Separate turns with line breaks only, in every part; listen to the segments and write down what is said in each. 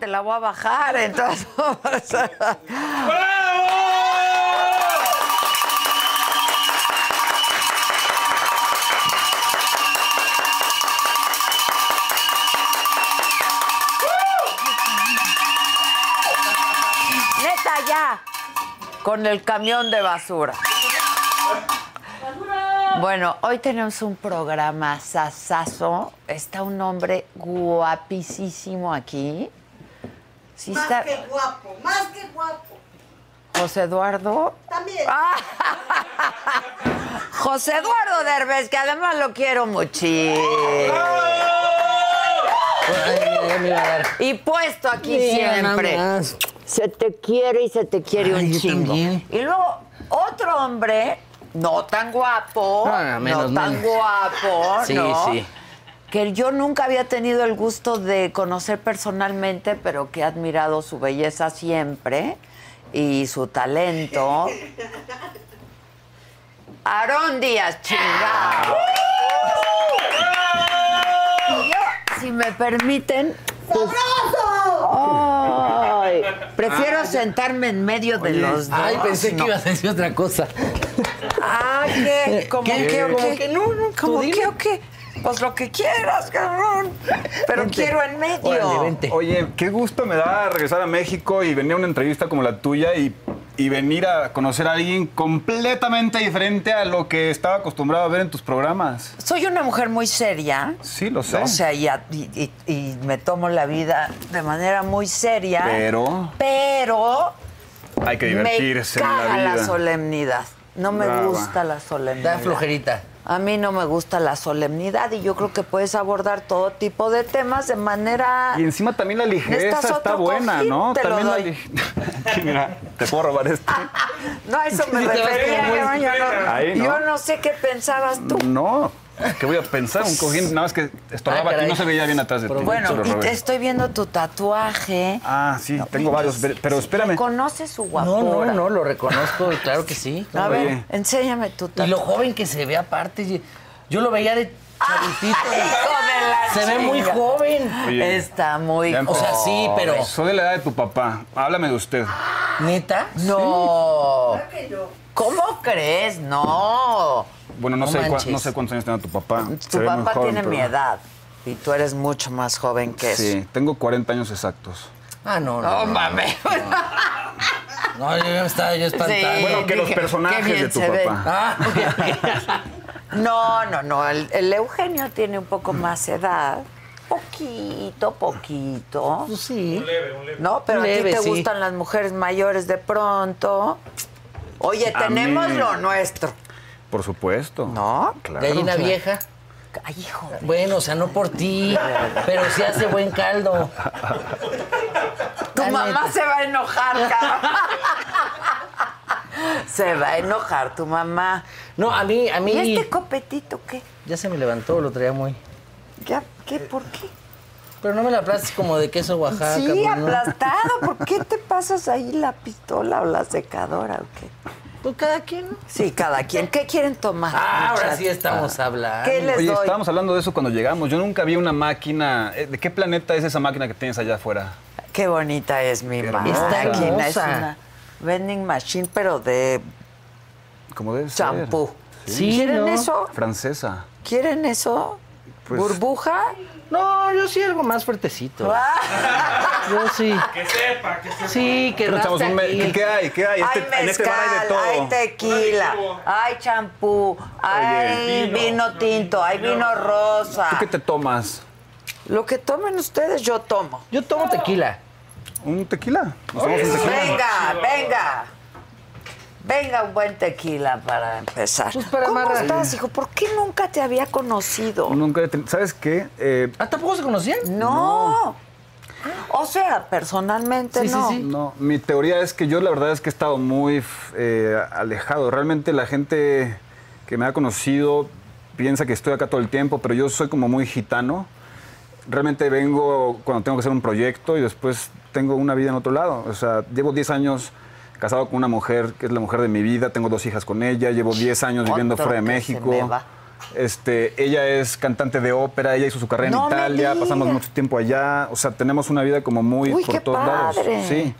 te la voy a bajar, entonces. Neta, ya. Con el camión de basura. Bueno, hoy tenemos un programa sasazo. Está un hombre guapicísimo aquí. Sí
Más
está-
que guapo, más que guapo.
José Eduardo.
También.
Ah. José Eduardo Derbez, que además lo quiero muchísimo. Y puesto aquí siempre. Se te quiere y se te quiere
Ay,
un
yo
chingo.
también.
Y luego otro hombre, no tan guapo,
No, no, menos,
tan
menos.
guapo,
Sí,
¿no?
sí.
Que yo nunca había tenido el gusto de conocer personalmente, pero que he admirado su belleza siempre y su talento. Aarón Díaz, chingado. Y yo, si me permiten, pues,
¡Sabroso!
Ay, prefiero sentarme en medio de los dos.
Ah, Ay, pensé
¿no?
que ibas a decir otra cosa.
Ah, ¿qué?
Eh,
¿Cómo
¿qué?
qué?
¿Cómo
¿Cómo que no? no ¿Cómo qué o qué? Pues lo que quieras, cabrón. Pero
Vente.
quiero en medio.
Órale, vente.
Oye, qué gusto me da regresar a México y venir a una entrevista como la tuya y, y venir a conocer a alguien completamente diferente a lo que estaba acostumbrado a ver en tus programas.
Soy una mujer muy seria.
Sí, lo sé.
O sea, y, a- y- y- y me tomo la vida de manera muy seria.
Pero
Pero
hay que
me
divertirse en la
caga la,
vida.
solemnidad. No me
Brava.
gusta la solemnidad.
Da flojerita.
A mí no me gusta la solemnidad y yo creo que puedes abordar todo tipo de temas de manera...
y encima también la
Necesitas
ligereza está
otro
buena,
cojín,
¿no?
te lo
también la
doy. Ah,
lig- Mira, te puedo robar este.
No, a eso me
Sí, te vas
refería.
como
cabrón, Yo no,
Ahí, ¿no? Mm,
yo no sé qué pensabas tú.
No, ¿qué voy a pensar? Un cojín, nada más que estorbaba
Ah,
aquí,
caray.
no se veía bien atrás de ti.
Pero
se
Bueno,
lo
y
robé.
te pues, estoy viendo tu tatuaje.
Ah, sí, tengo varios, pero- pero espérame.
Conoces su
No,
guapura.
no, no, lo reconozco, claro que sí.
A ver,
Oye.
enséñame tu
Y
tatuaje.
lo joven que se ve aparte. Yo lo veía de chavitito. se ve muy joven.
Oye,
Está muy...
ya
O sea, sí, pero
Oh, Soy de la edad de tu papá. Háblame de usted.
neta.
No. ¿Cómo crees? No.
Bueno, no,
No
sé, cua-
manches.
no sé cuántos años tenía tu papá. Se
Tu
ve muy
papá
joven,
tiene
pero-
mi edad y tú eres mucho más joven que eso.
Sí, tengo 40 años exactos.
Ah, no,
No
no. No,
mames.
yo ya me estaba yo espantado.
Sí.
Bueno, que los
dije,
personajes
qué bien
de tu
se ven.
papá.
Ah, ok, ok.
No, no, no. El, el Eugenio tiene un poco más edad. Poquito, poquito.
Pues sí.
No, pero
Un leve,
a ti te
sí.
gustan las mujeres mayores de pronto. Oye,
A
tenemos
mí-
lo nuestro.
Por supuesto.
¿No?
claro.
Gallina vieja.
Ay, hijo.
Bueno, o sea, no por ti, pero sí hace buen caldo.
Tu
La
mamá
neta.
se va a enojar, cabrón. Se va a enojar tu mamá.
No, a mí, a
¿Y
mí.
este copetito qué?
Ya se me levantó, lo traía muy.
¿Ya? ¿Qué? ¿Por qué?
Pero no me la aplastes como de queso Oaxaca.
sí,
pues, no.
aplastado. ¿Por qué te pasas ahí la pistola o la secadora o qué?
Pues cada quien. ¿no?
Sí, cada quien. ¿Qué quieren tomar?
Ah, ahora
muchachos?
sí estamos hablando.
¿Qué les
Oye,
doy?
estábamos hablando de eso cuando llegamos. Yo nunca vi una máquina. Eh, ¿De qué planeta es esa máquina que tienes allá afuera?
Qué bonita es mi
Qué
máquina.
hermosa.
Es
Hermosa.
una vending machine, pero de
Como debe ser.
champú.
Sí,
¿Quieren
¿no?
eso?
Francesa.
¿Quieren eso?
Pues-
¿Burbuja?
No, yo sí algo más fuertecito. Yo sí. Que sepa, que sepa. Sí, que
Pero, chavos,
raspe
un me-
aquí.
¿qué, qué hay? ¿Qué hay? Este-
hay
en este bar hay de
mezcal,
todo.
hay tequila, hay champú, hay vino, tinto, hay vino rosa.
¿Tú qué te tomas?
Lo que tomen ustedes, yo tomo.
Yo tomo tequila.
¿Un tequila? Nos tomamos un tequila.
Venga, venga. Venga un buen tequila para empezar.
Pues para
¿Cómo
amarrar.
estás, hijo? ¿Por qué nunca te había conocido?
Nunca he ten- ¿Sabes qué? Eh,
¿Ah, tampoco se conocían?
No. O sea, personalmente
Sí, sí,
no.
sí.
No, mi teoría es que yo la verdad es que he estado muy f- eh, alejado. Realmente la gente que me ha conocido piensa que estoy acá todo el tiempo, pero yo soy como muy gitano. Realmente vengo cuando tengo que hacer un proyecto y después tengo una vida en otro lado. O sea, llevo 10 años casado con una mujer que es la mujer de mi vida, tengo dos hijas con ella, llevo 10 años viviendo
Otro
fuera de
que se
México.
me va.
Este, ella es cantante de ópera, ella hizo su carrera
No
en
me
Italia, pasamos
digas.
mucho tiempo allá, o sea, tenemos una vida como muy
Uy,
por
qué
todos lados.
padre.
Sí.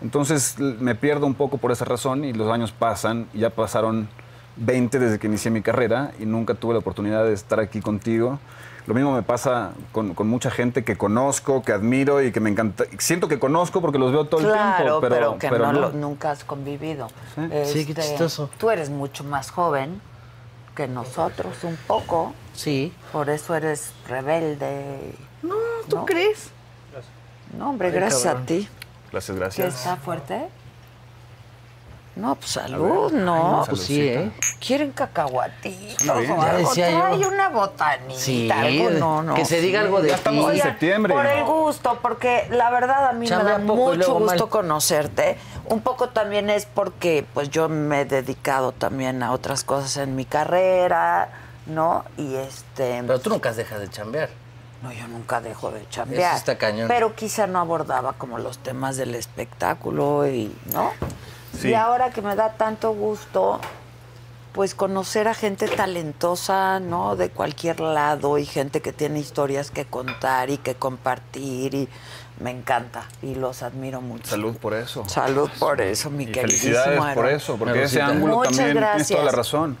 Entonces l- me pierdo un poco por esa razón y los años pasan y ya pasaron 20 desde que inicié mi carrera y nunca tuve la oportunidad de estar aquí contigo. Lo mismo me pasa con, con mucha gente que conozco, que admiro y que me encanta. Siento que conozco porque los veo todo
Claro,
el tiempo, pero,
pero, que
pero
no
no.
lo- nunca has convivido. Este,
Sí, qué chistoso.
Tú eres mucho más joven que nosotros, un poco.
Sí.
Por eso eres rebelde.
No, ¿tú
No.
crees?
No, hombre, gracias a ti.
Gracias,
¿Qué
gracias.
está fuerte? No, pues salud, no.
Pues sí, ¿eh?
Quieren cacahuatitos
Suena bien.
o
Ya
algo.
decía yo.
Trae una botanita,
Sí,
algo, no, no.
que se diga algo de
Ya estamos
ti.
en septiembre.
Por el gusto, porque la verdad a mí
Chamba
me da
poco
mucho
y luego mal.
gusto conocerte. Un poco también es porque pues yo me he dedicado también a otras cosas en mi carrera, ¿no? Y este
Pero tú nunca dejas de chambear.
no yo nunca dejo de chambear.
Eso está cañón.
Pero quizá no abordaba como los temas del espectáculo y, ¿no?
Sí.
Y ahora que me da tanto gusto pues conocer a gente talentosa, ¿no? De cualquier lado y gente que tiene historias que contar y que compartir y me encanta y los admiro mucho.
Salud por eso.
Salud por eso, mi
Y
queridísimo.
felicidades por
Aarón.
eso, porque
Una
ese
rosita.
ángulo
Muchas
también tienes toda la
gracias.
razón.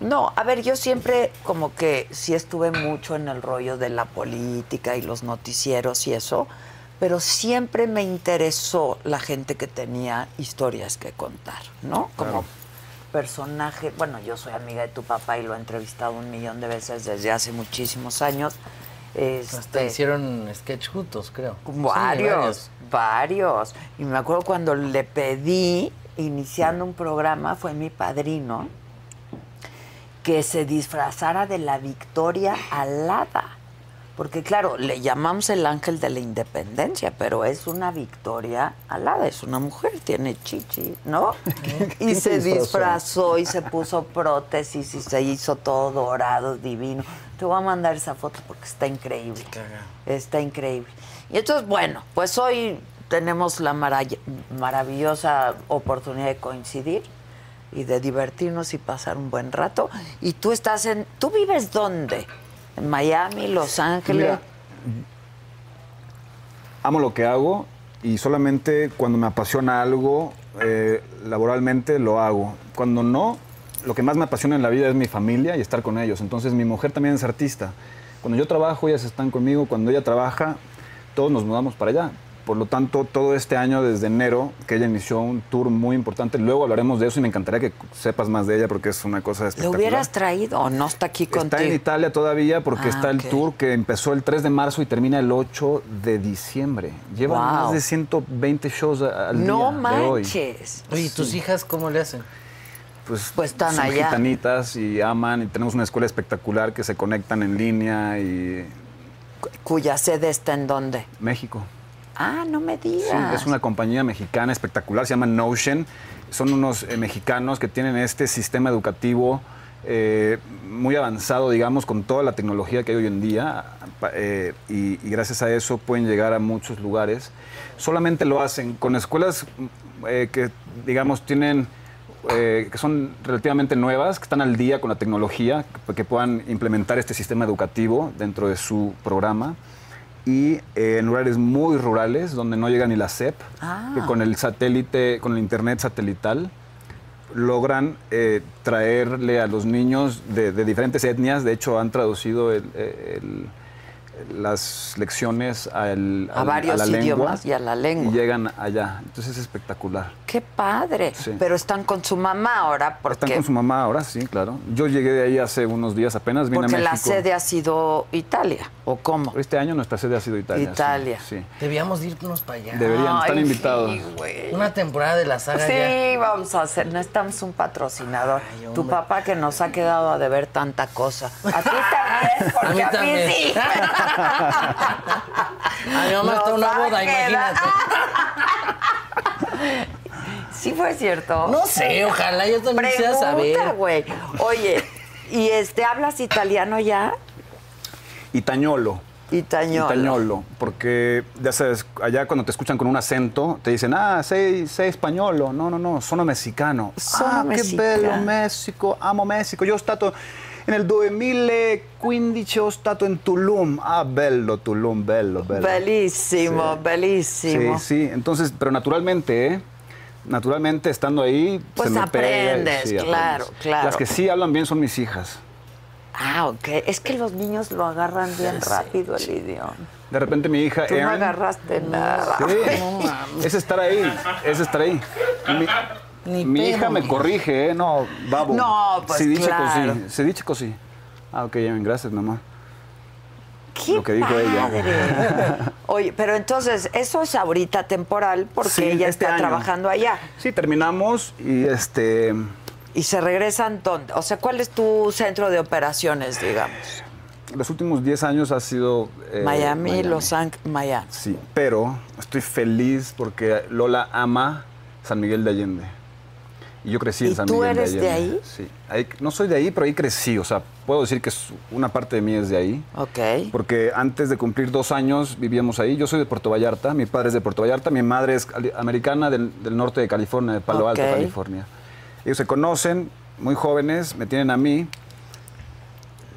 No, a ver, yo siempre como que sí estuve mucho en el rollo de la política y los noticieros y eso, pero siempre me interesó la gente que tenía historias que contar, ¿no? Como personaje, bueno, yo soy amiga de tu papá y lo he entrevistado un millón de veces desde hace muchísimos años.
Hasta
Este,
hicieron sketch juntos, creo. Sí,
Varios, varios. Y me acuerdo cuando le pedí, iniciando un programa, fue mi padrino, que se disfrazara de la victoria alada. Porque claro, le llamamos el ángel de la independencia, pero es una victoria alada, es una mujer, tiene chichi, ¿no? Y se disfrazó y se puso prótesis y se hizo todo dorado, divino. Te voy a mandar esa foto porque está increíble. Está increíble. Y entonces, bueno, pues hoy tenemos la marall- maravillosa oportunidad de coincidir y de divertirnos y pasar un buen rato. Y tú estás en, ¿tú vives dónde? En Miami, Los Ángeles.
Pues Mira, amo lo que hago y solamente cuando me apasiona algo eh, laboralmente lo hago. Cuando no, lo que más me apasiona en la vida es mi familia y estar con ellos. Entonces mi mujer también es artista. Cuando yo trabajo, ellas están conmigo. Cuando ella trabaja, todos nos mudamos para allá. Por lo tanto, todo este año, desde enero, que ella inició un tour muy importante, luego hablaremos de eso y me encantaría que sepas más de ella porque es una cosa
¿Lo
espectacular.
hubieras traído o no está aquí
Está en
contigo?
Italia todavía porque
Ah,
está el
ok.
tour que empezó el 3 de marzo y termina el 8 de diciembre. Llevan
Wow.
más de 120 shows a- al
no
día de hoy.
manches.
Oye, ¿y tus hijas cómo le hacen?
Pues,
Pues están
son
allá.
gitanitas y aman y tenemos una escuela espectacular que se conectan en línea y
Cuya sede está en dónde?
México.
Ah, no me
Sí,
digas.
es una compañía mexicana espectacular, se llama Notion. Son unos eh, mexicanos que tienen este sistema educativo eh, muy avanzado, digamos, con toda la tecnología que hay hoy en día. pa- eh, y, y gracias a eso pueden llegar a muchos lugares. Solamente lo hacen con escuelas mm, eh, que, digamos, tienen eh, que son relativamente nuevas, que están al día con la tecnología, que, que puedan implementar este sistema educativo dentro de su programa. Y eh, en lugares muy rurales, donde no llega ni la SEP,
Ah.
que con el satélite, con el internet satelital, logran eh, traerle a los niños de, de diferentes etnias. De hecho, han traducido el- el- las lecciones al,
A
al-
varios
la lengua
idiomas y a la lengua.
Y llegan allá. Entonces es espectacular.
Qué padre.
Sí.
Pero están con su mamá ahora porque,
Están con su mamá ahora, sí, claro. Yo llegué de ahí hace unos días apenas, vine
porque
a México.
la sede ha sido Italia. ¿O cómo?
Este año nuestra sede ha sido Italia. sí,
Italia.
Sí,
Debíamos irnos para allá.
Deberían, están
Ay,
invitados.
Sí, güey.
Una temporada de la saga ya.
Sí, vamos a hacer. Necesitamos un patrocinador. tu papá que nos ha quedado a deber tanta cosa. A ti también, porque a mí,
A mí también.
sí.
A mi mamá Ah, está
Nos
una
va a
boda,
quedar.
imagínate.
Ah. Sí fue cierto.
No sé, ojalá yo también quisiera saber.
Pregunta, güey. Oye, ¿y este hablas italiano ya?
Itañolo.
Itañolo.
Itañolo, porque ya sabes, allá cuando te escuchan con un acento, te dicen, ah, sé, sé españolo. No, no, no, sono mexicano.
Sono
ah,
mexicano.
che bello Messico, amo Messico. Io ho stato, nel 2015 ho stato in Tulum. Ah, bello Tulum, bello, bello.
Bellísimo,
Sí.
bellísimo.
Sí, sí, entonces, pero naturalmente, ¿eh? Naturalmente, estando ahí,
Pues
se me pega,
aprendes,
sí,
claro,
aprendes.
claro.
Las que sí hablan bien son mis hijas.
Ah, ok. Es que los niños lo agarran bien rápido el idioma.
De repente mi hija
Tú
Erin-
no agarraste nada.
Sí, es estar ahí, es estar ahí. Y mi
Ni
mi
pedo,
hija me
mi-
corrige, ¿eh? No, babo.
No, pues,
Si dice
claro.
così, si dice così. Ah, ok, bien, gracias, mamá.
¡Qué
Lo que dijo ella.
padre! Oye, pero entonces, eso es ahorita temporal porque
Sí,
ella
este
está
año.
trabajando allá.
Sí, terminamos y este...
Y se regresan donde. O sea, ¿cuál es tu centro de operaciones, digamos?
Los últimos 10 años ha sido... eh,
Miami, Los Ángeles, Miami.
Sí, pero estoy feliz porque Lola ama San Miguel de Allende. Y yo crecí
¿Y
en San
tú
Miguel de
eres de
Allende.
ahí?
Sí. Ahí- No soy de ahí, pero ahí crecí. O sea, puedo decir que es- una parte de mí es de ahí.
Ok.
Porque antes de cumplir dos años vivíamos ahí. Yo soy de Puerto Vallarta, mi padre es de Puerto Vallarta, mi madre es cali- americana del, del norte de California, de Palo
Ok.
Alto, California. Ellos se conocen, muy jóvenes, me tienen a mí.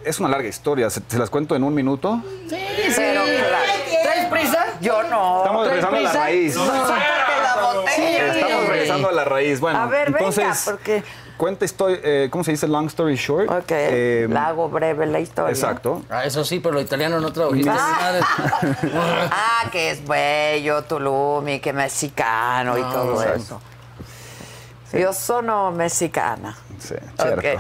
Es una larga historia, ¿se, se las cuento en un minuto?
Pero claro,
¿Traes prisa?
yo no.
Estamos regresando a la raíz.
Sácate la botella.
Estamos
güey.
regresando a la raíz. Bueno,
A ver, venga,
entonces,
porque-
cuenta historia, eh, ¿cómo se dice? Long story short.
Ok.
Eh,
la hago breve la historia.
exacto.
Ah, eso sí, pero lo italiano no trabajiste ni madre.
Ah, que es bello, Tulum y que mexicano Ah, y
Ah,
todo
Ah,
eso. Yo sono mexicana.
Sí, cierto.
Ok, eh,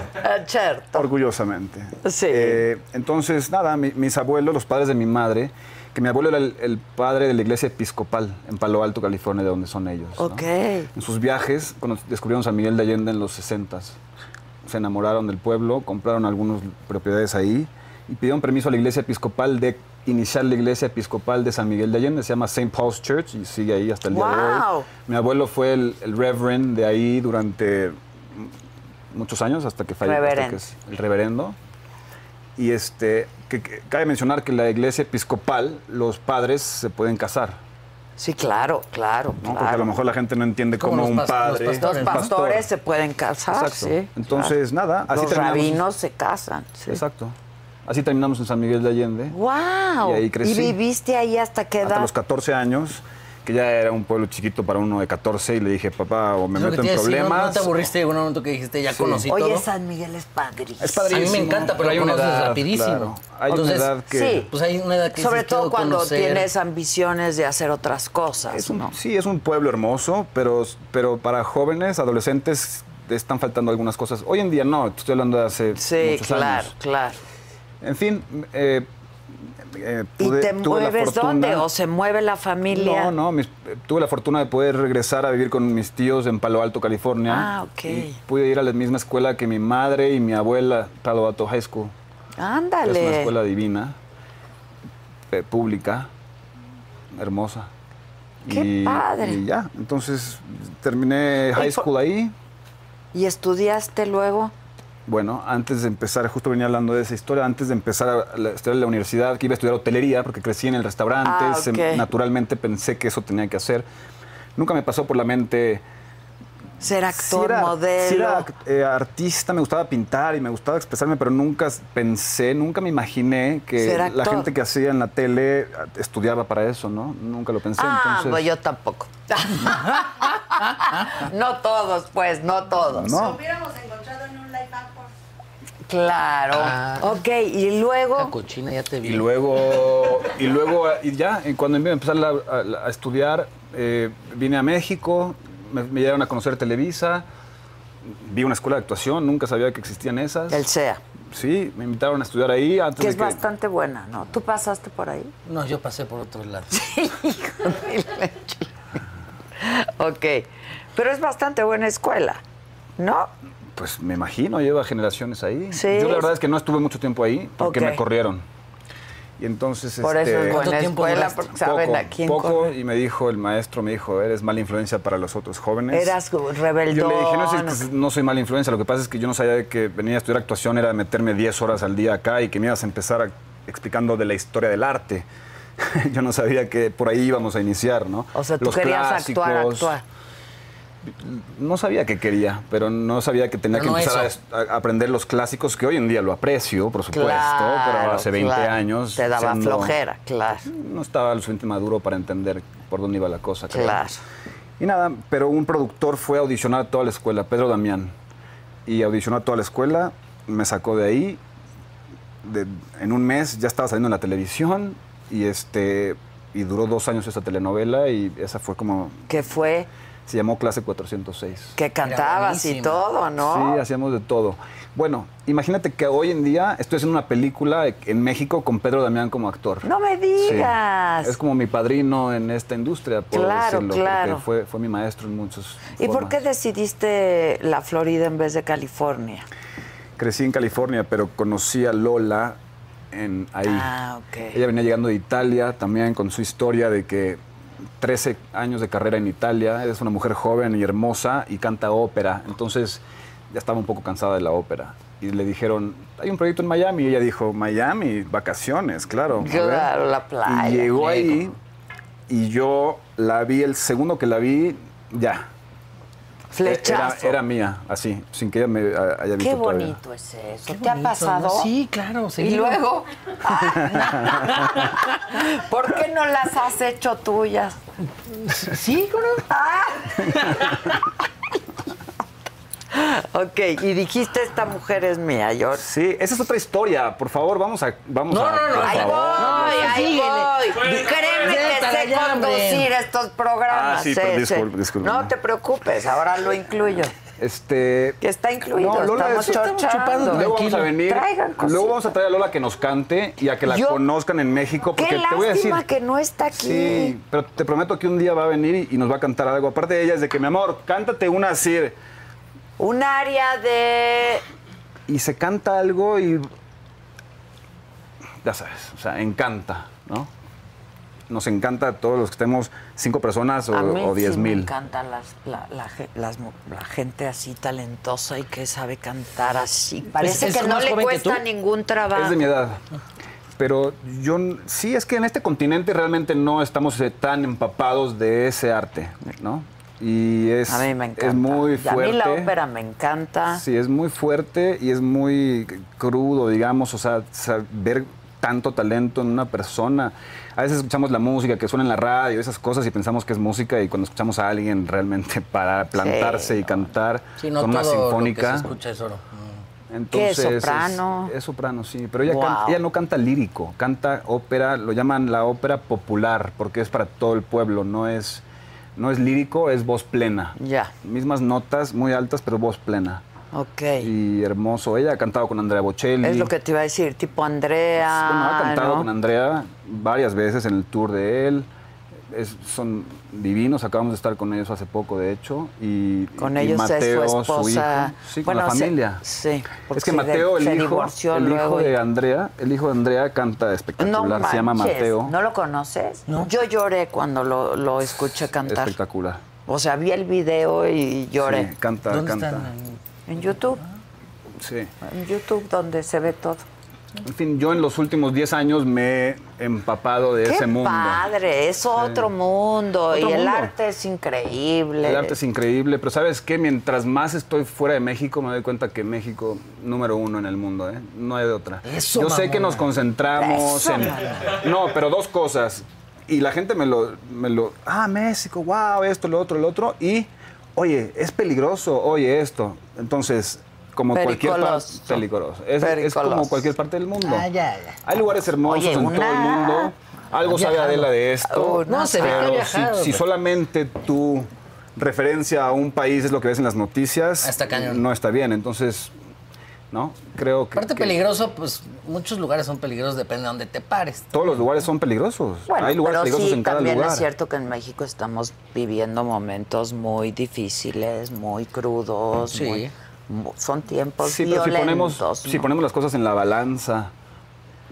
certo.
Orgullosamente.
Sí.
Eh, entonces, nada, mi- mis abuelos, los padres de mi madre, que mi abuelo era el, el padre de la iglesia episcopal en Palo Alto, California, de donde son ellos. ¿no?
Ok.
En sus viajes, cuando descubrieron San Miguel de Allende en los 60 se enamoraron del pueblo, compraron algunas propiedades ahí y pidieron permiso a la iglesia episcopal de iniciar la iglesia episcopal de San Miguel de Allende, se llama St. Paul's Church y sigue ahí hasta el día de
Wow.
hoy. Mi abuelo fue el, el reverend de ahí durante muchos años hasta que falleció.
Reverendo.
el reverendo. Y este, que- que- cabe mencionar que en la iglesia episcopal, los padres se pueden casar.
Sí, claro, claro,
¿no?
claro.
Porque a lo mejor la gente no entiende
Como
cómo
los
un
pas- los
padre.
pastores,
Los
El
pastor.
pastores se pueden casar,
Exacto.
Ah, sí.
Entonces, nada, así
Los
terminamos.
rabinos se casan, sí.
Exacto. Así terminamos en San Miguel de Allende.
¡Wow!
Y ahí crecí.
viviste ahí hasta qué edad?
Hasta los 14 años, que ya era un pueblo chiquito para uno de 14, y le dije, papá, o me
Es lo que
meto
te
en
iba a decir, ¿no?
problemas.
¿No, te aburriste en un momento que dijiste ya conocí
Oye,
todo?
San Miguel es padrísimo.
Es padrísimo.
A mí me encanta, pero
una
conoces
edad,
rapidísimo.
claro. Hay
Entonces,
una edad que...
sí.
Pues hay una edad que
Sobre
dices,
todo
quiero
cuando
conocer.
tienes ambiciones de hacer otras cosas,
Es un-
¿no?
Sí, es un pueblo hermoso, pero, pero para jóvenes, adolescentes, te están faltando algunas cosas. Hoy en día no, te estoy hablando de hace
Sí,
muchos
claro,
años.
claro.
En fin, eh, eh,
¿Y
pude-
te
tuve la
mueves
fortuna-
dónde? ¿O se mueve la familia?
No, no, mis- eh, tuve la fortuna de poder regresar a vivir con mis tíos en Palo Alto, California.
Ah, ok.
Y pude ir a la misma escuela que mi madre y mi abuela, Palo Alto High School. que Es una
Ándale.
escuela divina, eh, pública, hermosa.
¡Qué padre!
Y ya, entonces terminé high
por-
school ahí.
¿Y estudiaste luego?
Bueno, antes de empezar, justo venía hablando de esa historia, antes de empezar a la- estudiar en la universidad, que iba a estudiar hotelería porque crecí en el restaurante,
Ah,
se-
ok.
naturalmente pensé que eso tenía que hacer. Nunca me pasó por la mente
Ser actor,
Sí era-
modelo.
sí era act- eh, artista, me gustaba pintar y me gustaba expresarme, pero nunca s- pensé, nunca me imaginé que
Ser
la
actor.
gente que hacía en la tele eh, estudiaba para eso, ¿no? Nunca lo pensé.
ah,
entonces,
pues yo tampoco. no todos, pues, no todos.
Si
No.
lo hubiéramos encontrado en un live action.
Claro.
Ah.
Ok, y
La
luego.
cochina ya te vi.
Y luego, y luego, eh, y ya, eh, cuando empecé a empezar la- a, la- a estudiar, eh, vine a México, me, me llevaron a conocer Televisa, vi una escuela de actuación, nunca sabía que existían esas.
El SEA,
Sí, me invitaron a estudiar ahí antes
que
de
es bastante buena, ¿no? ¿Tú pasaste por ahí?
No, yo pasé por otro lado.
Hijo de la chi- ok, pero es bastante buena escuela, ¿no?
Pues me imagino, lleva generaciones ahí.
Sí.
Yo la verdad es que no estuve mucho tiempo ahí porque
Ok.
me corrieron. Y entonces
Por eso
este,
es
¿Cuánto
buena
tiempo
escuela,
duraste?
porque saben
poco,
a quién
poco,
corre.
y me dijo el maestro me dijo, "Eres mala influencia para los otros jóvenes."
Eras
Y
rebeldón.
Yo le dije, no, sí, pues, no soy mala influencia, lo que pasa es que yo no sabía que venir a estudiar actuación era meterme 10 horas al día acá y que me ibas a empezar a- explicando de la historia del arte. yo no sabía que por ahí íbamos a iniciar, ¿no?
o sea, tú
Los
querías actuar,
clásicos.
actuar.
No sabía que quería, pero no sabía que tenía que
No
empezar a
eso.
est- a, a aprender los clásicos, que hoy en día lo aprecio, por supuesto, pues, pero hace 20
claro.
años...
Te daba
siendo-
flojera, claro.
No estaba lo suficiente maduro para entender por dónde iba la cosa. creo.
Claro.
Y nada, pero un productor fue a audicionar a toda la escuela, Pedro Damián. Y audicionó a toda la escuela, me sacó de ahí. de- en un mes ya estaba saliendo en la televisión y este y duró dos años esa telenovela y esa fue como
Que fue
se llamó clase 406
que cantabas y
buenísima.
todo, ¿no?
sí hacíamos de todo bueno imagínate que hoy en día estoy haciendo una película en México con Pedro Damián como actor
No me
Sí.
digas.
es como mi padrino en esta industria por
Claro,
decirlo porque
claro.
fue fue mi maestro en muchos
¿Y por
formas.
qué decidiste la Florida en vez de California?
Crecí en California, pero conocí a Lola en ahí.
Ah, ok.
Ella venía llegando de Italia también con su historia de que 13 años de carrera en Italia, es una mujer joven y hermosa y canta ópera. Entonces ya estaba un poco cansada de la ópera. Y le dijeron, hay un proyecto en Miami. Y ella dijo, Miami, vacaciones, claro. a ver".
Claro, la playa.
Y llegó
Rico.
ahí y yo la vi, el segundo que la vi, ya. e-, Era,
Flechazo.
era mía, así, sin que ella me ah, haya visto
Qué
todavía.
bonito es eso.
Qué
¿Te ha
bonito,
pasado?
¿no? Sí, claro.
Y
seguido.
luego, ¿por qué no las has hecho tuyas? Ah.
Sí, claro.
Ok, y dijiste, esta mujer es mía, yo...
Sí, esa es otra historia. Por favor, vamos a. Vamos
No,
a-
no, no,
por
Ahí voy,
favor.
ahí
síguele.
voy.
Pues,
Créeme que
suéltala
sé
ya, hombre.
conducir estos programas.
Ah, sí,
sé,
pero
sé.
disculpe, disculpe.
No te preocupes, ahora lo incluyo.
Este.
Que está incluido,
No, Lola,
estamos
eso
estamos
chorchando.
chupando,
Luego vamos a venir.
Traigan cositas.
Luego vamos a traer a Lola que nos cante y a que la
Yo-
conozcan en México.
Qué
Porque
lástima
te voy a decir.
que no está aquí.
Sí, pero te prometo que un día va a venir y- y nos va a cantar algo. Aparte de ella, es de que, mi amor, cántate una así.
Un área de...
Y se canta algo y. Ya sabes, o sea, encanta, ¿no? Nos encanta a todos los que estemos cinco personas o,
a mí
o diez
sí
mil.
me encanta las- la, la ge- las mu- la gente así talentosa y que sabe cantar así. Parece
es
que no
más
le
joven que
cuesta
tú?
ningún trabajo.
Es de mi edad. Pero yo n- sí es que en este continente realmente no estamos eh, tan empapados de ese arte, ¿no? Y es,
a mí me encanta.
es muy
Y a
fuerte.
mí la ópera me encanta.
Sí, es muy fuerte y es muy crudo, digamos, o sea, sa- ver tanto talento en una persona. A veces escuchamos la música que suena en la radio, esas cosas, y pensamos que es música, y cuando escuchamos a alguien realmente para plantarse y cantar
Sí, no
con una
todo lo que
sinfónica.
se escucha es oro. Mm.
Entonces,
¿Qué es, soprano?
Es, es soprano, sí. Pero ella,
Wow.
canta- ella no canta lírico, canta ópera, lo llaman la ópera popular, porque es para todo el pueblo, no es, no es lírico, es voz plena.
Ya.
Mismas notas, muy altas, pero voz plena.
Ok.
Y hermoso. Ella ha cantado con Andrea Bocelli.
Es lo que te iba a decir, tipo Andrea.
Bueno, ha cantado
¿no?
con Andrea varias veces en el tour de él. Es- son divinos, acabamos de estar con ellos hace poco, de hecho. Y,
Con
y
ellos
Mateo,
es su
hijo.
esposa.
Sí,
Bueno,
con la
se-
familia.
sí, porque
Es que
se
Mateo,
de- se
el, hijo,
divorció
el hijo
luego y-
de Andrea, el hijo de Andrea canta
No
espectacular. se llama
manches,
Mateo.
¿No lo conoces?
No.
Yo lloré cuando lo, lo escuché cantar.
Espectacular.
O sea, vi el video y lloré.
Sí, canta,
¿Dónde
canta.
están?
En YouTube,
Sí.
en YouTube donde se ve todo.
En fin, yo en los últimos 10 años me he empapado de
Qué
ese mundo.
padre, es otro mundo y
Otro
el
mundo.
arte es increíble.
El arte
Ah,
es increíble, pero ¿sabes qué? Mientras más estoy fuera de México, me doy cuenta que México, número uno en el mundo, ¿eh? No hay de otra.
Eso,
Yo sé
mamona.
que nos concentramos
Eso,
en... No, pero dos cosas. Y la gente me lo, me lo... Ah, México, wow, esto, lo otro, lo otro. Y, oye, es peligroso, oye, esto. Entonces, como cualquier... par-
Pericoloso.
Peligroso. Es, es como
Pericoloso.
cualquier parte del mundo.
Ah, ya, ya.
Hay lugares hermosos
Oye,
en todo el
una-
mundo. Algo sabe
viajado.
Adela de esto.
Una No, se ve que ha pues.
pero
viajado,
si, si
pero-
solamente tu referencia a un país es lo que ves en las
Ah,
noticias,
Está cañón.
no está bien. Entonces, ¿no? Creo que.
Aparte
que
peligroso, pues muchos lugares son peligrosos, depende de dónde te pares.
Todos los lugares son peligrosos.
Bueno,
Hay lugares
pero
peligrosos
sí,
en cada
también
lugar.
es cierto que en México estamos viviendo momentos muy difíciles, muy crudos.
Sí.
muy- mu- son tiempos
Sí, pero si
violentos.
ponemos,
¿no?
si ponemos las cosas en la balanza,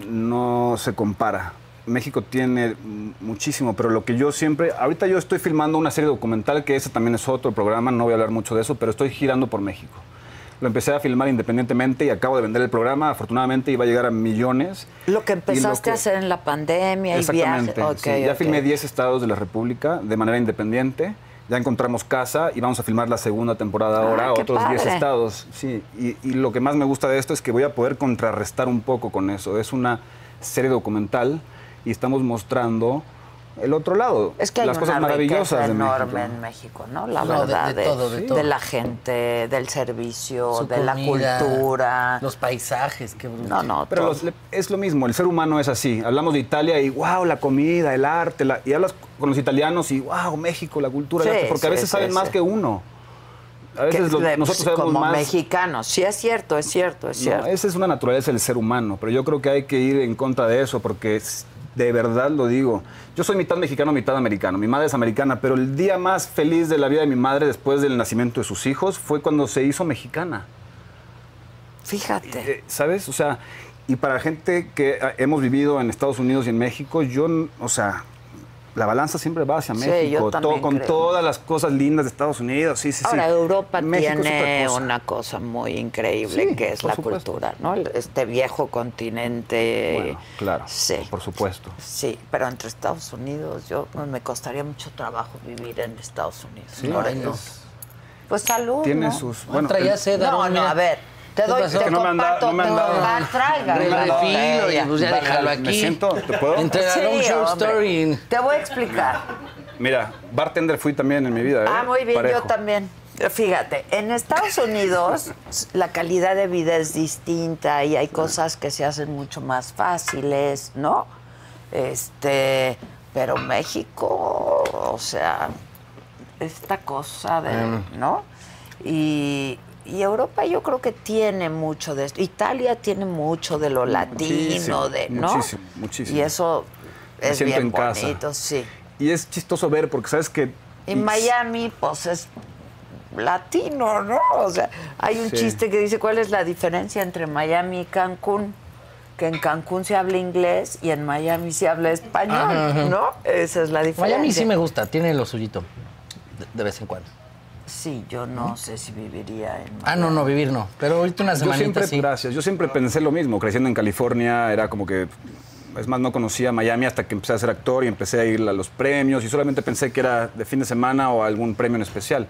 no se compara. México tiene mm, muchísimo, pero lo que yo siempre, ahorita yo estoy filmando una serie documental que ese también es otro programa, no voy a hablar mucho de eso, pero estoy girando por México. Lo empecé a filmar independientemente y acabo de vender el programa, afortunadamente iba a llegar a millones.
Lo que
Y
empezaste a
que-
hacer en la pandemia y viajes.
Exactamente. sí.
Ok,
Ya
ok.
filmé 10 estados de la República de manera independiente. Ya encontramos casa y vamos a filmar la segunda temporada
Ah,
ahora,
qué
otros 10
padre.
estados. Sí, y, y lo que más me gusta de esto es que voy a poder contrarrestar un poco con eso. Es una serie documental y estamos mostrando el otro lado.
Es que hay
las
una
cosas
riqueza
maravillosas de México.
enorme en México, ¿no? La
No, de- de
verdad,
todo, de todo.
la gente, del servicio,
Su
de la
comida,
cultura.
Los paisajes, qué bruto.
No, no,
Pero
todo.
los- es lo mismo, el ser humano es así. Hablamos de Italia y wow, la comida, el arte, la- y hablas con los italianos y wow, México, la cultura, el
Sí,
arte", porque a
sí,
veces
sí,
saben
sí.
más que uno. A
que-
veces lo-
de- pues,
nosotros sabemos
como
más.
mexicanos. Sí, es cierto, es cierto, es
No,
cierto.
esa es una naturaleza del ser humano, pero yo creo que hay que ir en contra de eso porque es- de verdad lo digo. Yo soy mitad mexicano, mitad americano. Mi madre es americana, pero el día más feliz de la vida de mi madre después del nacimiento de sus hijos fue cuando se hizo mexicana.
Fíjate.
Eh, ¿Sabes? O sea, y para gente que ah, hemos vivido en Estados Unidos y en México, yo, n- o sea, la balanza siempre va hacia
Sí,
México.
yo también
con
creo.
todas las cosas lindas de Estados Unidos, sí, sí, sí.
Ahora, Europa
México es otra
tiene
cosa.
una cosa muy increíble
Sí,
que es
por
la
supuesto.
cultura, ¿no? El- Este viejo continente.
Bueno, claro,
Sí.
por supuesto.
Sí, pero entre Estados Unidos, yo pues, me costaría mucho trabajo vivir en Estados Unidos.
Sí,
Ahora,
Ay, no.
es-
Pues salud.
tiene
¿no?
sus...
Bueno, traía sed,
No,
Aarón,
no,
mira.
a ver. Te
¿Qué
doy,
pasó?
te
Que no
me han dado-
comparto.
no me han
te-
dado-
Ah, tráigame
Me
la
refilo y
botella.
pues ya
Bájala,
déjalo aquí.
me siento, ¿te puedo?
Entregará un
Sí,
short
hombre.
story. en-
Te voy a explicar.
Mira, bartender fui también en mi vida. ¿eh?
Ah, muy bien,
Parejo.
yo también. Fíjate, en Estados Unidos la calidad de vida es distinta y hay cosas que se hacen mucho más fáciles, ¿no? Este, pero México, o sea, esta cosa
Mm.
de, ¿no? Y, y Europa yo creo que tiene mucho de esto. Italia tiene mucho de lo latino,
Muchísimo,
de, ¿no?
muchísimo, muchísimo.
Y eso
Me
es
siento
bien
en casa.
bonito, sí.
Y es chistoso ver porque sabes que...
Y Miami, pues es latino, ¿no? O sea, hay un
Sí.
chiste que dice cuál es la diferencia entre Miami y Cancún. Que en Cancún se habla inglés y en Miami se habla español,
Ajá, ajá.
¿no? Esa es la diferencia.
Miami sí me gusta, tiene lo suyito. De, de vez en cuando.
Sí, yo no sé si viviría en
Ah, no, no, vivir no. Pero ahorita una
Yo
semanita
siempre,
sí.
gracias, yo siempre pensé lo mismo. Creciendo en California era como que... Es más, no conocía Miami hasta que empecé a ser actor y empecé a ir a los premios y solamente pensé que era de fin de semana o algún premio en especial.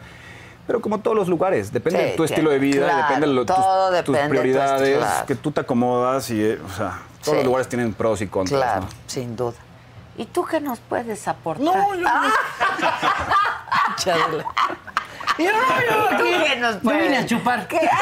Pero como todos los lugares, depende
Sí,
de tu
sí,
estilo de vida,
claro,
depende de lo- tus,
todo
tus
depende de tu
prioridades,
estilo, claro.
que tú te acomodas y, eh, o sea, todos
Sí.
los lugares tienen pros y contras.
Claro,
¿no?
sin duda. ¿Y tú qué nos puedes aportar?
No, yo no. Chadela. Yo no, yo no.
¿Tú qué nos
Yo vine
puedes?
a chupar.
¿Qué?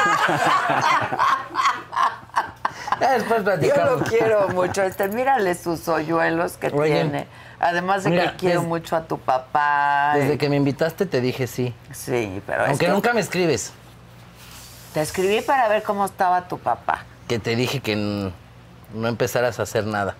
Ya después
Yo
platicamos.
lo quiero mucho. Este, mírale sus hoyuelos que
Oye.
tiene. Además de
Mira,
que quiero
des-
mucho a tu papá.
Desde que me invitaste te dije sí.
Sí, pero es
Aunque
que
nunca me escribes.
Te escribí para ver cómo estaba tu papá.
Que te dije que n- no empezaras a hacer nada.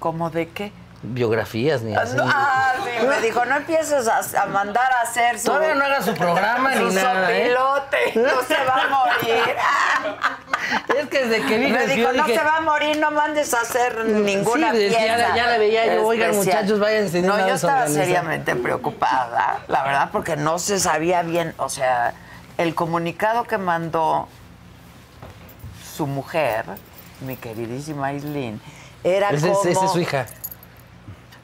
¿Cómo de qué?
Biografías ni
Ah,
así.
no, ah, sí, me dijo, no empieces a, a mandar a hacer su...
Todavía no haga su programa
su
ni nada, ¿eh?
sopilote, no se va a morir.
Es que desde que vine
Me
yo
dijo, no
dije,
se va a morir, no mandes a hacer ninguna
sí,
pieza.
decía, ya la veía yo, oigan, muchachos, váyanse de
No,
una
yo
vez
estaba
organizando.
seriamente preocupada, la verdad, porque no se sabía bien, o sea, el comunicado que mandó su mujer mi queridísima Islin, era
Esa es,
como...
esa es su hija.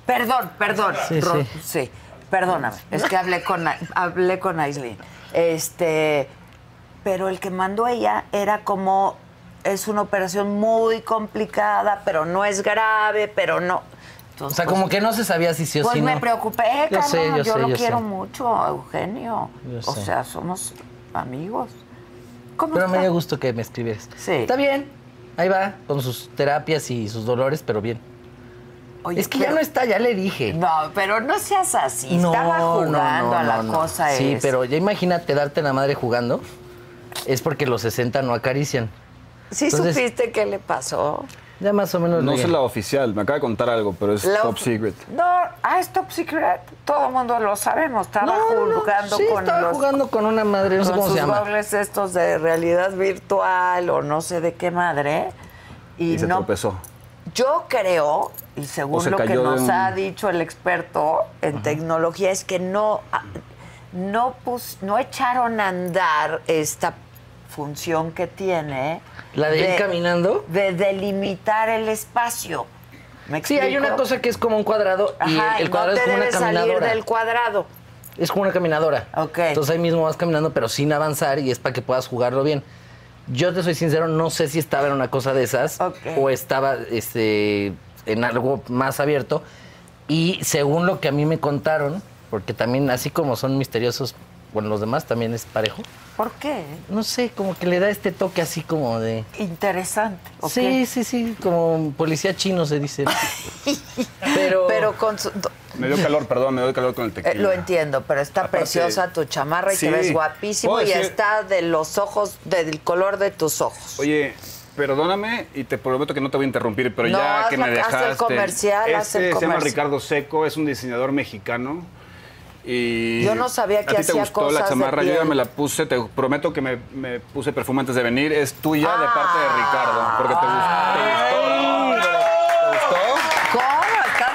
Perdón, perdón.
Sí,
Ro-
sí.
sí, perdóname. Es que hablé con, hablé con Aislinn. Este, pero el que mandó ella era como, es una operación muy complicada, pero no es grave, pero no.
O
Entonces,
sea,
pues,
como que no se sabía si sí o
pues
si no.
me preocupé,
Yo
cabrón.
sé, yo
Yo,
sé,
lo
yo
quiero
sé.
mucho, Eugenio.
Yo
o
sé.
sea, somos amigos. ¿Cómo
Pero me
está?
dio gusto que me escribieras.
Sí.
Está bien. Ahí va, con sus terapias y sus dolores, pero bien.
Oye,
es que ya
pero-
no está, ya le dije.
No, pero no seas así.
No,
Estaba
no,
jugando
no,
a la
no, no.
cosa
Sí,
esa.
pero ya imagínate darte la madre jugando. Es porque los 60 no acarician.
¿Sí
entonces-
supiste qué le pasó?
Ya más o menos.
No
leí.
sé la oficial, me acaba de contar algo, pero es
La
top
of-
secret.
No, ah, es top secret. Todo el mundo lo sabemos. Estaba
No, no, no.
jugando
sí,
con
estaba
los-
jugando con una madre, no sé
con
cómo se
sus
llama.
goggles estos de realidad virtual o no sé de qué madre. Y,
Y, se
no,
tropezó.
Yo creo, y
O
según
se
lo que
cayó de
nos
un-
ha dicho el experto en tecnología, es que no, ah, no, pus- no echaron a andar esta función que tiene.
¿La de ir caminando?
De delimitar el espacio. ¿Me
Sí, hay una
explico?
cosa que es como un cuadrado y el-
Ajá,
el,
y
cuadrado
no
es
te
como una
debes salir
caminadora.
del cuadrado.
Es como una caminadora.
Ok.
Entonces ahí mismo vas caminando, pero sin avanzar y es para que puedas jugarlo bien. Yo te soy sincero, no sé si estaba en una cosa de esas
Ok.
o estaba este, en algo más abierto. Y según lo que a mí me contaron, porque también así como son misteriosos, bueno, los demás también es parejo.
¿Por qué?
No sé, como que le da este toque así como de...
Interesante. ¿ok?
Sí, sí, sí, como policía chino se dice. pero,
Pero con su-
Me dio calor, perdón, me dio calor con el tequila.
eh, lo entiendo, pero está
Aparte-
preciosa tu chamarra y
Sí.
te ves guapísimo
Puedo
y
decir-
está de los ojos, del color de tus ojos.
Oye, perdóname y te prometo que no te voy a interrumpir, pero
No,
ya
haz
que
la-
me
haz el
dejaste.
comercial,
este
haz el
se llama
comercial.
Ricardo Seco, es un diseñador mexicano. Y
Yo no sabía que
¿A ti
hacía
te gustó
cosas de
la chamarra, yo ya
piel.
me la puse, te prometo que me, me puse perfume antes de venir. Es tuya de
Ah.
parte de Ricardo, porque te gustó. ¿Te gustó? ¿Te gustó?
¿Cómo? Está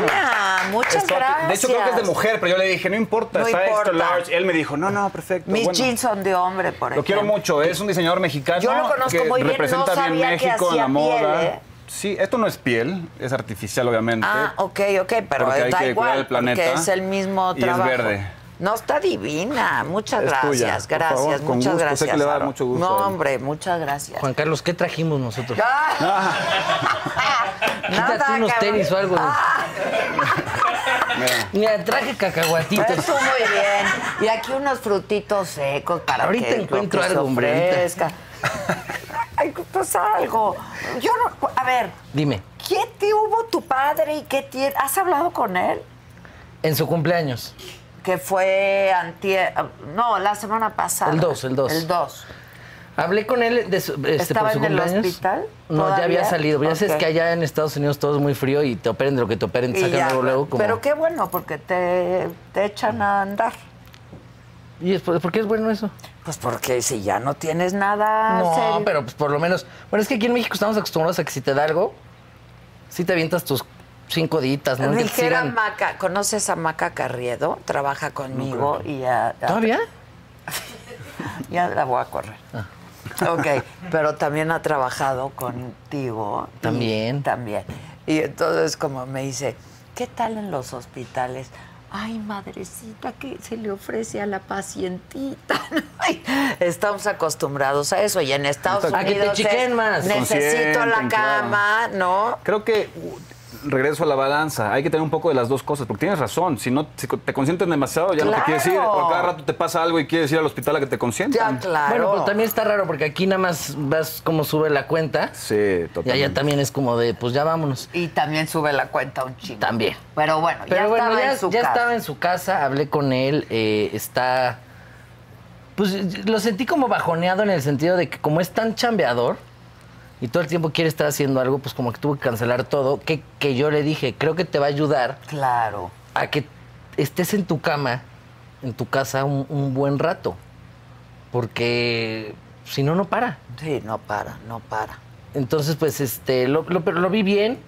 divina. Muchas
Esto-
gracias.
De hecho, creo que es de mujer, pero yo le dije, no importa,
No
está extra
importa.
large. Él me dijo, no, no, perfecto.
Mis
bueno.
jeans son de hombre, por ejemplo.
Lo quiero mucho, es un diseñador mexicano.
Yo lo conozco
que
muy bien, no
representa bien
sabía que
México en la
hacía
moda.
piel, ¿eh?
Sí, esto no es piel, es artificial, obviamente.
Ah, ok, ok, pero
Porque hay
da
que
igual,
cuidar el planeta
porque es el mismo
y es
trabajo.
verde.
No, está divina. Muchas
Es tuya,
gracias,
por
gracias,
favor,
muchas
con gusto. Sé
gracias.
que le va a dar
Aro.
mucho gusto a
No,
él.
hombre, muchas gracias.
Juan Carlos, ¿qué trajimos nosotros?
Ah.
Quítate
Nada,
unos
cabrón.
tenis o algo. güey.
Ah,
Mira, traje cacahuatitos.
tú muy bien. Y aquí unos frutitos secos para
Ahorita
que lo
encuentro
que se
algo, hombre, ahorita.
ofrezca. Ay, pues algo. Yo no, a ver,
Dime,
¿qué te hubo tu padre y qué tiene? ¿Has hablado con él?
en su cumpleaños,
que fue antier, no, la semana pasada.
El dos, el dos.
El 2.
hablé con él de su, este,
¿Estaba
por su
en el
cumpleaños.
hospital
No,
todavía?
ya había salido. Ya sabes
Ok.
que allá en Estados Unidos todo es muy frío y te operen de lo que te operen, te
Y
sacan
ya.
luego, luego como...
Pero qué bueno, porque te, te echan a andar.
¿Y es por, por qué es bueno eso?
Pues porque si ya no tienes nada
no,
Ah, serio.
pero pues por lo menos... Bueno, es que aquí en México estamos acostumbrados a que si te da algo, si te avientas tus cinco ditas, ¿no? Que te
Dijera
sigan-
Maca, ¿conoces a Maca Carriedo? Trabaja conmigo y ya, ya-
¿Todavía?
ya la voy a correr.
Ah.
Ok, pero también ha trabajado contigo. y-
También.
también. Y entonces como me dice, ¿qué tal en los hospitales? Ay, madrecita, que se le ofrece a la pacientita. Ay, Estamos acostumbrados a eso y en Estados
A que te
Unidos es,
chiquen más.
necesito la
Consienten, claro.
cama, ¿no?
Creo que uh, regreso a la balanza. Hay que tener un poco de las dos cosas, porque tienes razón. Si no si te consienten demasiado, ya no te quieres ir.
Claro.
Por cada rato te pasa algo y quieres ir al hospital a que te
Ya,
consientan.
claro.
Bueno, pero también está raro porque aquí nada más vas como sube la cuenta
Sí,
y
totalmente.
allá también es como de, pues ya vámonos.
Y también sube la cuenta un chingo.
También.
Pero bueno,
Pero
ya
bueno,
estaba
ya,
en su
ya
casa.
estaba en su casa, hablé con él, eh, está... Pues lo sentí como bajoneado en el sentido de que como es tan chambeador y todo el tiempo quiere estar haciendo algo, pues como que tuvo que cancelar todo, que, que yo le dije, creo que te va a ayudar
Claro.
a que estés en tu cama, en tu casa, un, un buen rato. Porque si no, no para.
Sí, no para, no para.
Entonces, pues, este, lo, lo- pero lo vi bien.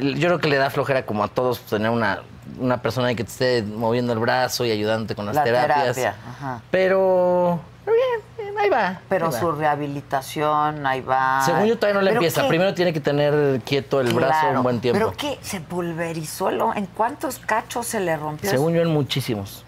Yo creo que le da flojera como a todos pues, tener una, una persona ahí que te esté moviendo el brazo y ayudándote con las
La
terapias.
terapia, ajá.
Pero, pero bien, bien, Ahí va.
Pero
ahí va.
su rehabilitación, ahí va.
Según yo todavía no le
¿Pero
empieza.
qué?
Primero tiene que tener quieto el brazo
Claro,
un buen tiempo.
¿Pero qué? ¿Se pulverizó? el hom- ¿En cuántos cachos se le rompió?
Según yo en muchísimos.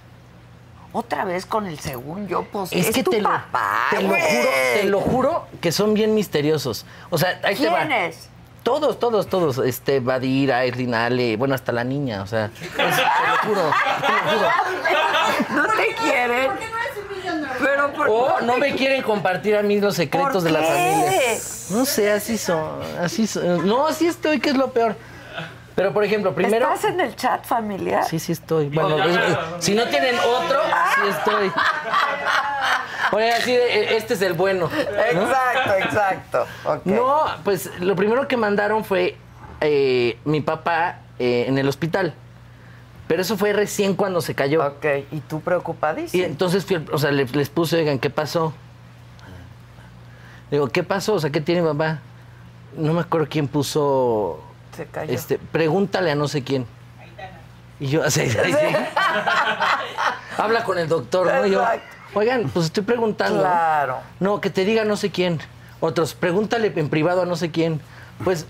Otra vez con el según yo, pues.
Es, que
tu
te, lo-
papá,
te lo,
güey.
juro, te lo juro que son bien misteriosos. O sea, ahí te va.
¿Quién es?
Todos, todos, todos. Este, Badir, Aislin, Ale, bueno, hasta la niña, o sea, es- te lo juro, te lo juro.
No te quieren.
¿Por qué no eres un millonario?
Pero por
O Oh, no me quieren compartir a mí los secretos
¿Por
de la
qué?
familia. No sé, así son, así son. No, así estoy, que es lo peor. Pero, por ejemplo, primero...
¿Estás en el chat familiar?
Sí, sí estoy. Bueno, pues, eh, si no tienen otro, sí estoy. Oye, así de, eh, este es el bueno.
Exacto, exacto. Ok.
No, pues lo primero que mandaron fue eh, mi papá eh, en el hospital. Pero eso fue recién cuando se cayó.
Ok, y tú
Y
preocupadísimo.
entonces, fui al- o sea, le- les, puse, oigan, ¿qué pasó? Digo, ¿qué pasó? O sea, ¿qué tiene mi papá? No me acuerdo quién puso,
Se cayó.
este, pregúntale a no sé quién. Y yo, así, así. habla con el doctor, ¿no? Y yo,
Exacto.
oigan, pues estoy preguntando.
Claro.
No, que te diga no sé quién. Otros, pregúntale en privado a no sé quién. Pues,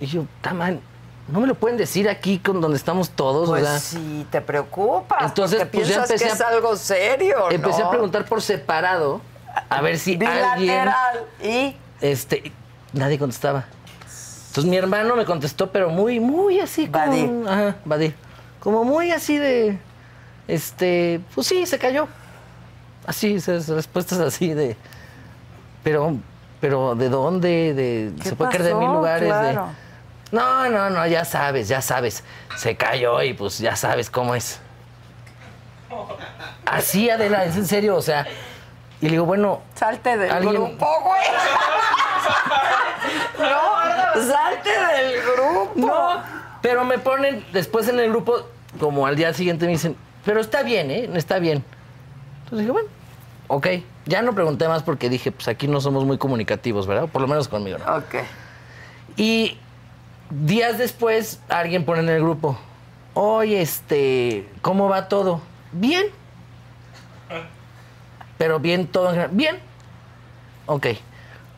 y yo, tamán, no me lo pueden decir aquí con donde estamos todos,
Pues
o sea.
sí, te preocupa.
Entonces,
porque
pues, ya
piensas que
empecé
es
a-
algo serio.
Empecé
¿no?
a preguntar por separado, a ver si alguien.
Bilateral. Y.
Este, nadie contestaba. Entonces mi hermano me contestó, pero muy, muy así como.
Badí.
Ajá, Badí. Como muy así de. Este, pues sí, se cayó. Así, esas respuestas así de. Pero, pero, ¿de dónde? De,
¿Qué
se puede caer de mil
pasó?
lugares. de-
Claro.
no, no, no, ya sabes, ya sabes. Se cayó y pues ya sabes cómo es. Así, Adela, es en serio, o sea. Y le digo, bueno,
Salte del
Alguien-
grupo, güey. no, salte del grupo.
No, pero me ponen después en el grupo, como al día siguiente me dicen, pero está bien, ¿eh? Está bien. Entonces dije, bueno, ok. Ya no pregunté más porque dije, pues aquí no somos muy comunicativos, ¿verdad? Por lo menos conmigo. ¿no?
Ok.
Y días después alguien pone en el grupo, oye, este, ¿cómo va todo? Bien. Pero bien todo en general. Bien. Ok.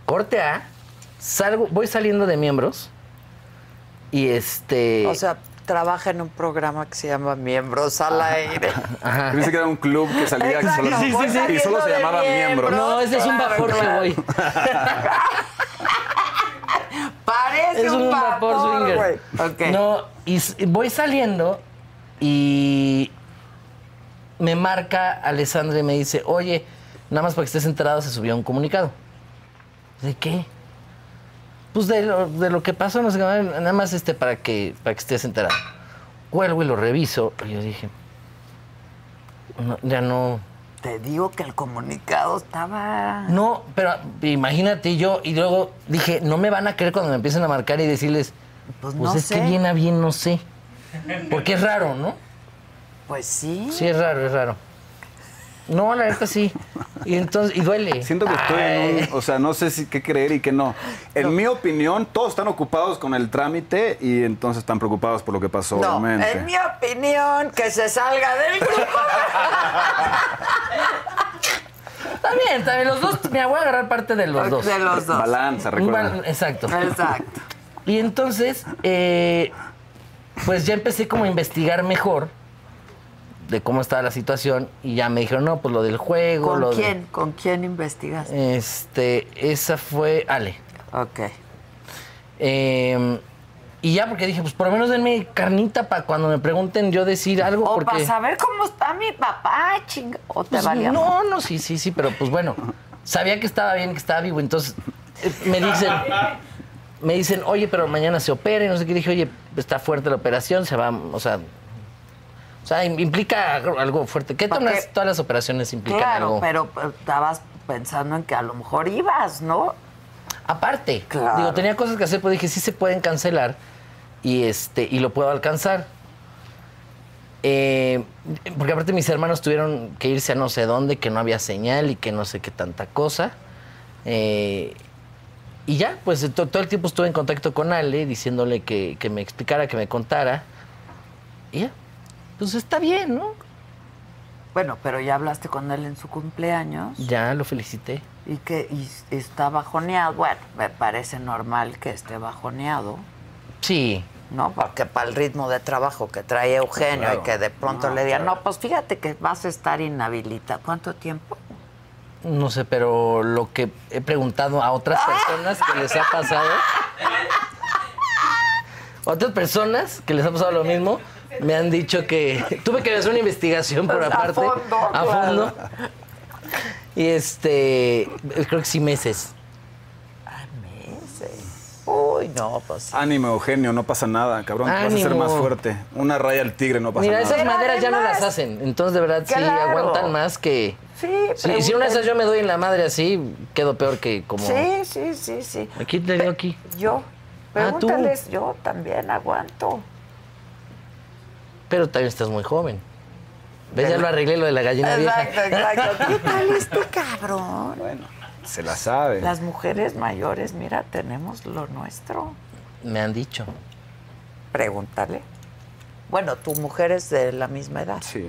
Corte A. Salgo, voy saliendo de miembros. Y este.
O sea, trabaja en un programa que se llama Miembros al Aire.
Ajá.
Pensé que era un club que salía
Exacto,
solo-
sí, sí, sí.
y solo se llamaba
de
miembro.
miembros.
No, ese es un
Claro,
vapor que
claro.
voy.
Parece
Es un vapor swinger.
güey. Ok.
No, y s- voy saliendo y me marca Alessandra y me dice, oye, nada más para que estés enterado, se subió un comunicado. ¿De qué? Pues de lo, de lo que pasó, no sé qué, nada más este para que, para que estés enterado. Cuelgo y lo reviso. Y yo dije, "No, ya no,
Te digo que el comunicado estaba.
No, pero imagínate yo, y luego dije, no me van a creer cuando me empiecen a marcar y decirles,
Pues
pues,
no
es
sé.
que bien a bien no sé. Porque es raro, ¿no?
Pues sí.
Sí, es raro, es raro. No, la neta sí. Y entonces, y duele.
Siento que estoy en
Ay.
un, o sea, no sé si qué creer y qué no. En mi opinión, todos están ocupados con el trámite y entonces están preocupados por lo que pasó,
No,
obviamente.
en mi opinión, que se salga del grupo.
Está bien, está bien, los dos, mira, voy a agarrar parte de los dos.
De los dos.
Balanza,
Un
recuerda.
bal- Exacto.
Exacto.
Y entonces, eh, pues ya empecé como a investigar mejor de cómo estaba la situación y ya me dijeron, no, pues lo del juego,
¿Con
lo de-
quién? ¿Con quién investigas?
Este, esa fue Ale.
Ok.
Eh, y ya porque dije, pues por lo menos denme carnita para cuando me pregunten yo decir algo.
O
porque,
para saber cómo está mi papá, chinga. O te
Pues,
valía.
No, no, sí, sí, sí, pero pues bueno, sabía que estaba bien, que estaba vivo, entonces eh, me dicen, me dicen, oye, pero mañana se opera y no sé qué. Dije, oye, está fuerte la operación, se va, o sea, o sea, im- implica algo fuerte. ¿Qué
Pa'
todas,
que-
las- todas las operaciones implican
Claro,
algo?
pero pero estabas pensando en que a lo mejor ibas, ¿no?
Aparte,
Claro.
digo, tenía cosas que hacer, pero dije, sí se pueden cancelar y este y lo puedo alcanzar. Eh, porque aparte mis hermanos tuvieron que irse a no sé dónde, que no había señal y que no sé qué tanta cosa. Eh, y ya, pues to- todo el tiempo estuve en contacto con Ale, diciéndole que, que me explicara, que me contara. Y ya, pues está bien, ¿no?
Bueno, pero ya hablaste con él en su cumpleaños
Ya lo felicité.
y que y está bajoneado. Bueno, me parece normal que esté bajoneado,
Sí.
¿no? Porque para el ritmo de trabajo que trae Eugenio y
Claro.
que de pronto le digan, no, pues fíjate que vas a estar inhabilitado. ¿Cuánto tiempo?
No sé, pero lo que he preguntado a otras personas que les ha pasado. Otras personas que les ha pasado lo mismo me han dicho que tuve que hacer una investigación por
Pues, a
aparte.
fondo,
a
claro.
fondo. Y este, creo que sí meses.
Meses. Uy, no, pues sí.
Ánimo, Eugenio, no pasa nada, cabrón. Te vas a ser
Ánimo.
más fuerte. Una raya al tigre, no pasa
Mira,
nada.
esas
Pero
maderas ya no
además-
las hacen. Entonces, de verdad, sí
Claro.
aguantan más que.
Sí,
Sí, si una de esas yo me doy en la madre así, quedo peor que como.
Sí, sí, sí, sí.
Aquí te digo aquí.
Yo,
Ah, tú.
pregúntales, yo también aguanto.
Pero también estás muy joven. ¿Ves? Ya lo arreglé lo de la gallina
Exacto,
vieja.
exacto. ¿Qué tal este cabrón?
Se la sabe.
Las mujeres mayores, mira, tenemos lo nuestro.
Me han dicho.
Pregúntale. Bueno, tu mujer es de la misma edad.
Sí.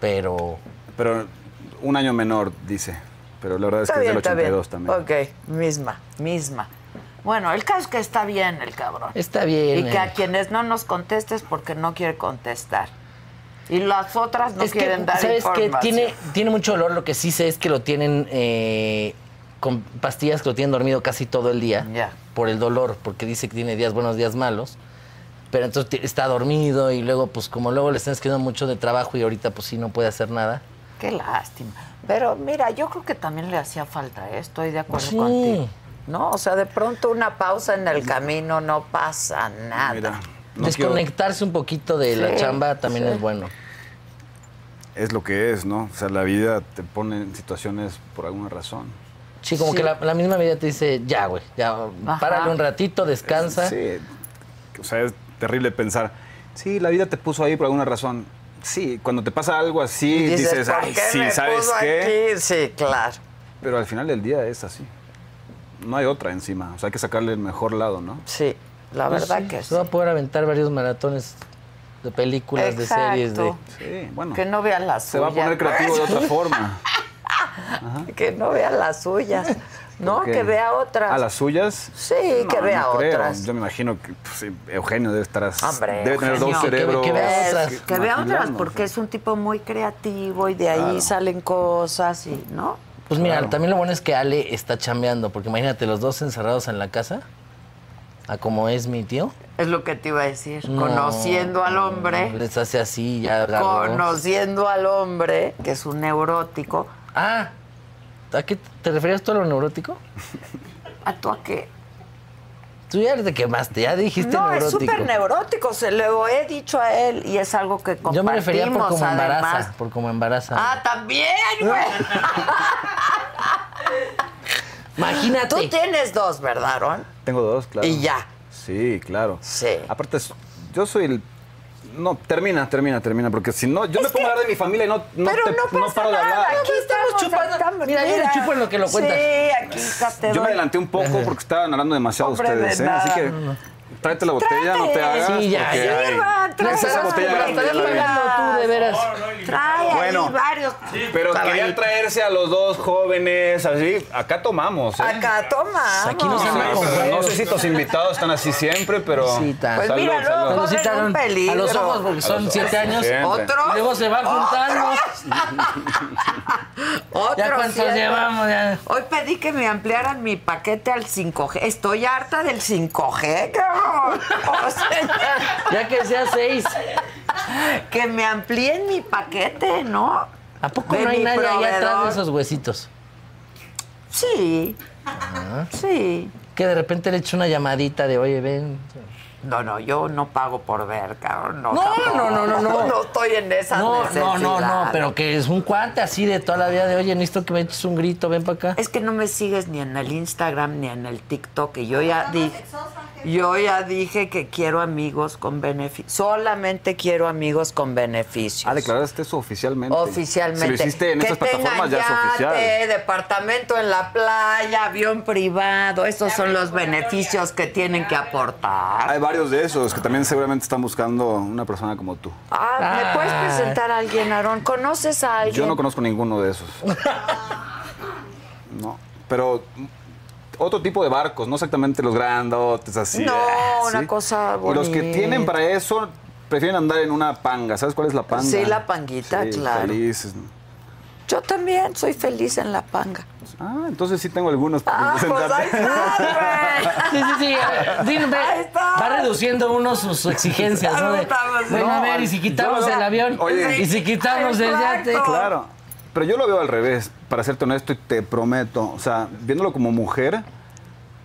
Pero.
Pero un año menor, dice. Pero la verdad es que es del 82 también.
Ok, misma, misma. Bueno, el caso es que está bien el cabrón.
Está bien.
Y que
eh.
a quienes no nos contestes porque no quiere contestar. Y las otras no
es
quieren
que,
dar
¿sabes qué?
información.
Tiene, tiene mucho dolor. Lo que sí sé es que lo tienen eh, con pastillas que lo tienen dormido casi todo el día.
Ya.
Por el dolor, porque dice que tiene días buenos, días malos. Pero entonces ti- está dormido y luego, pues como luego le están escribiendo mucho de trabajo y ahorita, pues sí, no puede hacer nada.
Qué lástima. Pero mira, yo creo que también le hacía falta, ¿eh? estoy de acuerdo
Sí.
contigo. No, o sea, de pronto una pausa en el camino no pasa nada.
Mira, no quiero-
Desconectarse un poquito de la
Sí,
chamba también es bueno.
es lo que es, ¿no? O sea, la vida te pone en situaciones por alguna razón.
Sí, como que la, la misma medida te dice, ya, güey, ya,
Ajá.
párale un ratito, descansa.
Sí. O sea, es terrible pensar. Sí, la vida te puso ahí por alguna razón. Sí, cuando te pasa algo así,
Y
dices,
¿por
ay,
qué
sí,
me
¿sabes
puso
qué?
aquí?" Sí, claro.
Pero al final del día es así. No hay otra encima. O sea, hay que sacarle el mejor lado, ¿no?
Sí, la
Pues
verdad
sí,
que
Se
sí.
va a poder aventar varios maratones de películas,
Exacto.
de series, de...
Sí, bueno.
Que no vean las
se va
suyas.
a poner creativo de otra forma.
Que no vean las suyas. No,
Porque-
que vea otras.
¿A las suyas?
Sí, que vea
creo.
otras.
Yo me imagino que pues, sí, Eugenio debe estar... as-
Hombre,
debe tener
Eugenio,
dos
que- que
cerebros.
vea
Es
otras.
Que vea otras,
maquilando,
porque
o sea.
es un tipo muy creativo y de ahí
Claro.
salen cosas y, ¿no?
Pues mira,
Claro.
también lo bueno es que Ale está chambeando, porque imagínate, los dos encerrados en la casa, a como es mi tío.
Es lo que te iba a decir.
no,
Conociendo al hombre,
Les hace así, ya agarró.
conociendo al hombre, que es un neurótico,
Ah, ¿a qué te referías tú a lo neurótico?
¿a tú a qué?
Tú ya te quemaste, ya dijiste
no, es
este neurótico.
súper neurótico, se lo he dicho a él y es algo que compartimos
Yo me refería por como
además.
embaraza, por como embaraza.
Ah, también, güey.
Imagínate.
Tú tienes dos, ¿verdad, Ron?
Tengo dos, claro.
Y ya.
Sí, claro.
Sí.
Aparte, es- yo soy el... No, termina, termina, termina, porque si no, yo me pongo a hablar de mi familia y no, no,
Pero
te-
no pasa
paro de
nada,
hablar.
aquí estamos,
estamos chupando.
estamos,
Mira, yo le chupo en lo que lo cuentas.
Sí, aquí está, te
Yo me
doy.
adelanté un poco porque estaban hablando demasiado
Hombre, de
ustedes, ¿eh?
nada.
Así que tráete la botella, no te
Tráete.
hagas.
Sí, ya,
porque
ya.
hay-
Sirva, trae
Les
esa
hagas
botella
como la
grande,
estarías
ya la vi.
pagando tú, de veras.
Trae ahí
Bueno.
varios.
Pero querían traerse a los dos jóvenes, así, acá tomamos. ¿eh?
Acá, toma.
Pues Aquí no
O
se
sea,
anda con
pero no
juegos.
sé si los invitados están así siempre, pero.
Sí, tan.
Pues mira,
Salud,
luego
salud.
Cuando sí
corren un
tardan
peligro.
a los ojos porque
A
son
los
siete
ojos,
años.
sí.
Otro.
Y Luego se
Oh,
van juntando.
Otro
Ya cuántos
siete.
llevamos. Ya.
Hoy pedí que me ampliaran mi paquete al 5G. Estoy harta del 5G, cabrón. O sea,
Ya que sea seis.
que me amplíen mi paquete, ¿no?
¿A poco
De
no hay
mi
nadie allá atrás
proveedor.
de esos huesitos?
Sí.
Ah.
Sí.
Que de repente le echo una llamadita de, oye, ven.
No, no, yo no pago por ver, cabrón. No,
No,
tampoco.
no, no, no, no.
No estoy en esa
No,
necesidad.
no, no, no, pero que es un cuate así de toda la vida de, oye, necesito que me eches un grito, ven para acá.
Es que no me sigues ni en el Instagram ni en el TikTok. Y yo ya dije.
Sexosa, jefe.
Yo ya dije que quiero amigos con beneficios. Solamente quiero amigos con beneficios.
Ah, declaraste eso oficialmente.
Oficialmente.
Si lo hiciste en
que
esas
tengan
plataformas, ya es oficial.
yate, departamento en la playa, avión privado. Esos son los beneficios que tienen que aportar.
Hay varios de esos que también seguramente están buscando una persona como tú.
Ah, ¿me puedes
Ah.
presentar a alguien, Aarón? ¿Conoces a alguien?
Yo no conozco ninguno de esos. No, pero otro tipo de barcos, no exactamente los grandotes así.
No,
eh,
una cosa
Y Los que tienen
bonita.
para eso prefieren andar en una panga. ¿Sabes cuál es la panga?
Sí, la panguita, claro.
Felices. ¿no?
Yo también soy feliz en la panga.
Ah, entonces sí tengo algunos para
Ah, pues ahí
presentarte.
está, güey.
Sí, sí, sí. a ver, dime,
Ahí está.
va reduciendo uno sus exigencias, ¿no? De,
Ahí estamos,
bueno,
no,
a ver, y si quitamos
yo-
el avión,
Oye.
y si quitamos el
Exacto.
yate.
Claro. Pero yo lo veo al revés, para serte honesto, y te prometo. O sea, viéndolo como mujer,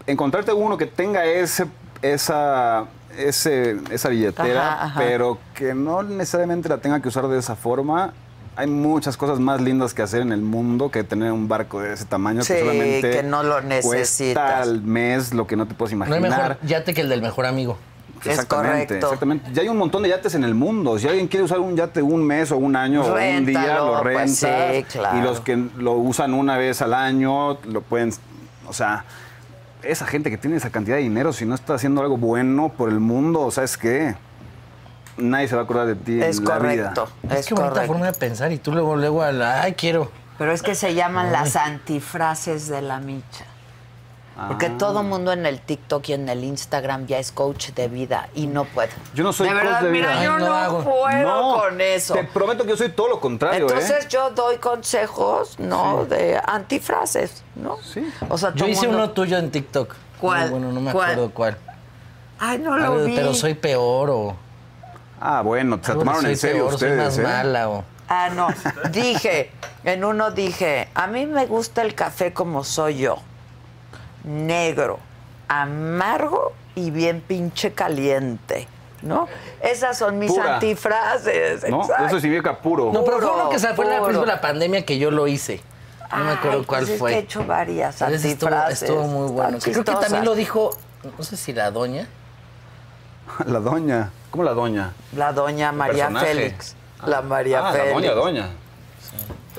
encontrarte uno que tenga ese, esa, ese, esa billetera,
Ajá, ajá.
pero que no necesariamente la tenga que usar de esa forma. Hay muchas cosas más lindas que hacer en el mundo que tener un barco de ese tamaño
Sí,
que solamente
que no lo
cuesta
necesitas.
al mes lo que no te puedes
No hay
imaginar.
mejor yate que el del mejor amigo.
Es correcto.
Exactamente. Ya hay un montón de yates en el mundo. Si alguien quiere usar un yate un mes o un año o un día,
Réntalo,
lo
pues sí,
rentas.
claro.
Y los que lo usan una vez al año, lo pueden. O sea, esa gente que tiene esa cantidad de dinero, si no está haciendo algo bueno por el mundo, ¿sabes qué? Nadie se va a acordar de ti
Es
en la vida.
correcto.
Es,
Es
que bonita
correcto.
forma de pensar. Y tú luego, luego, a la, ay, quiero.
Pero es que se llaman las antifrases de la micha. Porque
Ah.
todo mundo en el TikTok y en el Instagram ya es coach de vida y no puedo.
Yo no soy
de
coach
verdad,
de
mira,
vida.
yo
Ay, no
no
hago.
puedo con eso.
Te prometo que yo soy todo lo contrario, ¿eh?
Entonces yo doy consejos, ¿no? De antifrases, ¿no?
Sí.
O sea,
Yo
todo
hice
mundo-
uno tuyo en TikTok.
¿Cuál?
No, Bueno, no me
¿Cuál?
acuerdo cuál.
Ay, no
Algo
lo
de,
vi.
pero soy peor o.
Ah, bueno, se
algo de
tomaron
soy
en serio
peor, soy
ustedes,
más
¿eh?
mala o.
Ah, no. Dije, en uno dije, a mí me gusta el café como soy yo. Negro, amargo y bien pinche caliente, ¿no? Esas son mis
Pura.
antifrases.
¿No?
exacto.
Eso significa puro.
No, pero fue
Puro,
uno que se fue la,
puro.
de la pandemia que yo lo hice. No me acuerdo
Ay, pues
cuál
es que
fue.
he hecho varias
Pero ese estuvo-
antifrases.
Estuvo, muy bueno.
Están
Que creo que también
chistosas.
lo dijo, no sé si la doña.
La doña. ¿Cómo la doña?
La doña María
personaje.
Félix. La María
ah,
Félix.
la doña, doña.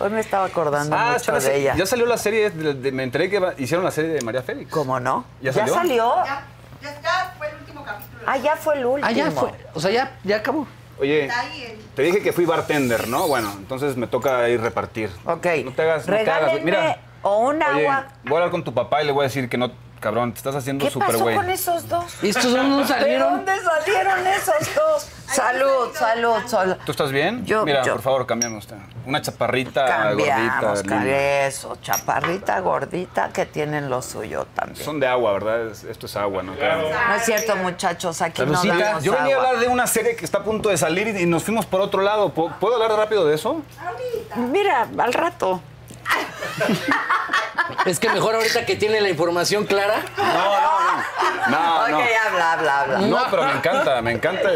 Hoy me estaba acordando
Ah,
mucho
espera,
de
sí,
ella.
ya salió la serie, de- de- me enteré que va- hicieron la serie de María Félix.
¿Cómo no?
¿Ya salió?
Ya, ya está, fue el último capítulo.
Ah, ya fue el último.
Ah, ya fue. O sea, ya, ya acabó.
Oye,
Está ahí el-
te dije que fui bartender, ¿no? Bueno, entonces me toca ir repartir.
Ok.
No te hagas, no te hagas.
Regálenme
Mira,
o un
oye,
agua.
voy a hablar con tu papá y le voy a decir que no, cabrón, te estás haciendo
¿Qué
súper
pasó
güey.
con esos dos?
Y estos dos no
¿De
salieron.
dónde salieron esos dos? Salud, salud, salud.
¿Tú estás bien?
Yo-
Mira,
yo.
por favor, cambiamos. Una chaparrita
Cambiamos,
gordita.
car-
linda.
eso, chaparrita, gordita, que tienen lo suyo también.
Son de agua, ¿verdad? Es- Esto es agua, ¿no? Claro.
No es cierto, muchachos, aquí no
Lucita,
damos
yo venía a
agua.
hablar de una serie que está a punto de salir y- y nos fuimos por otro lado. ¿Puedo puedo hablar rápido de eso?
Mira, al rato.
Es que mejor ahorita que tiene la información clara.
No, no, no. No,
ok, habla, habla, habla.
no. No, pero me encanta, me encanta.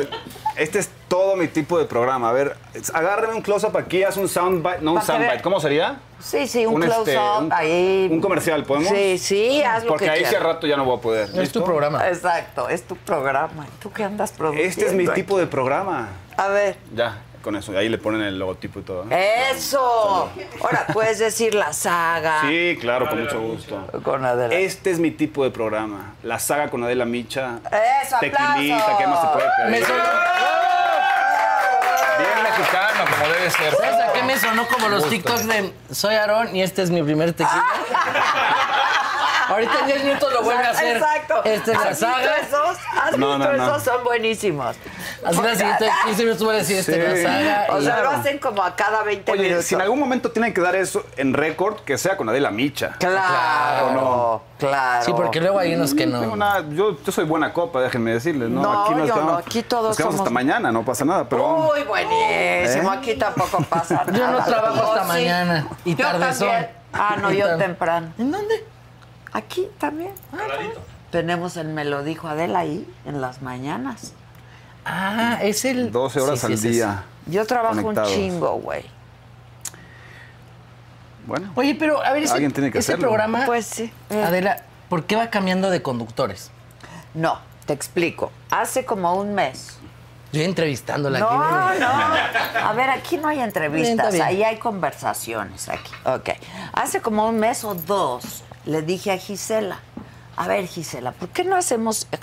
Este es todo mi tipo de programa. A ver, agárrame un close-up aquí, haz un soundbite. No, un
Pa' que
soundbite.
vea.
¿Cómo sería?
Sí, sí, un,
este,
close-up
un-
ahí.
Un comercial, ¿podemos?
Sí, sí, haz lo
Porque
que
ahí si al
quieras.
rato ya no voy a poder.
Es tu
¿Listo?
programa.
Exacto, es tu programa. ¿Tú qué andas produciendo?
Este es mi
aquí?
tipo de programa.
A ver.
Ya, con eso. Ahí le ponen el logotipo y todo. ¿eh?
¡Eso! Ahora, puedes decir la saga.
Sí, claro, con mucho gusto.
Con Adela.
Este es mi tipo de programa. La saga con Adela Micha.
¡Eso,
Tequilita,
aplausos!
¿qué más se puede pedir?
Me sonó,
Bien mexicano, como debe ser.
¿Sabes a qué me sonó como los TikToks de soy Aarón y este es mi primer tequila? Ahorita en 10 minutos lo vuelve a hacer.
Exacto.
Este es la
¿Has visto
saga.
Esos, ¿Has
No,
visto
no, no.
esos? Son buenísimos.
Así la siguiente 15 minutos vuelve a decir este es
Sí.
la saga.
O
y-
sea, lo
Claro.
hacen como a cada 20
Oye,
minutos.
si en algún momento tienen que dar eso en récord, que sea con Adela Micha.
Claro,
no.
claro.
Sí, porque luego hay unos que
No tengo
no.
nada, yo, yo soy buena copa, déjenme decirles, ¿no?
No,
nos
yo
quedamos-
no, aquí todos
nos quedamos
somos-
hasta mañana, no pasa nada, pero...
Uy, buenísimo.
¿Eh?
Aquí tampoco pasa nada.
Yo no trabajo hasta
Oh, sí.
mañana. Y
Yo
tarde
también. Ah, no, yo temprano.
¿En dónde?
Aquí también. Ah, Tenemos el Melodijo Adela ahí, en las mañanas.
Ah, es el.
12 horas
Sí, sí,
al
sí,
día.
Yo trabajo
Conectados.
un chingo, güey.
Bueno,
Oye, pero a ver, ese, eh.
Alguien tiene que
ese
hacerlo.
programa,
Pues sí.
Adela, ¿por qué va cambiando de conductores?
No, Te explico. Hace como un mes.
Yo entrevistándola
No,
aquí.
no. A ver, aquí no hay
Bien, está
entrevistas,
bien.
ahí hay conversaciones. Aquí. Ok. Hace como un mes o dos le dije a Gisela, a ver Gisela, ¿por qué no hacemos... eh,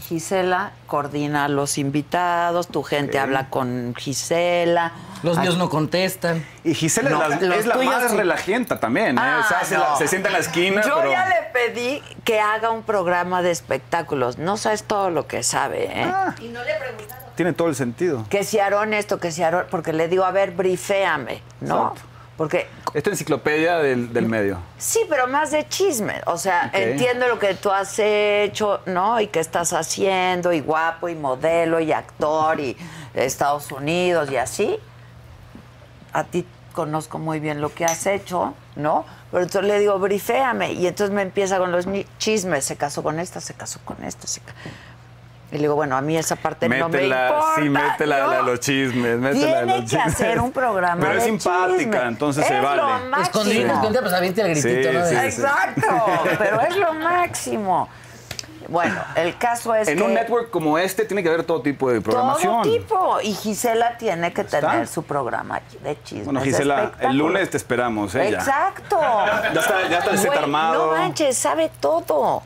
Gisela coordina a los invitados, tu gente habla con Gisela.
Los
Ay,
míos no contestan.
Y Gisela
No,
es la,
los
es la
tuyos
más
sí.
relajienta también, ¿eh?
Ah,
O sea, se,
no.
la- se sienta en la esquina,
Yo
pero...
ya le pedí que haga un programa de espectáculos. No sabes todo lo que sabe, ¿eh?
Ah,
Y no le preguntaron.
tiene todo el sentido.
Que si Aarón esto, que si Aarón... Porque le digo, a ver, briféame, ¿no?
Exacto.
Porque
Esta enciclopedia del, del medio.
Sí, pero más de chisme. O sea,
Ok.
entiendo lo que tú has hecho, ¿no? Y qué estás haciendo, y guapo, y modelo, y actor, y Estados Unidos, y así. A ti conozco muy bien lo que has hecho, ¿no? Pero entonces le digo, briféame. Y entonces me empieza con los ni- chismes. Se casó con esta, se casó con esta, se ca- Y le digo, bueno, a mí esa parte no me importa.
sí, métela
¿no?
a los chismes, métela a
Tiene
los
que
chismes.
hacer un programa
Pero es
de
simpática,
chisme.
entonces se
Es lo
vale.
máximo.
Escondida, escondida, pues aviente el gritito,
Sí,
¿no?
sí,
De-
sí.
Exacto, pero es lo máximo. Bueno, el caso es
en
que
un network como este tiene que haber todo tipo de programación.
todo tipo y Gisela tiene que
Está.
tener su programa de chismes.
Bueno, Gisela,
espectáculos.
el lunes te esperamos, ¿eh? Ya.
Exacto.
Ya está, ya está el set
Güey,
armado.
No manches, sabe todo.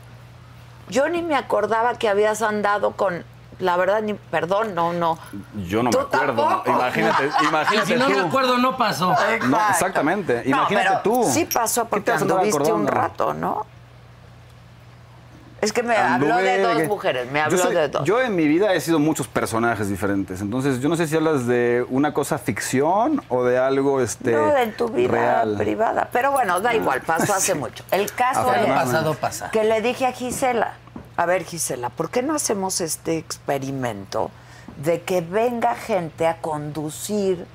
Yo ni me acordaba que habías andado con la verdad ni perdón, no, no.
Yo no
Tú
me acuerdo.
tampoco.
Imagínate,
Y
imagínate
si no
tú.
me acuerdo, no pasó.
No,
Exacto.
exactamente.
No,
Imagínate
pero
tú.
Sí pasó
¿Qué
porque
te vas a andar
anduviste un
acordando?
rato, ¿no? Es que me habló
Anduve-
de dos mujeres, me
Yo
habló
soy-
de dos.
Yo en mi vida he sido muchos personajes diferentes. Entonces, yo no sé si hablas de una cosa ficción o de algo este,
no, en tu vida
real. Ah.
privada. Pero bueno, da igual, pasó hace mucho. El caso
Afortunadamente.
es
Pasado pasa.
que le dije a Gisela, a ver Gisela, ¿por qué no hacemos este experimento de que venga gente a conducir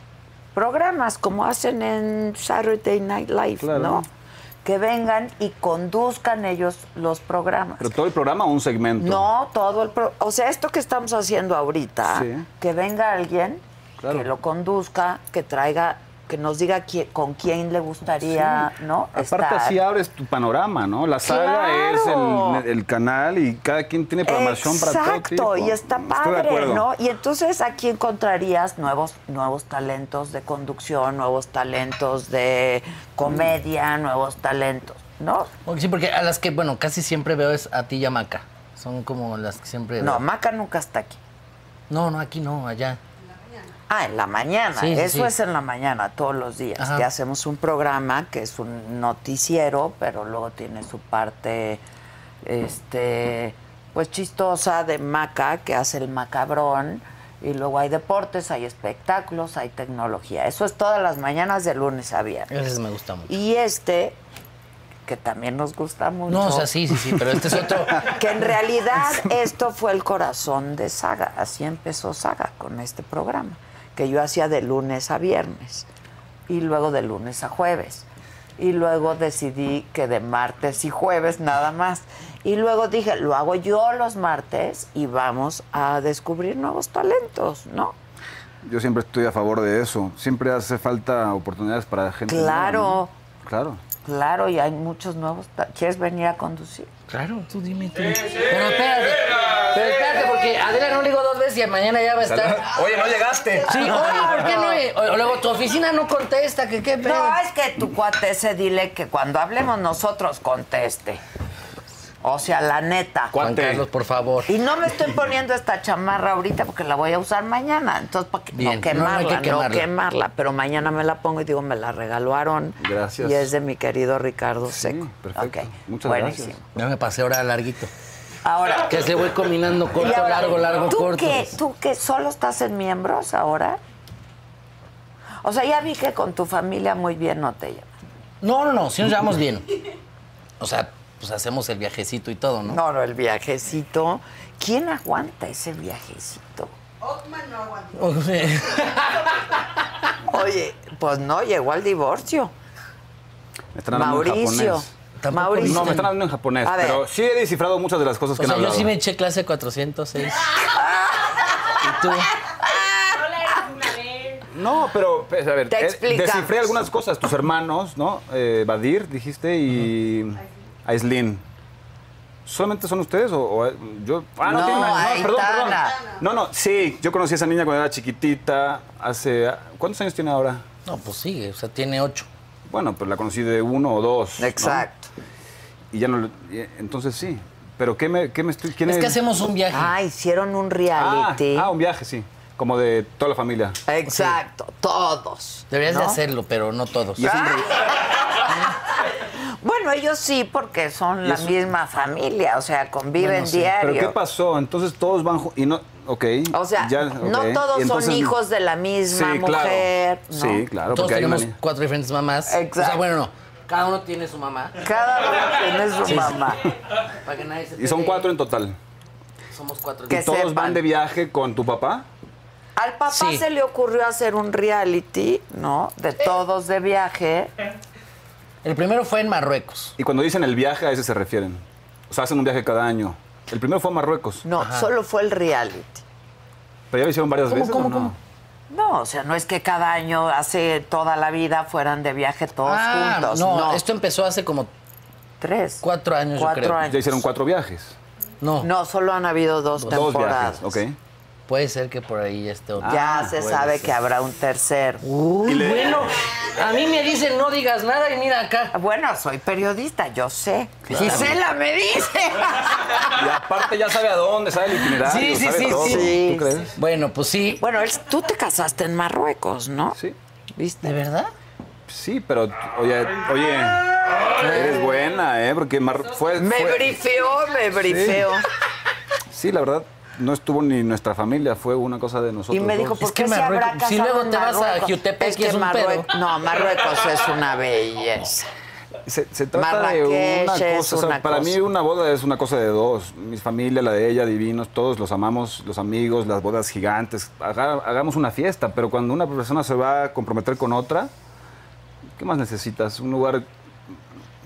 programas como hacen en Saturday Night Live,
Claro.
¿no? Que vengan y conduzcan ellos los programas.
Pero todo el programa o un segmento.
No, todo el... pro- o sea, esto que estamos haciendo ahorita,
Sí.
que venga alguien,
Claro.
que lo conduzca, que traiga, que nos diga qui- con quién le gustaría, ¿no?
Aparte,
estar.
así abres tu panorama, ¿no? La saga
¡Claro!
es el, el canal y cada quien tiene programación para todo tipo.
Exacto, y está
Estoy de
padre,
acuerdo.
¿no? Y entonces aquí encontrarías nuevos, nuevos talentos de conducción, nuevos talentos de comedia, nuevos talentos, ¿no?
Porque Sí, porque a las que, bueno, casi siempre veo es a ti y a Maca. Son como las que siempre.
No,
veo.
Maca nunca está aquí.
no, no, aquí no, allá.
Ah, en la mañana.
Sí, sí,
Eso
sí.
es en la mañana, todos los días.
Ajá.
Que hacemos un programa que es un noticiero, pero luego tiene su parte, este, pues chistosa de maca, que hace el macabrón. Y luego hay deportes, hay espectáculos, hay tecnología. Eso es todas las mañanas de lunes a viernes.
Ese me gusta mucho.
Y este, que también nos gusta mucho.
Eh. No, o sea, sí, sí, sí, pero este es otro.
Que en realidad esto fue el corazón de Saga. Así empezó Saga con este programa, que yo hacía de lunes a viernes y luego de lunes a jueves. Y luego decidí que de martes y jueves nada más. Y luego dije, lo hago yo los martes y vamos a descubrir nuevos talentos, ¿no?
Yo siempre estoy a favor de eso. Siempre hace falta oportunidades para gente. nueva,
Claro.
¿no? Claro.
Claro, y hay muchos nuevos. ta- ¿Quieres venir a conducir?
Claro, tú dime tú. Pero espérate, pero espérate, porque a Adela no le digo dos veces y mañana ya va a estar.
Oye, no llegaste.
Sí, oye, ¿por qué no? eh? O, o luego tu oficina no contesta, que qué pedo.
No, es que tu cuate ese dile que cuando hablemos nosotros conteste. O sea, la neta.
Juan Carlos, por favor.
Y no me estoy poniendo esta chamarra ahorita porque la voy a usar mañana. Entonces, para que no
Bien, no, no
quemarla,
hay
no,
que
quemarla.
quemarla.
Pero mañana me la pongo y digo, me la regaló Aarón.
Gracias.
Y es de mi querido Ricardo Seco.
perfecto.
Ok,
Muchas
buenísimo.
gracias.
Ya me pasé ahora larguito.
Ahora.
Que se voy combinando
y
corto,
ahora,
largo, largo,
¿tú
corto.
Qué, ¿Tú que solo estás en miembros ahora? O sea, ya vi que con tu familia muy bien no te llevas.
No, no, no, si nos llevamos bien. O sea, pues hacemos el viajecito y todo, ¿no?
No, no, el viajecito. ¿Quién aguanta ese viajecito?
Ockman no aguantó.
O sea,
Oye, pues no, llegó al divorcio.
Me están hablando en
Mauricio.
japonés.
Tampoco
Mauricio.
No, me están hablando en japonés,
A ver.
pero sí he descifrado muchas de las cosas que
o sea,
han
yo
hablado.
sí me eché clase 406. ¿Y tú?
No, pero pues, a ver,
Te
eh,
explicamos.
descifré algunas cosas. Tus hermanos, ¿no? Eh, Badir, dijiste, y Aislin. ¿Solamente son ustedes o, o, eh, yo? Ah,
No,
tiene nada-
ahí
perdón,
está
perdón.
Ana.
No, no, sí, yo conocí a esa niña cuando era chiquitita, hace... ¿Cuántos años tiene ahora?
No, pues sí, o sea, tiene ocho.
Bueno, pues la conocí de uno o dos. ¿no?
Exacto.
Y ya no... le- y, eh, Entonces sí. ¿Pero qué me, qué me estoy...? ¿Quién
Es que
es?
hacemos un viaje.
Ah, hicieron un
Ah,
reality.
ah, un viaje, sí. Como de toda la familia.
Eh, Exacto, todos.
Deberías de
¿no?
hacerlo, pero no todos.
Y es un re-
Bueno, ellos sí, porque son la misma familia, o sea, conviven
Bueno, sí.
diario.
¿Pero qué pasó? Entonces todos van... ju- Y no... Ok.
O sea,
ya,
no todos
ok. Y
son
entonces-
hijos de la misma
Sí, claro.
mujer. ¿no?
Sí, claro.
todos
porque hay una
tenemos
ni-
cuatro diferentes mamás.
Exacto.
O sea, bueno, no. Cada uno tiene su mamá.
Cada uno tiene su mamá.
Para que nadie se
Y son
pelee.
cuatro en total.
Somos cuatro.
Que
¿Y todos
sepan.
van de viaje con tu papá?
Al papá
Sí.
se le ocurrió hacer un reality, ¿no? De todos de viaje.
El primero fue en Marruecos.
Y cuando dicen el viaje, a ese se refieren. O sea, hacen un viaje cada año. El primero fue a Marruecos.
No, solo fue el reality.
Pero ya lo hicieron varias
¿Cómo,
veces.
cómo,
¿o no?
cómo?
No, o sea, no es que cada año, hace toda la vida, fueran de viaje todos
Ah,
juntos.
no,
No,
esto empezó hace como
tres.
cuatro años, yo
Cuatro
creo.
años.
Ya hicieron cuatro viajes.
no,
No, solo han habido dos,
Dos
temporadas.
viajes, ok.
Puede ser que por ahí ya esté otro.
Ya
Ah,
se
puede
sabe
ser.
que habrá un tercer.
Uy, bueno, a mí me dicen no digas nada y mira acá.
Bueno, soy periodista, yo sé. Gisela me dice.
Y aparte ya sabe a dónde, sabe el itinerario,
Sí, sí,
sabe
sí,
todo.
sí.
Sí,
¿Tú crees?
Bueno, pues sí.
bueno, él- tú te casaste en Marruecos, ¿no?
Sí.
¿De
¿Viste?
verdad?
Sí, pero oye, oye, eres buena, ¿eh? Porque Mar- fue,
Me
fue-
brifeó, me brifeó.
Sí, la verdad, no estuvo ni nuestra familia, fue una cosa de nosotros.
Y me dijo,
dos.
¿por
que
qué se habrá
Marruecos-
casado
si luego
en
te vas a
Marruecos?
Jutepec y es un
Marrue-
pedo.
No, Marruecos es una belleza.
Se, se trata de
Marrakech
una
es
cosa. o sea,
una
para
cosa.
mí una boda es una cosa de dos. Mi familia, la de ella, divinos, todos los amamos, los amigos, las bodas gigantes. Haga- hagamos una fiesta, pero cuando una persona se va a comprometer con otra, ¿qué más necesitas? Un lugar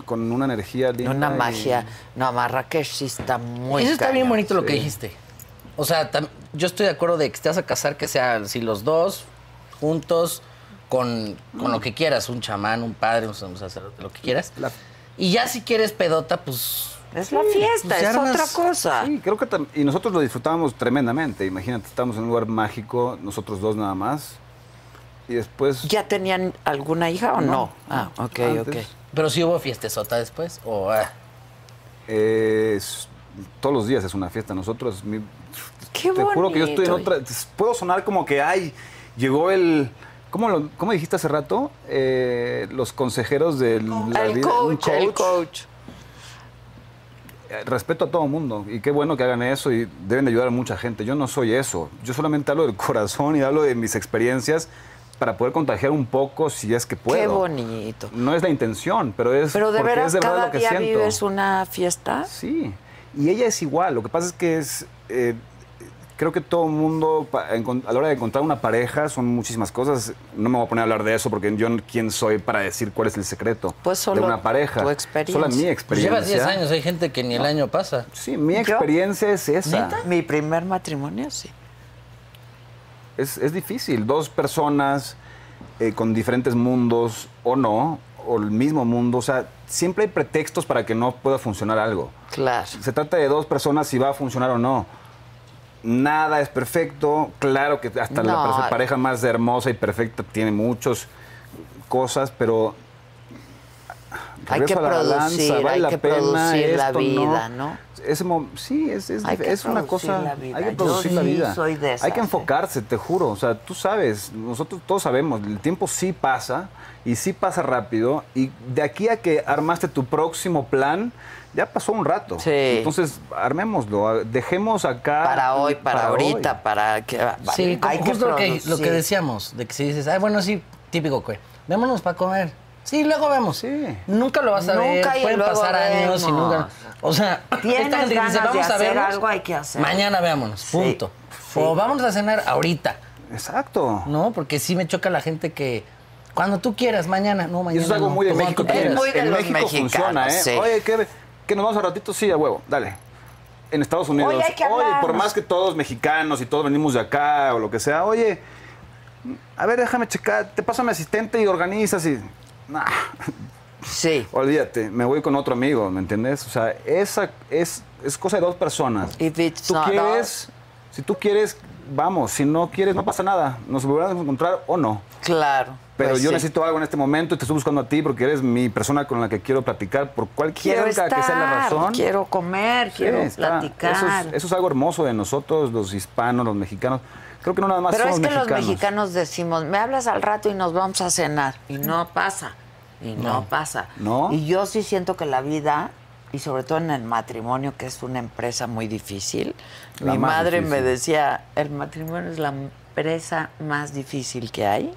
con una energía linda.
Una
y-
magia. No, Marrakech sí está muy
Eso está bien
cañón.
bonito lo que dijiste. O sea, tam- yo estoy de acuerdo de que te vas a casar que sea si los dos juntos con, con lo que quieras, un chamán, un padre, un sacerdote, lo que quieras.
La-
Y ya si quieres pedota, pues
Es la fiesta,
Pues
es
se armas-
otra cosa.
Sí, creo que tam- y nosotros lo disfrutábamos tremendamente. Imagínate, estábamos en un lugar mágico, nosotros dos nada más. Y después.
¿Ya tenían alguna hija o no?
No.
Ah, ok,
Antes.
ok.
pero si hubo fiestezota después o ah,
Eh, es- todos los días es una fiesta. Nosotros, mi-
Qué
te juro que yo estoy en
bonito.
otra. Puedo sonar como que, ay, llegó el. ¿Cómo, lo- cómo dijiste hace rato? Eh, los consejeros de la
El
vida. un
coach, el coach.
Eh, Respeto a todo mundo y qué bueno que hagan eso y deben de ayudar a mucha gente. Yo no soy eso. Yo solamente hablo del corazón y hablo de mis experiencias para poder contagiar un poco si es que puedo.
Qué bonito.
No es la intención, pero es,
Pero de
porque
veras,
es de verdad
cada
lo que
día
siento.
vives una fiesta.
Sí, y ella es igual. Lo que pasa es que es. eh, creo que todo el mundo, pa- encon- a la hora de encontrar una pareja, son muchísimas cosas. No me voy a poner a hablar de eso porque yo, no- quién soy para decir cuál es el secreto
Pues solo
de una pareja.
tu experiencia.
Solo mi
pues
experiencia.
llevas 10 años, hay gente que ni el año pasa.
Sí, mi
¿Yo?
experiencia es esa.
Mi primer matrimonio, sí.
Es, es difícil. Dos personas eh, con diferentes mundos o no, o el mismo mundo. O sea, siempre hay pretextos para que no pueda funcionar algo.
Claro.
Se trata de dos personas si va a funcionar o no. Nada es perfecto. Claro que hasta la
No.
perfe- pareja más hermosa y perfecta tiene muchas cosas, pero.
Hay
regreso
que
a la balanza,
producir,
vale
hay
la
que
pena,
producir la
esto
vida, ¿no?
Ese mo- sí, es, es,
Hay que
es una
producir
cosa.
la vida.
Hay que
Yo
producir la
sí
vida.
soy de esas, ¿eh?
hay que enfocarse, te juro. O sea, tú sabes, nosotros todos sabemos, el tiempo sí pasa y sí pasa rápido. Y de aquí a que armaste tu próximo plan, ya pasó un rato.
Sí.
Entonces, armémoslo. a- Dejemos acá.
Para hoy, para, ahorita,
Ah, hoy.
para que.
Sí, como
hay que
justo lo que, lo que
producir.
decíamos, de que si dices, ay, bueno, sí, típico, que Vémonos para comer. Sí, luego vemos.
Sí.
Nunca lo vas a
Nunca
ver.
y
Pueden
luego
pasar años y
vemos.
nunca. O sea,
Tienes
esta gente
ganas
dice, vamos
de
a
hacer
vernos.
algo, hay que hacerlo.
Mañana veámonos,
Sí,
punto.
sí.
O vamos a cenar ahorita,
Exacto.
¿no? Porque sí me choca la gente que. Cuando tú quieras, mañana. No, mañana.
Y eso es algo
no.
muy de
Cuando
México
tú quieras.
también.
muy de
en
los
México funciona, ¿eh?
mexicanos, sí.
Oye, ¿qué, ¿qué nos vamos a ratito? Sí, a huevo, dale. En Estados Unidos.
Oye, hay que
por
hablarnos.
más que todos mexicanos y todos venimos de acá o lo que sea, oye, a ver, déjame checar, te paso a mi asistente y organizas y. Nah,
Sí.
Olvídate, me voy con otro amigo, ¿me entiendes? O sea, esa es, es cosa de dos personas.
If it's
tú
not
quieres, si tú quieres, vamos, si no quieres, no pasa nada. Nos volveremos a encontrar o no.
Claro.
Pero
pues
yo
sí.
necesito algo en este momento y te estoy buscando a ti porque eres mi persona con la que quiero platicar por cualquier
Quiero
que sea
estar,
la razón.
quiero comer,
Sí,
quiero
está.
platicar.
Eso es, eso es algo hermoso de nosotros, los hispanos, los mexicanos. Creo que no nada más
Pero es
somos
que los mexicanos decimos, me hablas al rato y nos vamos a cenar. Y no pasa. Y no, pasa.
¿No?
Y yo sí siento que la vida, y sobre todo en el matrimonio, que es una empresa muy difícil,
La
mi
más
madre
difícil.
me decía, el matrimonio es la empresa más difícil que hay.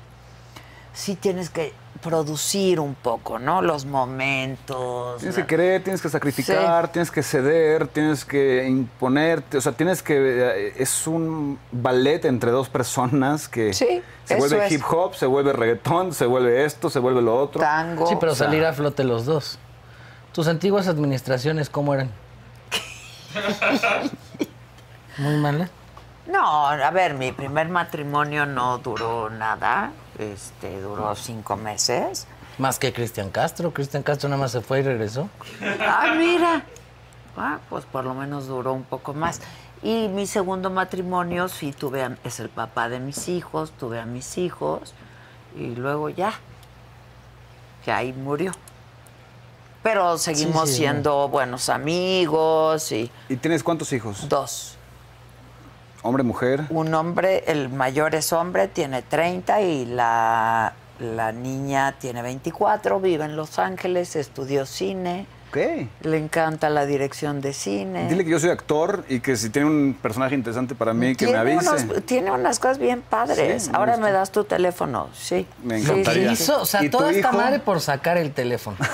Sí tienes que producir un poco, ¿no? Los momentos.
Tienes
la-
que querer, tienes que sacrificar, tienes que ceder, tienes que imponerte, o sea, tienes que... eh, Es un ballet entre dos personas que
Sí,
se
eso
vuelve
es.
hip hop, se vuelve reggaetón, se vuelve esto, se vuelve lo otro.
Tango.
Sí, pero
o sea,
salir a flote los dos. ¿Tus antiguas administraciones cómo eran? Muy mala.
No, a ver, mi primer matrimonio no duró nada, este, duró cinco meses.
Más que Cristian Castro. Cristian Castro nada más se fue y regresó.
Ah, mira, ah, pues por lo menos duró un poco más. Y mi segundo matrimonio sí tuve, a- es el papá de mis hijos, tuve a mis hijos y luego ya, que ahí murió. Pero seguimos
sí, sí.
siendo buenos amigos y
¿Y tienes cuántos hijos?
dos.
Hombre, mujer.
un hombre, el mayor es hombre, tiene 30 y la, la niña tiene 24, vive en Los Ángeles, estudió cine,
Ok.
le encanta la dirección de cine.
Dile que yo soy actor y que si tiene un personaje interesante para mí, que me
Tiene
avise.
unos- tiene unas cosas bien padres.
Sí, me
Ahora
gusta.
me das tu teléfono, sí.
Me
Sí,
encantaría.
sí,
Hizo, o sea,
¿Y tu
toda esta
hijo?
madre por sacar el teléfono.
sí.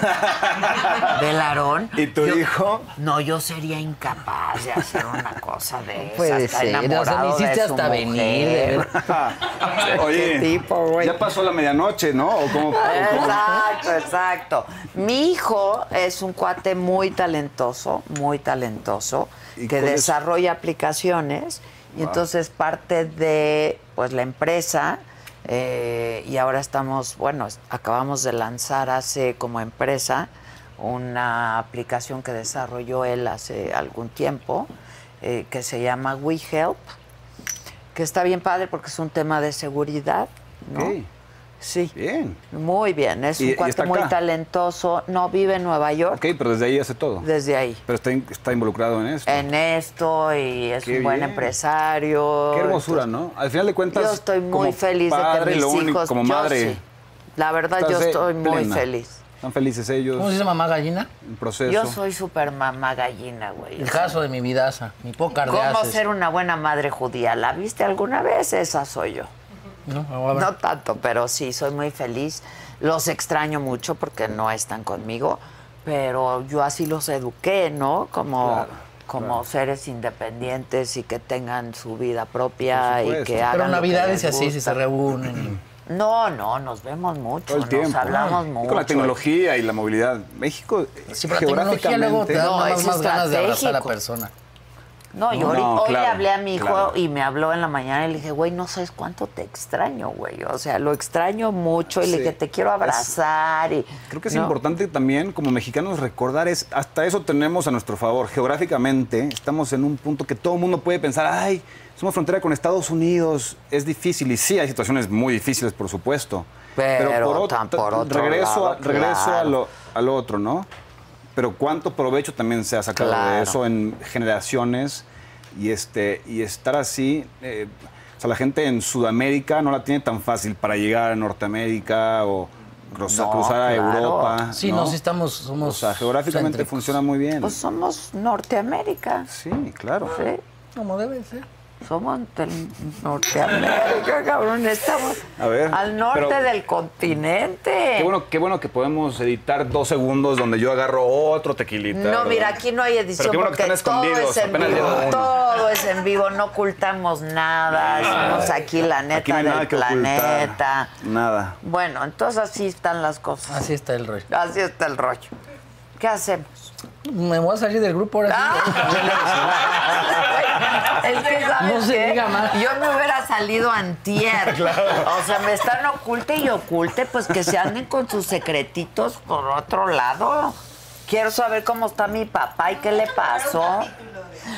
¿Velarón?
¿Y tu
Yo-
hijo?
No, yo sería incapaz de hacer una cosa de esas.
Puede
Está
ser, Pues o sea, me
enamorado de
hiciste
su
hasta venir, de
mujer.
ver-
Oye,
Qué tipo, güey.
ya pasó la medianoche, ¿no? ¿O cómo- o cómo-
Exacto, exacto. Mi hijo es un cuate muy talentoso, muy talentoso,
¿Y
que
cuál es?
desarrolla aplicaciones y
Wow.
entonces parte de pues la empresa eh, y ahora estamos, bueno, es- acabamos de lanzar hace como empresa una aplicación que desarrolló él hace algún tiempo eh, que se llama WeHelp, que está bien padre porque es un tema de seguridad, ¿no?
Ok,
Sí.
Bien.
Muy bien, es
¿Y-
un
y
cuate
está
muy
acá?
talentoso. No vive en Nueva York,
Ok, pero desde ahí hace todo.
desde ahí.
Pero está, in- está involucrado en esto.
En esto y es
Qué
un buen
bien.
empresario.
Qué hermosura,
Entonces,
¿no? Al final de cuentas.
Yo estoy muy
como
feliz de
padre,
que mis
lo único-
hijos.
Como
yo
madre.
sí. La verdad, yo
estás, eh,
estoy muy
plena.
feliz.
Están felices ellos.
¿Cómo se dice mamá gallina?
El proceso.
Yo soy super mamá gallina, güey.
El caso de mi vidaza, mi poca
¿Cómo ser una buena madre judía? ¿La viste alguna vez? Esa soy yo.
No, Ah, a ver.
No tanto, pero sí, soy muy feliz. Los extraño mucho porque no están conmigo, pero yo así los eduqué, ¿no? Como,
Claro,
como seres independientes y que tengan su vida propia
Por
y
supuesto.
que
Pero
hagan.
Pero
lo que les
navidades y así, si
gusta. Mm.
se reúnen.
No, no, nos vemos mucho,
Todo el
nos
tiempo.
hablamos
Y
mucho.
Con la tecnología y la movilidad. México,
Sí,
sí,
pero la tecnología luego te da
No,
nada
es
más, más ganas de abrazar a la
estratégico.
persona.
No, yo
No,
ahorita- hoy le
claro,
hablé a mi hijo
claro.
y me habló en la mañana y le dije, güey, no sabes cuánto te extraño, güey. O sea, lo extraño mucho y le
Sí.
dije, te quiero abrazar. y
Creo que es
¿no?
importante también como mexicanos recordar es hasta eso tenemos a nuestro favor geográficamente estamos en un punto que todo el mundo puede pensar ay somos frontera con Estados Unidos es difícil y sí hay situaciones muy difíciles por supuesto
Pero
ot-
tan por otro
regreso a-
lado,
regreso
claro.
a lo, a lo otro no pero cuánto provecho también se ha sacado
Claro.
de eso en generaciones y este y estar así eh, o sea, la gente en Sudamérica no la tiene tan fácil para llegar a Norteamérica o cruzar,
No,
cruzar a
claro.
Europa.
Ah,
Sí, no, sí estamos, somos
O sea, geográficamente
céntricos.
funciona muy bien.
Pues somos Norteamérica.
sí, claro.
Sí,
Como debe ser.
Pues, ¿eh? somos del Norteamérica, cabrón. Estamos
A ver,
al norte
pero-
del continente.
Qué bueno, qué bueno que podemos editar dos segundos donde yo agarro otro tequilita.
no,
¿verdad?
mira, aquí no hay edición
Pero qué bueno que
porque
están
todo
escondidos,
es en
apenas
vivo.
llevo uno.
Todo es en vivo, no ocultamos nada. Somos aquí la neta
Ah, Aquí no hay
del
nada que
planeta.
ocultar. Nada.
Bueno, entonces así están las cosas.
Así está el rollo.
Así está el rollo. ¿Qué hacemos?
Me voy a salir del grupo ahora.
Ah. Es que, ¿sabes
No se
qué?
diga más.
Yo me hubiera salido antier. O sea, me están oculte y oculte, pues que se anden con sus secretitos por otro lado. Quiero saber cómo está mi papá y qué le pasó.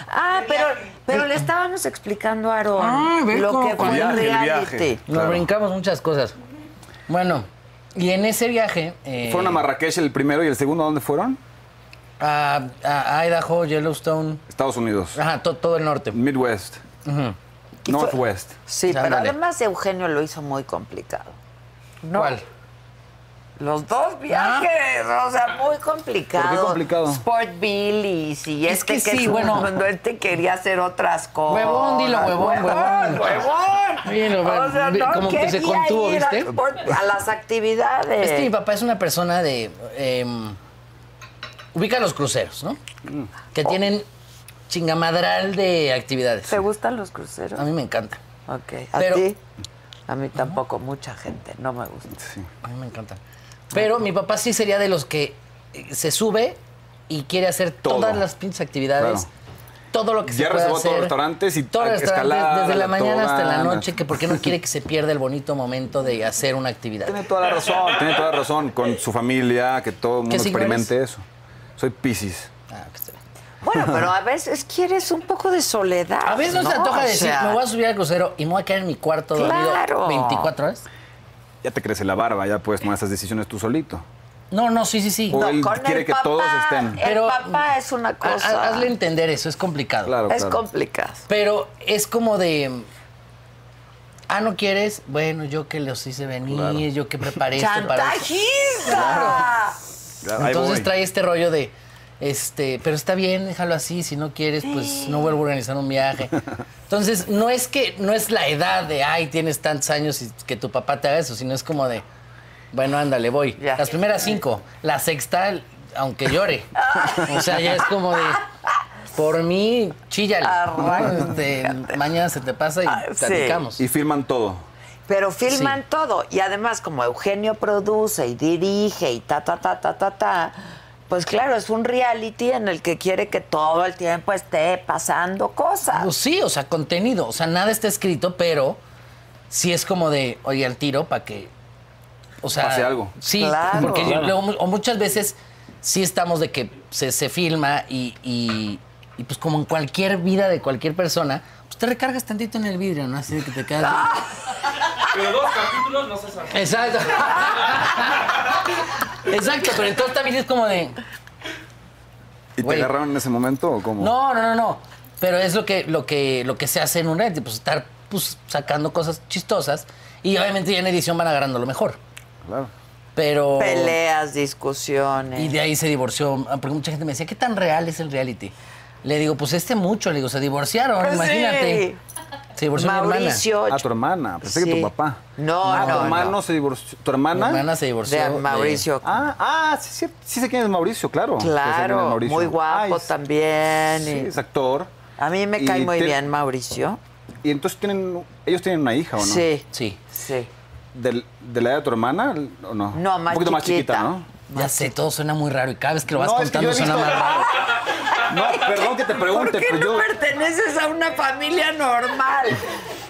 Ah, pero, pero le estábamos explicando a Aarón
Ah, ve
lo
cómo-
que fue
El
el
viaje, el
reality.
viaje.
Nos
Claro.
brincamos muchas cosas. Bueno, y en ese viaje. eh,
Fueron a Marrakech el primero y el segundo, ¿a dónde fueron?
a, a Idaho, Yellowstone,
Estados Unidos.
ajá, to- todo el norte.
Midwest.
Y fue-
Northwest.
Sí, pero
Ándale.
además Eugenio lo hizo muy complicado. ¿no?
¿Cuál?
Los dos viajes, o sea, muy complicado.
¿Por qué complicado?
Sport Billies y
Es
este
que
que,
sí,
es un-
bueno.
cuando este quería hacer otras cosas.
Huevón, dilo, huevón, huevón.
huevón.
Oye, lo-
o sea, no
como que se
quería
contuvo,
ir a-
¿viste?
por- A, las actividades.
Es que mi papá es una persona de. em, ubica los cruceros, ¿no? Que tienen chingamadral de actividades.
¿Te gustan los
A
cruceros?
mí me encanta.
Ok. ¿A
Pero-
ti? A mí tampoco, mucha gente, no me gusta.
A mí me encanta.
Ah,
Pero mi papá sí sería de los que eh, se sube y quiere hacer
Todo.
todas las pinches actividades.
Claro.
Todo lo que se
Ya
puede
reservó
hacer.
todos los restaurantes y
todos los restaurantes,
escalada,
desde la
la
mañana hasta la
tobogán.
noche, que porque no quiere que se pierda el bonito momento de hacer una actividad.
Tiene toda la razón, tiene toda la razón. Con su familia, que todo el mundo
signo
experimente eso. Soy Pisces.
Ah, que está bien.
Bueno, pero a veces quieres un poco de soledad.
A veces no, se antoja
O
decir,
sea,
me voy a subir al crucero y me voy a quedar en mi cuarto dormido
Claro.
24 horas.
Ya te crece la barba, ya puedes tomar esas decisiones tú solito.
No, no, sí, sí, sí.
O
No,
él
con
quiere
el
que
papá,
todos estén.
El papá es una
ha- ha-
cosa.
hazle entender eso, es complicado.
Claro,
es
claro.
complicado.
Pero es como de. Ah, no quieres. Bueno, yo que los hice venir, yo que preparé esto para. esto.
¡Chantajista!
Ya, ahí
Entonces
voy.
trae este rollo de. Este, pero está bien, déjalo así, si no quieres, pues no vuelvo a organizar un viaje. Entonces, no es que, no es la edad de ay, tienes tantos años y que tu papá te haga eso, sino es como de, bueno, ándale, voy.
Ya.
Las primeras cinco, la sexta, aunque llore. O sea, ya es como de por mí, chíllale.
Arráncate.
Este, mañana se te pasa y
Ah, sí.
platicamos.
Y firman todo.
Pero filman
Sí.
todo. Y además, como Eugenio produce y dirige y ta, ta, ta, ta, ta, ta, pues claro, es un reality en el que quiere que todo el tiempo esté pasando
Pues
cosas.
sí, o sea, contenido. O sea, nada está escrito, pero sí es como de, oye, al tiro para que. O sea.
Pase algo.
Sí,
Claro.
porque yo
Claro.
luego mu- o muchas veces sí estamos de que se, se filma y, y- y pues como en cualquier vida de cualquier persona, pues te recargas tantito en el vidrio, ¿no? Así de que te quedas.
Pero dos capítulos no se sabe.
Exacto. Exacto, pero entonces también es como de.
¿Y
Güey.
te agarraron en ese momento o cómo?
No, no, no, no. Pero es lo que, lo que, lo que se hace en un reality, pues estar pues, sacando cosas chistosas y obviamente ya en edición van agarrando lo mejor.
Claro.
Pero.
Peleas, discusiones.
Y de ahí se divorció. ah, Porque mucha gente me decía, ¿qué tan real es el reality? Le digo, pues este mucho, le digo, se divorciaron,
Pues sí.
imagínate. Se divorció
Mauricio.
Ah, tu hermana. Pensé que
Sí.
tu papá.
No,
Ah,
no,
Tu hermano
no.
se divorció. ¿Tu
mi hermana. Mi
hermana?
hermana se divorció.
de Mauricio.
Ah, ah, sí, sí, sí sé quién es Mauricio, claro. Sí sé quién es
Claro,
Mauricio.
muy guapo
Ay, sí.
también.
Sí,
y-
es actor.
A mí me
Y
cae muy
te-
bien Mauricio.
Y entonces tienen, ellos tienen una hija, ¿o no?
Sí,
Sí.
sí.
¿Del- ¿De, la edad de tu hermana o no?
No, más
Un poquito más chiquita,
chiquita.
¿no?
Ya sé, todo suena muy raro y cada vez que lo vas
No, es que
contando
yo he
suena
visto-
más raro.
No, perdón que te pregunte,
¿Por qué
pero
no
yo...
perteneces a una familia normal?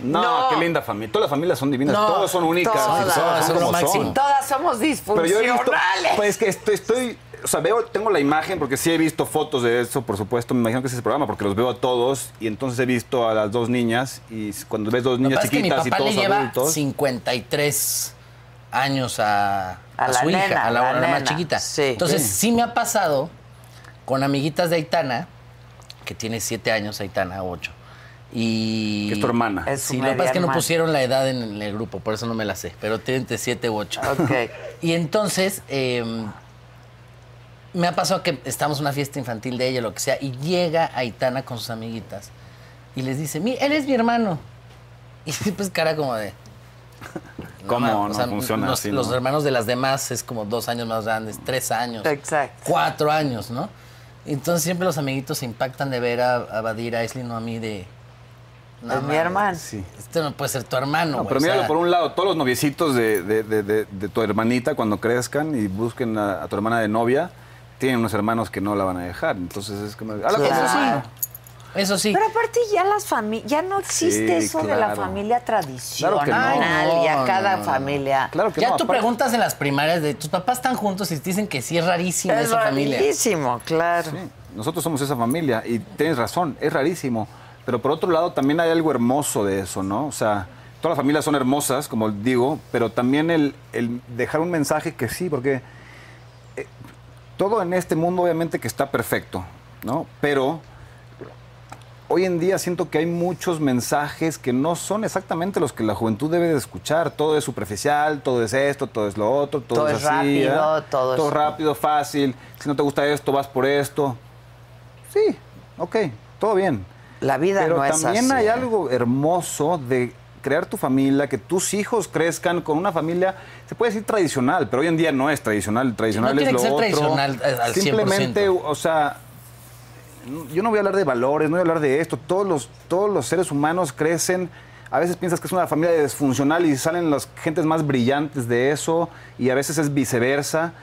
No, qué linda familia. Todas las familias son divinas,
No,
todas son únicas.
todas.
todas
Son
son
lo
como
máximo.
son.
Todas somos
Pero
disfuncionales.
yo he visto... Pues es que estoy, estoy... O sea, veo, tengo la imagen, porque sí he visto fotos de eso, por supuesto, me imagino que ese es el programa, porque los veo a todos, y entonces he visto a las dos niñas, y cuando ves dos
Lo que
niñas
pasa es que mi
chiquitas
papá
y
le
todos
lleva
adultos...
53 años a, a
la
su
nena,
hija, a la,
la
a la más
nena,
chiquita.
sí.
Entonces,
Sí.
sí me ha pasado con amiguitas de Aitana, que tiene 7 años, Aitana, 8. Y.
Que es tu hermana.
Es su
Sí, lo que pasa es que
media
no
hermana.
pusieron la edad en el grupo, por eso no me la sé, pero tiene entre 7 u 8.
Ok.
Y entonces eh, me ha pasado que estamos en una fiesta infantil de ella, lo que sea, y llega Aitana con sus amiguitas y les dice, "Mi- él es mi hermano. Y pues cara como de... no,
¿Cómo?
ma- o
No
sea,
funciona
los,
así,
los
¿no?
hermanos de las demás es como dos años más grandes, tres años,
Exacto.
cuatro años, ¿no? Entonces siempre los amiguitos se impactan de ver a, a Badir, a Aislinn o a mí de... "No
Es mi
mames,
hermano.
Sí.
Este no puede ser tu
No,
hermano. güey",
pero
o sea,
míralo por un lado, todos los noviecitos de, de- de- de- de tu hermanita cuando crezcan y busquen a, a tu hermana de novia, tiene unos hermanos que no la van a dejar. Entonces es como. a la
Claro.
cosa, sí.
Eso sí.
Pero aparte ya las familias, ya no existe
Sí,
eso de la
claro.
familia tradicional.
no.
ya
No,
cada
no, no.
familia.
Claro que
ya
no,
tú
aparte-
preguntas en las primarias de tus papás están juntos y te dicen que sí es rarísimo
Es
esa familia.
rarísimo, claro.
Sí, nosotros somos esa familia y tienes razón, es rarísimo. Pero por otro lado, también hay algo hermoso de eso, ¿no? O sea, todas las familias son hermosas, como digo, pero también el, el dejar un mensaje que sí, porque eh, todo en este mundo obviamente que está perfecto, ¿no? Pero hoy en día siento que hay muchos mensajes que no son exactamente los que la juventud debe de escuchar. Todo es superficial, todo es esto, todo es lo otro, todo,
Todo
es,
es
así,
rápido,
¿ah?
todo es-
todo rápido, fácil. Si no te gusta esto, vas por esto. Sí, ok, todo bien.
La vida
Pero
no es así. ¿eh?
también hay algo hermoso de crear tu familia, que tus hijos crezcan con una familia, se puede decir tradicional, pero hoy en día no es tradicional, tradicional
tiene
es
que
lo
ser
otro.
tradicional, eh, al 100%.
Simplemente, o sea, no- yo no voy a hablar de valores, no voy a hablar de esto, todos los, todos los seres humanos crecen, a veces piensas que es una familia desfuncional y salen las gentes más brillantes de eso, y a veces es viceversa.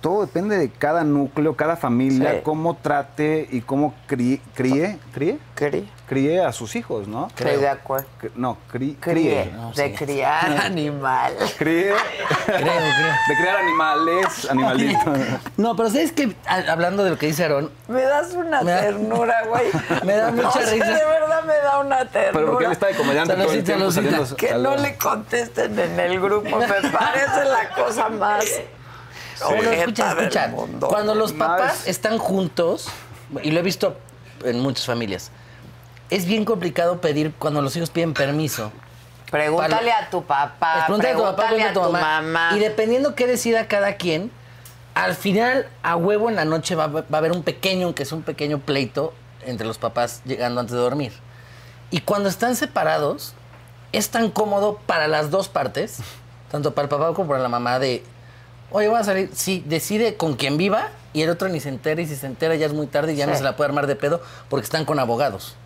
Todo depende de cada núcleo, cada familia,
Sí.
cómo trate y cómo críe, críe, críe,
Cri-
críe a sus hijos, ¿no?
Estoy de acuerdo.
Cr- No, crí-
Críe,
críe.
de criar animal.
Críe.
Creo, creo.
De crear animales, animalitos.
No, pero ¿sabes que Hablando de lo que dice Aarón,
Me das una
Me da-
ternura, güey.
Me da
O
mucha
sea,
risa.
De verdad me da una ternura.
Pero porque él está de comediante todo el
Saludcita,
tiempo
saludcita.
saliendo-
Que no
saludos.
le contesten en el grupo. Me parece la cosa más.
Bueno,
ojeta
escucha,
del
escucha.
mundo.
Cuando los papás
Más.
están juntos, y lo he visto en muchas familias, es bien complicado pedir cuando los hijos piden permiso.
Pregúntale a tu papá,
Pregúntale a tu papá,
pregúntale a tu
mamá.
mamá.
Y dependiendo qué decida cada quien, al final, a huevo en la noche va, va a haber un pequeño, aunque es un pequeño pleito entre los papás llegando antes de dormir. Y cuando están separados, es tan cómodo para las dos partes, tanto para el papá como para la mamá, de, oye, voy a salir, sí, decide con quien viva y el otro ni se entera y si se entera ya es muy tarde y ya no
Sí.
se la puede armar de pedo porque están con abogados.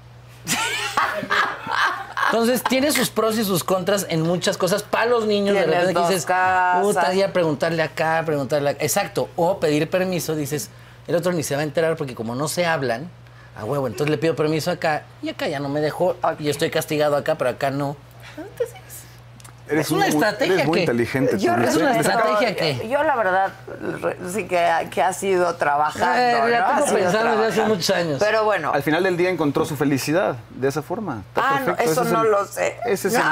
Entonces tiene sus pros y sus contras en muchas cosas para los niños. De
Tienes
repente que
dos
dices,
casas.
puta, ya preguntarle acá, preguntarle acá. Exacto. O pedir permiso, dices, el otro ni se va a enterar porque como no se hablan, a huevo, entonces le pido permiso acá y acá ya no me dejó. Y estoy castigado acá, pero acá no.
Eres
Es una
muy-
estrategia
Eres muy
que-
inteligente.
Yo
tú,
Es
Luis.
una
respeto-
estrategia que-
Yo, la verdad, re- sí que, que ha sido trabajando.
Eh, la
¿no? Ha
tengo
sido
pensando desde hace
trabajando.
muchos años.
Pero bueno,
Al final del día encontró su felicidad de esa forma. Está
Ah, no,
perfecto,
eso
ese es
no
el-
lo sé. Ah.
Ese es el-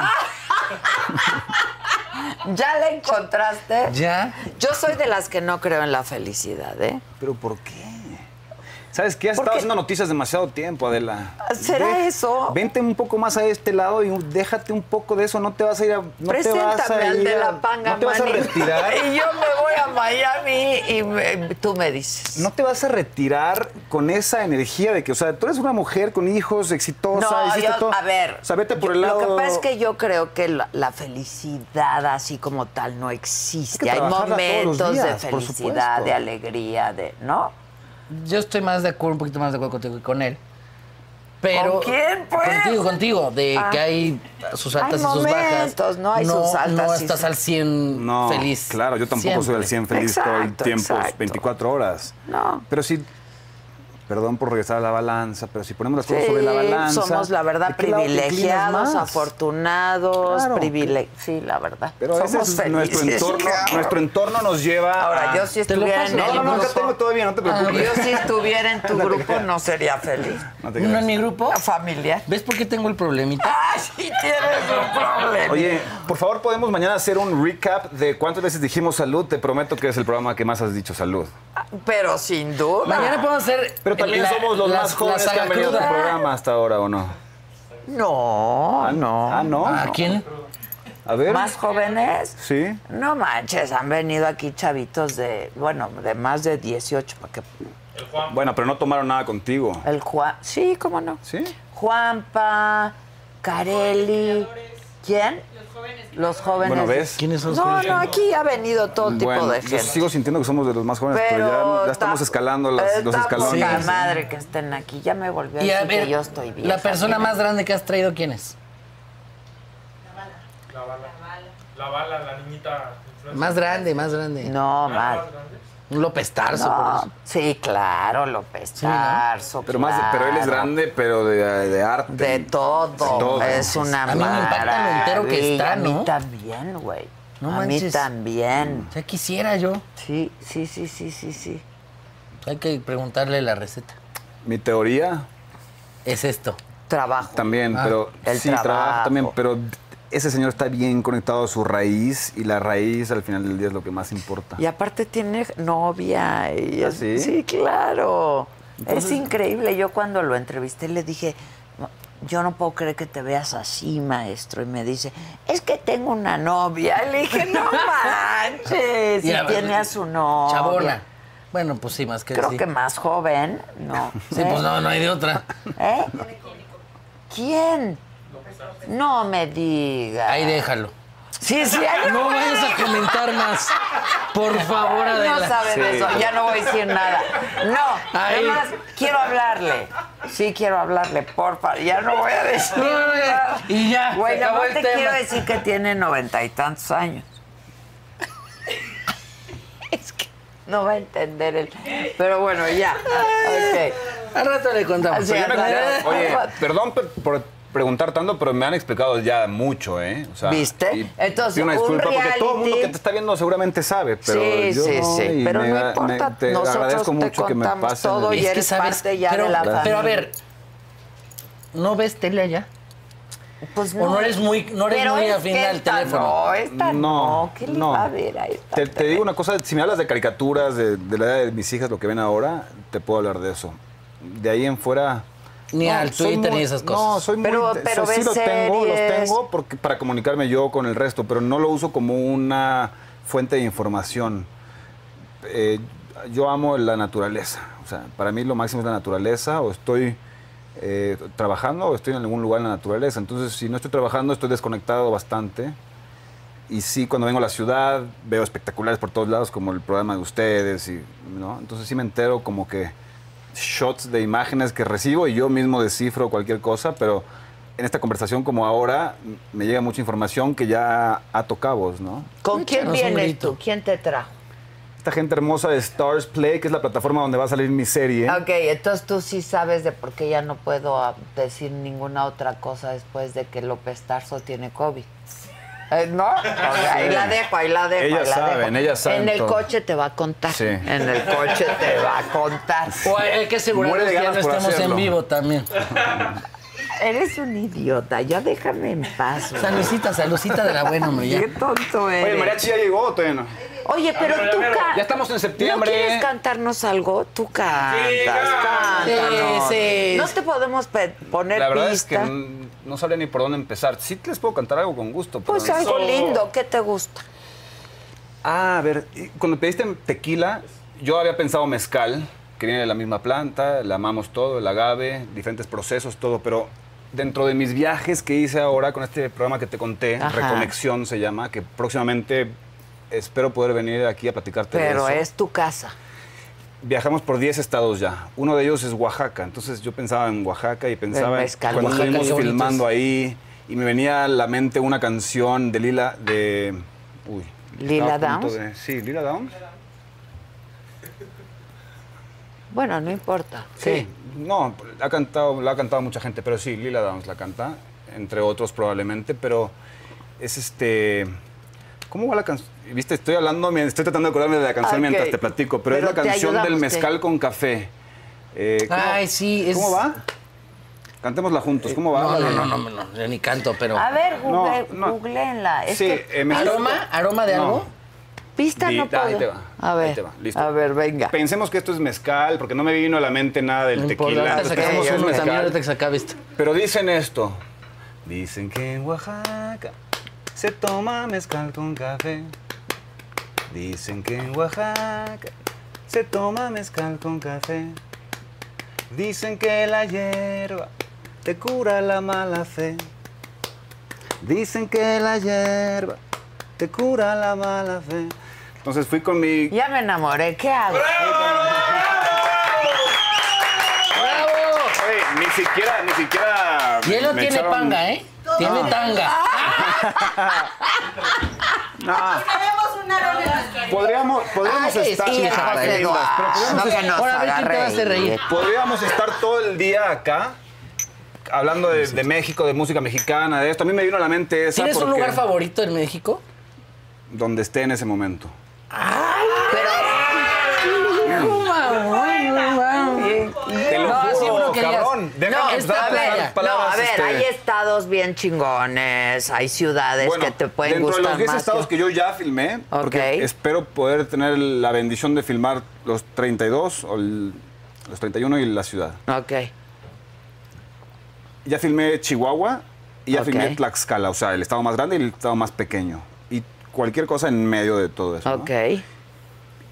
ya la encontraste.
Ya.
Yo soy de las que no creo en la felicidad, ¿eh?
Pero ¿por qué? ¿Sabes qué? Has
¿Por
estado
qué?
haciendo noticias demasiado tiempo, Adela.
¿Será eso?
Vente un poco más a este lado y un- déjate un poco de eso. No te vas a ir a. No te vas
Preséntame
a
al
ir
de
a-
la panga,
No te vas a
Manny.
retirar.
Y yo me voy a Miami y me- tú me dices.
No te vas a retirar con esa energía de que, o sea, tú eres una mujer con hijos, exitosa, hiciste
yo-
todo.
A ver,
O sea, vete por el
yo-
lado.
Lo que pasa es que yo creo que la, la felicidad así como tal no existe.
Hay que
Hay,
trabajarla todos los
momentos de
días, por
felicidad,
supuesto.
de alegría, de. ¿No?
Yo estoy más de acuerdo, un poquito más de acuerdo contigo que con él. Pero
¿Con quién, pues?
Contigo, contigo, de
Ah.
que hay sus altas
Hay
y sus
momentos,
bajas.
¿no? Hay sus altas
No
y
estás
sus-
al 100
No,
feliz.
claro, yo tampoco soy al
siempre.
100 feliz todo el
Exacto,
tiempo,
exacto.
24 horas.
No.
Pero sí, perdón por regresar a la balanza, pero si ponemos las cosas
Sí,
sobre la balanza.
somos la verdad
¿de qué lado te inclinas
privilegiados,
más?
afortunados,
Claro.
privile- Sí, la verdad.
Pero a veces
somos felices.
nuestro entorno,
Claro.
nuestro Ah, entorno nos lleva.
Ahora,
a-
yo si
Te lo
estuviera
paso.
en
No,
el
no, no, acá
grupo-
tengo todo bien, no te preocupes.
Yo si estuviera en tu grupo no sería feliz.
No te
Uno
creas.
en mi grupo.
Familiar.
¿Ves por qué tengo el problemita?
Ah, sí tienes un problema.
Oye, por favor, podemos mañana hacer un recap de cuántas veces dijimos salud. Te prometo que es el programa que más has dicho salud.
Pero sin duda.
Mañana podemos hacer.
Pero también
la-
somos los
la-
más
la
jóvenes que
saga
han
Ah.
venido al
cruda.
programa hasta ahora, ¿o no?
No, no.
Ah, no.
¿A quién?
A ver.
¿Más jóvenes?
Sí.
No manches, han venido aquí chavitos de, bueno, de más de 18, para que
El Juan.
Bueno, pero no tomaron nada contigo.
el Juan, sí, cómo no.
¿Sí?
Juanpa, Carelli, ¿quién? Los jóvenes.
Bueno, ¿ves?
¿Quiénes son los
No,
jóvenes?
no, aquí ha venido todo tipo
Bueno,
de
yo
gente.
sigo sintiendo que somos de los más jóvenes, pero,
Pero
ya, ya estamos
está-
escalando las- los
está
escalones.
poca
Sí.
madre que estén aquí. Ya me volví a
Y
decir
a ver,
que yo estoy bien.
la persona más grande que has traído, ¿quién es?
La bala. La bala, la niñita. influencer.
Más grande, más grande.
No,
Ah,
mal.
más grande.
Un López Tarso.
No,
por eso.
sí, claro, López Tarso.
Pero, más, pero él es
claro.
grande, pero de, de arte.
De todo.
todo.
Es una
A mí me impacta lo entero que está,
maravilla. A
¿no?
mí también, güey.
No
a mí
manches. Mm.
también.
Ya quisiera yo.
Sí, sí, sí, sí, sí, sí.
Hay que preguntarle la receta.
Mi teoría
Es esto.
Trabajo.
también, pero
el
sí, trabajo.
trabajo.
también, pero ese señor está bien conectado a su raíz y la raíz al final del día es lo que más importa.
Y aparte tiene novia. Y
¿Ah,
es-
sí?
claro.
Entonces-
es increíble. Yo cuando lo entrevisté le dije, "No, yo no puedo creer que te veas así, maestro. Y me dice, es que tengo una novia. Le dije, no manches. Y
a ver,
tiene a su novia.
pues, Chabona. Bueno, pues sí, más que
Creo
sí.
que más joven, ¿no?
Sí, pues no, no hay de otra.
¿Eh? ¿Quién? No me digas.
Ahí déjalo.
Sí, sí, ahí
No vayas a comentar más. Por favor,
No
Adela.
saben eso, ya no voy a decir nada. No,
Ahí.
además quiero hablarle. Sí, quiero hablarle, por favor. Ya no voy a decir
No, no, ya.
nada.
Y ya,
Güey,
se
nada
acabó
más te
el tema.
quiero decir que tiene noventa y tantos años. Es que no va a entender él. Pero bueno, ya. Ok.
Al rato le contamos.
Así,
Pero ya me
Adela.
contaron- Oye, perdón per- por preguntar tanto, pero me han explicado ya mucho, ¿eh? O sea,
¿Viste?
y
Entonces,
pido una
un
disculpa porque todo el mundo
reality-
que te está viendo seguramente sabe, pero
sí,
yo
sí,
no,
sí.
y
Pero
me
no
da- me-
importa,
te
nosotros
agradezco
te
mucho que me
contamos
pasen el-
todo y
Es que
eres parte ya
pero,
de la
pero a
familia.
ver, ¿no ves tele allá?
Pues
O no eres muy- no eres
Pero
muy
es
afín
que
al
esta
teléfono.
No, esta no. ¿Qué le
no.
va a ver a esta?
Te, te digo una cosa, si me hablas de caricaturas, de, de la edad de mis hijas, lo que ven ahora, te puedo hablar de eso. De ahí en fuera...
Ni al
soy
Twitter
muy-
ni esas
No,
cosas.
soy muy...
Pero-
de-
pero
soy- sí
ves
lo tengo, los
series.
tengo porque, para comunicarme yo con el resto, pero no lo uso como una fuente de información. Eh, yo amo la naturaleza. O sea, para mí lo máximo es la naturaleza o estoy... eh, trabajando o estoy en algún lugar en la naturaleza. Entonces, si no estoy trabajando, estoy desconectado bastante. Y sí, cuando vengo a la ciudad veo espectaculares por todos lados, como el programa de ustedes, y, ¿no? Entonces sí me entero como que shots de imágenes que recibo y yo mismo descifro cualquier cosa, pero en esta conversación como ahora m- me llega mucha información que ya ato cabos, ¿no?
¿Con quién
Échanos un
vienes
grito.
tú? ¿Quién te trajo?
Esta gente hermosa de Stars Play, que es la plataforma donde va a salir mi serie.
Ok, entonces tú sí sabes de por qué ya no puedo ah, decir ninguna otra cosa después de que López Tarso tiene COVID. Eh, ¿No? Ok, ahí la dejo, ahí la dejo. ahí
Ellas
la
saben,
dejo.
ellas saben
En el
todo.
coche te va a contar.
Sí.
En el coche te va a contar.
O eh, hay hay que asegurarnos
Muere
que
de
ya no
ganas por
estemos
hacerlo.
en vivo también.
Eres un idiota, ya déjame en paz. güey.
Salucita, salucita de la buena, hombre. Ya.
Qué tonto eres.
Oye, mariachi ya llegó, o todavía no.
Oye, pero
Pero,
tú
pero,
ca-
Ya estamos en
¿No
septiembre. ¿eh?
quieres cantarnos algo? Tú cantas,
Sí,
cántanos.
sí,
sí.
No te podemos pe- poner
La verdad es que
pista.
mm, no sabría ni por dónde empezar. Sí les puedo cantar algo con gusto. pero-
Pues algo
Eso.
lindo, ¿qué te gusta?
Ah, a ver, y cuando pediste tequila, yo había pensado mezcal, que viene de la misma planta, la amamos todo, el agave, diferentes procesos, todo, pero dentro de mis viajes que hice ahora con este programa que te conté,
Ajá.
Reconexión se llama, que próximamente espero poder venir aquí a platicarte de
Pero
eso.
es tu casa.
Viajamos por 10 estados ya. Uno de ellos es Oaxaca. Entonces yo pensaba en Oaxaca y pensaba en
mezcal.
cuando
Oaxaca,
estuvimos
qué bonito
filmando ahí y me venía a la mente una canción de Lila de uy,
¿Lila
estaba a punto
Downs?
de- sí, Lila Downs.
Bueno, no importa.
Sí. Eh, No, ha cantado, la ha cantado mucha gente, pero sí, Lila Downs la canta, entre otros probablemente, pero es este. ¿Cómo va la canción? Viste, estoy hablando, me- estoy tratando de acordarme de la canción
Ok.
mientras te platico, pero,
Pero
es la
te
canción del
ayudamos, ¿qué?
mezcal con café. Eh, ¿cómo-
Ay, sí, es-
¿Cómo va? Cantémosla juntos, ¿cómo va?
No, no, no, no, no, yo ni canto, pero.
A ver,
No,
google,
no.
googleenla. Ah, Es
Sí,
que
eh, mezcal-
¿Aroma? ¿Aroma de
No.
algo?
pista
Di-
no puedo.
ahí te va.
A
ahí
ver,
te va, listo.
a ver, venga.
Pensemos que esto es mezcal, porque no me vino a la mente nada del
No importa,
tequila.
ahorita
Entonces,
sacamos
pensemos un
uno también,
mezcal.
ahorita que se acabe este. esto.
Pero dicen esto. Dicen que en Oaxaca se toma mezcal con café. Dicen que en Oaxaca se toma mezcal con café. Dicen que la hierba te cura la mala fe. Dicen que la hierba te cura la mala fe. Entonces fui con mi...
Ya me enamoré, ¿qué hago?
¡Bravo!
Oye, ni siquiera, ni siquiera...
Y él no
me
tiene ¿eh?
echaron-
Ah.
panga, ¿eh? Tiene tanga.
No.
Tenemos un tronaron en nuestra
Ah, Podríamos, podríamos
Ah,
Ay,
estar.
sí,
Ay,
José
lindas, pero
Eduardo,
podríamos
no que nos
Ahora, a ver,
haga
¿quién te va a hacer reír?
Podríamos estar todo el día acá hablando de, de México, de música mexicana, de esto. A mí me vino a la mente esa.
¿Tienes un
porque-
lugar favorito en México?
Donde esté en ese momento. Te lo
No, así
juro,
uno que digas,
cabrón.
no,
Déjame
esta
usar
playa.
las
No,
palabras,
a ver,
este,
hay estados bien chingones, hay ciudades
bueno,
que te pueden
dentro
gustar
de los 10
más.
estados que... yo ya filmé, porque
Ok.
espero poder tener la bendición de filmar los 32 o el- los 31 y la ciudad.
Ok.
Ya filmé Chihuahua y ya
Ok.
filmé Tlaxcala, o sea, el estado más grande y el estado más pequeño. Y cualquier cosa en medio de todo eso. ¿no?
Ok.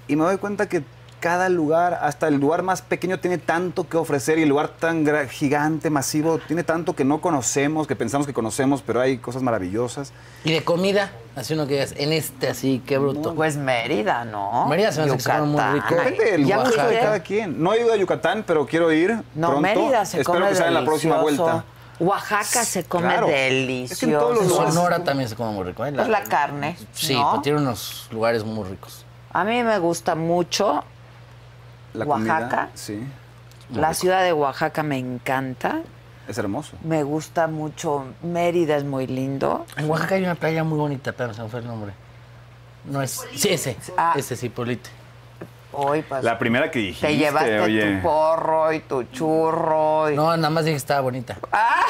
Y me doy cuenta que cada lugar, hasta el lugar más pequeño, tiene tanto que ofrecer y el lugar tan gra- gigante, masivo, tiene tanto que no conocemos, que pensamos que conocemos, pero hay cosas maravillosas.
Y de comida, así uno que digas, en este así, qué bruto.
Pues Mérida, ¿no?
Mérida se me hace que se come muy
Yucatán.
rico.
Depende del
Ya
gusto de
fuiste.
cada quien. No he ido a Yucatán, pero quiero ir
No,
pronto.
Mérida se
Espero
come
que sea en la
delicioso.
próxima vuelta.
Oaxaca se come
Claro.
delicioso.
Es que en todos los
En
lugares-
Sonora también se come muy rico. ¿eh?
Pues la carne,
Sí,
¿no?
pero tiene unos lugares muy ricos.
A mí me gusta mucho.
La
Oaxaca.
comida, sí,
La ciudad de Oaxaca me encanta.
es hermoso.
Me gusta mucho. Mérida es muy lindo.
En Oaxaca hay una playa muy bonita, pero se me fue el nombre. No es. Sí, ese.
Ah.
Ese sí, Polite.
Hoy pues,
La primera que dijiste,
te llevaste
oye.
tu porro y tu churro. y-
No, nada más dije que estaba bonita.
Ah,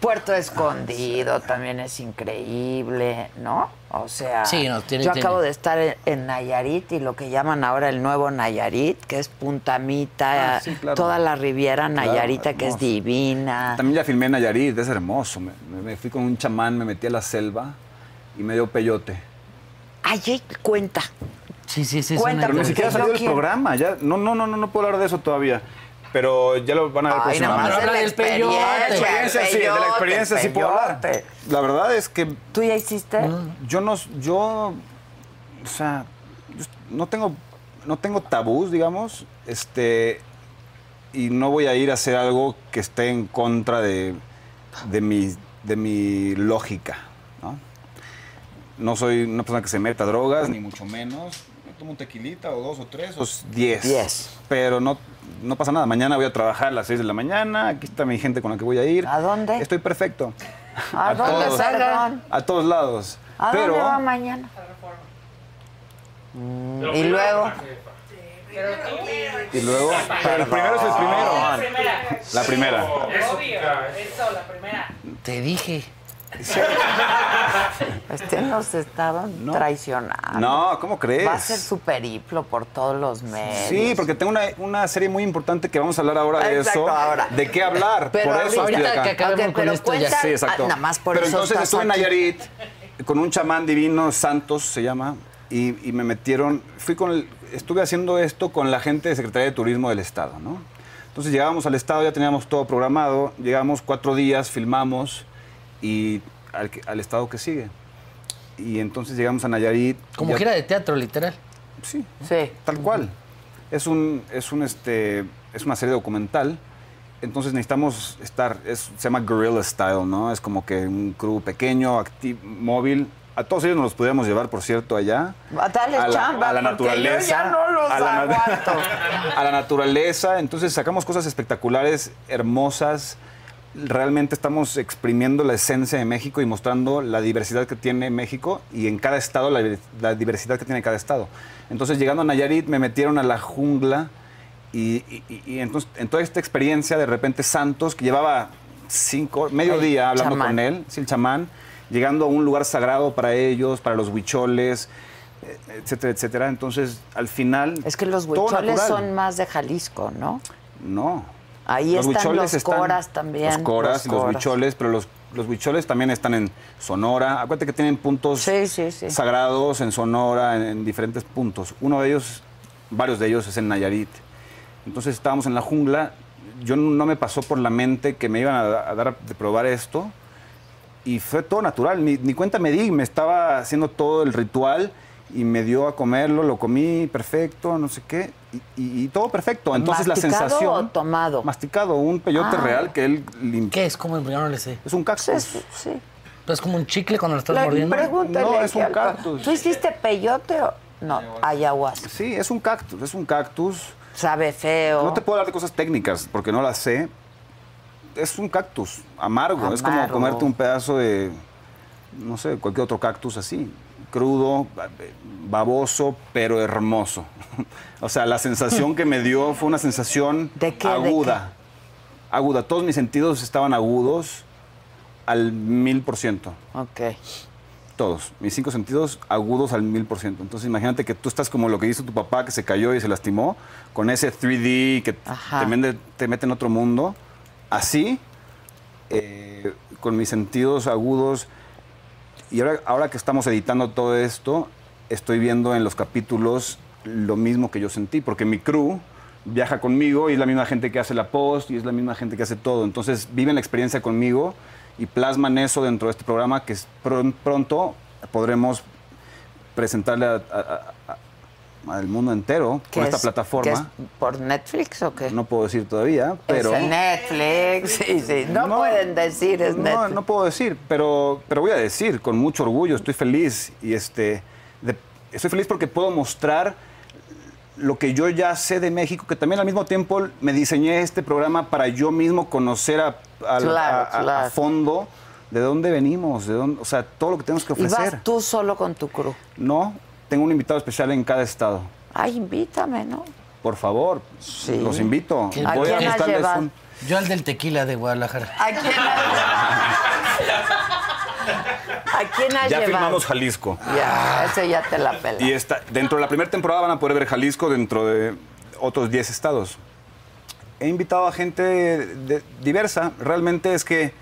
Puerto Escondido también es increíble, ¿no? O sea,
Sí, no, tiene-
yo
tiene.
acabo de estar en, en Nayarit y lo que llaman ahora el nuevo Nayarit, que es Puntamita,
Ah, sí, claro.
toda la Riviera Nayarita que es
hermoso.
divina.
También ya filmé en Nayarit, es hermoso. Me, me- me fui con un chamán, me metí a la selva y me dio peyote.
Ay, ey, cuenta.
Sí, sí, sí.
Cuéntame.
Pero ni
Porque
siquiera
yo
salió del
quiero-
programa. Ya, no, no, no, no, no puedo hablar de eso todavía. Pero ya lo van a ver
Ay, nada más
próximamente.
de
Pero
la
habla del peyote.
experiencia,
De pues, la experiencia,
el
sí, de la
peyote,
experiencia sí
el
puedo hablar.
peyote.
La verdad es que
¿Tú ya hiciste?
Mm.
yo no, yo, o sea, yo no tengo, no tengo tabús, digamos, este, y no voy a ir a hacer algo que esté en contra de, de mi, de mi lógica, ¿no? No soy una persona que se meta a drogas, ni mucho menos. Me tomo un tequilita o dos o tres o s- diez.
Diez.
Pero no, no pasa nada. Mañana voy a trabajar a las seis de la mañana. Aquí está mi gente con la que voy a ir.
¿A dónde?
Estoy perfecto.
¿A dónde,
todos.
perdón?
A todos lados.
¿A
Pero
dónde va mañana?
Pero
Y luego,
y luego, pero el primero es el primero.
primera.
La primera.
Eso, pica, eso.
Eso, la primera.
Te dije.
este nos estaban
No.
traicionando.
No, ¿cómo crees?
Va a ser su periplo por todos los medios.
Sí, porque tengo una, una serie muy importante que vamos a hablar ahora de
Exacto,
eso.
ahora.
¿De qué hablar?
Pero
Por eso
ahorita
estoy acá.
que acabemos
Ok,
con
pero
esto
cuenta-
ya.
Sí, exacto.
Ah, nada más por
Pero
eso
entonces
estás
estuve en
aquí.
Nayarit con un chamán divino, Santos se llama, y, y me metieron, fui con el- estuve haciendo esto con la gente de Secretaría de Turismo del Estado, ¿no? Entonces llegábamos al Estado, ya teníamos todo programado, llegamos cuatro días, filmamos y al, que- al Estado que sigue. Y entonces llegamos a Nayarit.
Como
ya-
gira de teatro, literal.
Sí,
Sí.
Tal cual. Es un, es un este, es una serie documental. Entonces necesitamos estar, es- se llama guerrilla style, ¿no? Es como que un crew pequeño, acti- móvil. A todos ellos nos los pudiéramos llevar, por cierto, allá.
Dale
a la,
chamba,
a la
porque
naturaleza.
yo ya no los
a la, na-
aguanto.
a la naturaleza. Entonces sacamos cosas espectaculares, hermosas. Realmente estamos exprimiendo la esencia de México y mostrando la diversidad que tiene México y en cada estado la, la diversidad que tiene cada estado. Entonces llegando a Nayarit me metieron a la jungla y, y- y- y entonces en toda esta experiencia de repente Santos que llevaba cinco medio
El
día hablando
chamán.
con él, sí, el chamán, llegando a un lugar sagrado para ellos, para los huicholes, eh, etcétera, etcétera. Entonces al final
Es que los
todo
huicholes
natural.
son más de Jalisco, ¿no?
No.
Ahí están
huicholes
los coras también,
Los coras
los
y los
coras.
huicholes, pero los, los huicholes también están en Sonora. Acuérdate que tienen puntos
Sí, sí, sí.
sagrados en Sonora, en, en diferentes puntos. Uno de ellos, varios de ellos, es en Nayarit. Entonces estábamos en la jungla. Yo no no me pasó por la mente que me iban a, a dar de probar esto. Y fue todo natural. Ni, ni cuenta me di. Me estaba haciendo todo el ritual y me dio a comerlo. Lo comí perfecto, no sé qué. Y, y- y todo perfecto. Entonces
¿Masticado
la sensación.
o tomado?
Masticado. Un peyote
Ah.
real que él limpió.
¿Qué es? ¿Cómo? Yo no le sé.
Es un cactus.
Pues es- sí.
Es como un chicle cuando lo estás
La
mordiendo.
pregunta
No, es un cactus.
¿Tú hiciste peyote o no? Ayahuasca.
Sí, es un cactus, es un cactus.
Sabe feo.
No te puedo hablar de cosas técnicas porque no las sé. Es un cactus amargo. Es como
Amargo.
comerte un pedazo de, no sé, cualquier otro cactus así. Crudo, baboso, pero hermoso. o sea, la sensación que me dio fue una sensación
¿De qué? ¿De
aguda. Aguda. Todos mis sentidos estaban agudos al mil por ciento.
Ok.
Todos. Mis cinco sentidos agudos al mil por ciento. Entonces imagínate que tú estás como lo que hizo tu papá que se cayó y se lastimó, con ese 3D que
Ajá.
te mete, te mete en otro mundo. Así, eh, con mis sentidos agudos. Y ahora, ahora que estamos editando todo esto, estoy viendo en los capítulos lo mismo que yo sentí, porque mi crew viaja conmigo y es la misma gente que hace la post y es la misma gente que hace todo. Entonces viven la experiencia conmigo y plasman eso dentro de este programa que es pron- pronto podremos presentarle a- a- a- a- al mundo entero
¿Qué
con esta
es-
plataforma.
qué es? ¿Por Netflix o qué?
No puedo decir todavía, pero...
Es en Netflix, sí, sí. No, pueden decir es
No,
Netflix.
no puedo decir, pero, pero voy a decir con mucho orgullo, estoy feliz y este, de- estoy feliz porque puedo mostrar lo que yo ya sé de México, que también al mismo tiempo me diseñé este programa para yo mismo conocer a, a-
Claro,
a- a- a
claro.
fondo de dónde venimos, de dónde, o sea, todo lo que tenemos que
y
ofrecer.
vas tú solo con tu crew.
No, tengo un invitado especial en cada estado.
Ay, invítame, ¿no?
Por favor,
Sí.
los invito.
¿Quién-
¿A quién has
buscarles
llevado?
un-
Yo al del tequila de Guadalajara.
¿A quién has, ¿A quién has
Ya
llevado?
firmamos Jalisco.
Ya, ese ya te la pela.
Y está, dentro de la primera temporada van a poder ver Jalisco dentro de otros 10 estados. He invitado a gente de- diversa. Realmente es que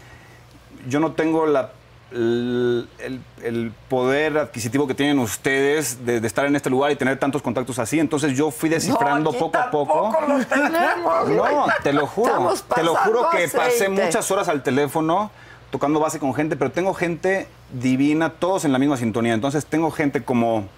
yo no tengo la- el, el- el poder adquisitivo que tienen ustedes de, de estar en este lugar y tener tantos contactos así. Entonces yo fui descifrando
aquí
poco a poco.
tampoco lo tenemos.
No, te lo juro.
Estamos
Te lo juro que
pasando
pasé
aceite.
muchas horas al teléfono tocando base con gente, pero tengo gente divina, todos en la misma sintonía. Entonces tengo gente como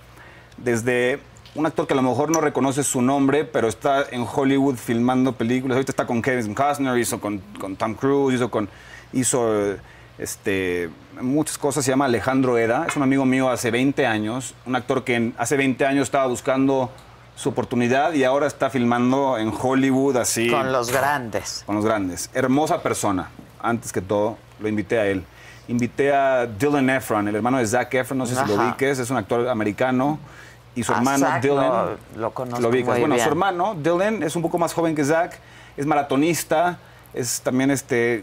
desde un actor que a lo mejor no reconoce su nombre, pero está en Hollywood filmando películas. Ahorita está con Kevin Costner, hizo con, con Tom Cruise, hizo con hizo eh, este muchas cosas. Se llama Alejandro Eda, es un amigo mío hace 20 años, un actor que en- hace 20 años estaba buscando su oportunidad y ahora está filmando en Hollywood así
Con los grandes.
con los grandes. Hermosa persona. Antes que todo, lo invité a él. Invité a Dylan Efron, el hermano de Zac Efron, no sé si lo
Ajá.
ubiques, es un actor americano. Y su
A
hermano
Zac
Dylan.
lo- lo conozco
ubicas.
muy
Bueno,
bien.
su hermano Dylan es un poco más joven que Zac, es maratonista, es también este,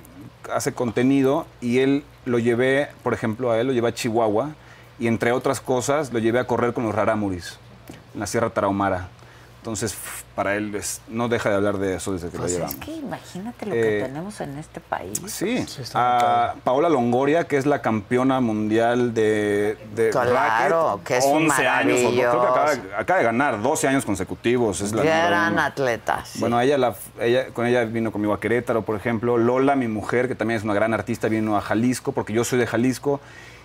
hace contenido. Y él lo llevé, por ejemplo, a él lo llevé a Chihuahua. Y entre otras cosas, lo llevé a correr con los Raramuris, en la Sierra Tarahumara. Entonces, f- para él es- no deja de hablar de eso desde que
Pues
lo llevamos.
es que imagínate lo que
Eh,
tenemos en este país.
Sí, a Paola Longoria, que es la campeona mundial de, de
Claro,
racket,
que es un
años, o- creo que acaba,
maravilloso.
acaba de ganar 12 años consecutivos. Es la
Que
número
eran
uno.
atletas. sí.
Bueno, ella, la- ella- con ella vino conmigo a Querétaro, por ejemplo. Lola, mi mujer, que también es una gran artista, vino a Jalisco, porque yo soy de Jalisco.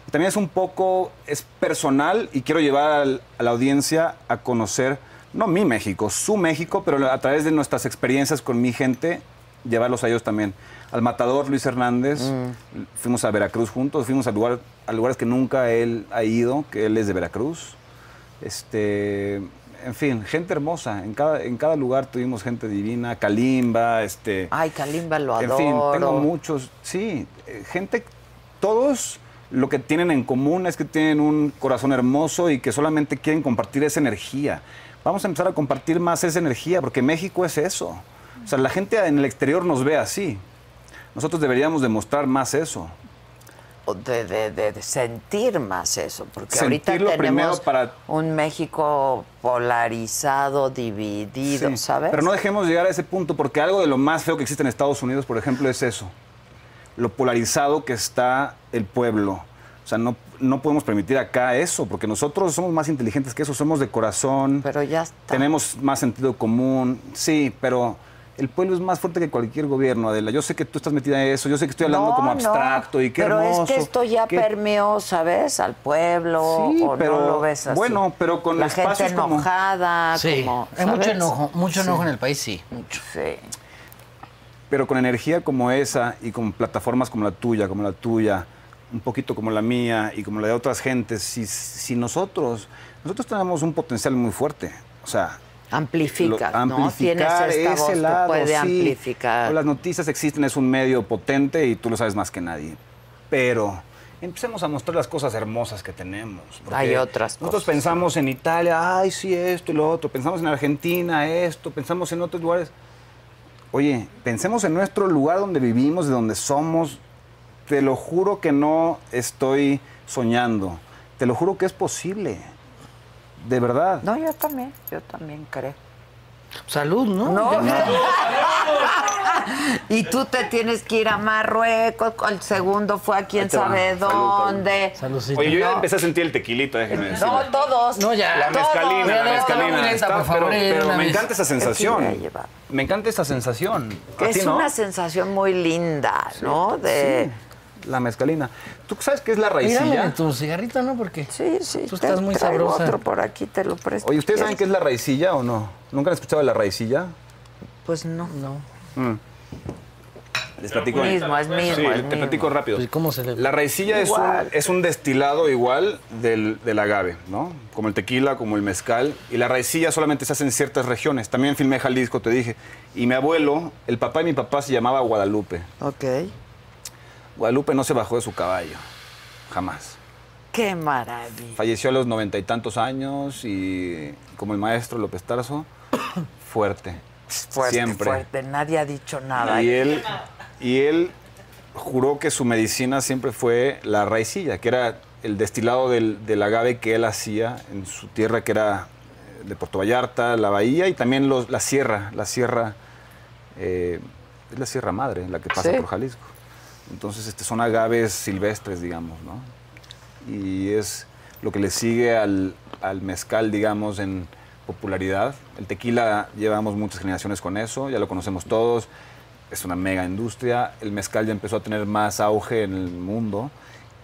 Y también es un poco, es personal y quiero llevar al- a la audiencia a conocer, no mi México, su México, pero a través de nuestras experiencias con mi gente, llevarlos a ellos también. Al matador Luis Hernández, fuimos a Veracruz juntos, fuimos a, lugar, a lugares que nunca él ha ido, que él es de Veracruz. Este, en fin, gente hermosa. En cada, en cada lugar tuvimos gente divina, Kalimba, este.
Ay, Kalimba lo
en
adoro.
fin, tengo muchos. Sí, eh, gente, todos lo que tienen en común es que tienen un corazón hermoso y que solamente quieren compartir esa energía. Vamos a empezar a compartir más esa energía, porque México es eso. O sea, la gente en el exterior nos ve así. Nosotros deberíamos demostrar más eso.
o de, de- de- de sentir más eso, porque
Sentirlo
ahorita
primero
tenemos
para-
un México polarizado, dividido,
Sí,
¿sabes?
Pero no dejemos llegar a ese punto, porque algo de lo más feo que existe en Estados Unidos, por ejemplo, es eso. Lo polarizado que está el pueblo. O sea, no, no podemos permitir acá eso, porque nosotros somos más inteligentes que eso, somos de corazón,
Pero ya está.
tenemos más sentido común, sí, pero el pueblo es más fuerte que cualquier gobierno, Adela. Yo sé que tú estás metida en eso, yo sé que estoy hablando
No,
como
no,
abstracto y qué
Pero
hermoso.
es que esto ya
qué-
permeó, ¿sabes? Al pueblo,
Sí,
o no
pero-
lo ves así.
bueno, pero con
La gente
espacios como-
enojada,
Sí.
Ah, como,
Hay mucho
¿sabes?
enojo, mucho enojo en el país, sí, mucho.
Sí.
Pero con energía como esa y con plataformas como la tuya, como la tuya, un poquito como la mía y como la de otras gentes, si, si nosotros, nosotros tenemos un potencial muy fuerte. O sea,
Amplificas,
lo-
¿no? Tienes
amplificar
esta
ese
voz
lado,
que puede
sí.
amplificar.
Las noticias existen, es un medio potente y tú lo sabes más que nadie. Pero empecemos a mostrar las cosas hermosas que tenemos. porque
Hay otras
Nosotros
cosas.
pensamos en Italia, ay, sí, esto y lo otro. Pensamos en Argentina, esto. Pensamos en otros lugares. Oye, pensemos en nuestro lugar donde vivimos, de donde somos. Te lo juro que no estoy soñando. Te lo juro que es posible. De verdad.
No, yo también, yo también creo.
Salud, ¿no?
No. Y tú te tienes que ir a Marruecos, el segundo fue a quién
Ahí te va.
sabe
Salud,
dónde.
Saludcita.
Oye, yo ya
No.
empecé a sentir el tequilito, déjenme decir.
No, todos.
No, ya.
La
Todos.
mezcalina,
Ya,
la
no,
mezcalina.
no, no,
Está-
por
pero,
favor, eh,
pero
una
me
vez.
encanta esa sensación.
Es que ya lleva.
Me encanta esa sensación. ¿A
Es
ti no?
una sensación muy linda, ¿no? De...
Sí, la mezcalina. ¿Tú sabes qué es la
eh. Mírame
raicilla?
tu cigarrito, ¿no? Porque
Sí, sí.
Tú
te
estás muy
traigo
sabrosa.
otro por aquí, te lo presto.
Oye, ¿ustedes saben qué es la raicilla o no? ¿Nunca han escuchado de la raicilla?
Pues no. No.
Les platico.
Mismo, es mismo.
Sí,
es
te
mismo.
platico rápido.
Pues, ¿cómo se le-
La raicilla es un,
Igual.
es un destilado igual del, del agave, ¿no? Como el tequila, como el mezcal. Y la raicilla solamente se hace en ciertas regiones. También filmé Jalisco, te dije. Y mi abuelo, el papá de mi papá se llamaba Guadalupe.
Ok.
Guadalupe no se bajó de su caballo. Jamás.
Qué maravilla.
Falleció a los noventa y tantos años y como el maestro López Tarso, fuerte.
Fuerte,
siempre.
fuerte. Nadie ha dicho nada.
Y él, y él juró que su medicina siempre fue la raicilla, que era el destilado del, del agave que él hacía en su tierra, que era eh, de Puerto Vallarta, la bahía y también los- la sierra, la sierra, eh, es la sierra madre, la que pasa
Sí.
por Jalisco. Entonces este, son agaves silvestres, digamos, ¿no? y es lo que le sigue al, al mezcal, digamos, en popularidad. El tequila llevamos muchas generaciones con eso, ya lo conocemos todos, es una mega industria, el mezcal ya empezó a tener más auge en el mundo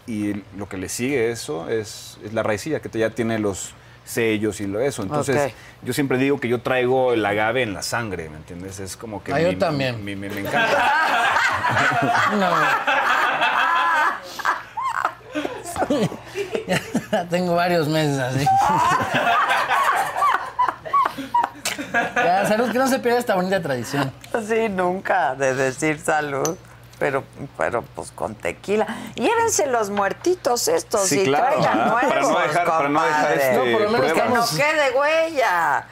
y lo que le sigue eso es, es la raicilla, que te- ya tiene los sellos y lo eso. Entonces,
Ok.
yo siempre digo que yo traigo el agave en la sangre, ¿me entiendes? Es como que...
Ah, yo también.
mi- mi- me encanta.
No. ya tengo varios meses así. ya, salud, que no se pierda esta bonita tradición.
Sí, nunca de decir salud. Pero, pero pues con tequila. Y éranse los muertitos estos
Sí,
y
claro,
traigan
¿verdad?
nuevos,
Para no dejar- para no dejar
compadre.
este,
No, por lo menos
que
pruebas.
no quede huella.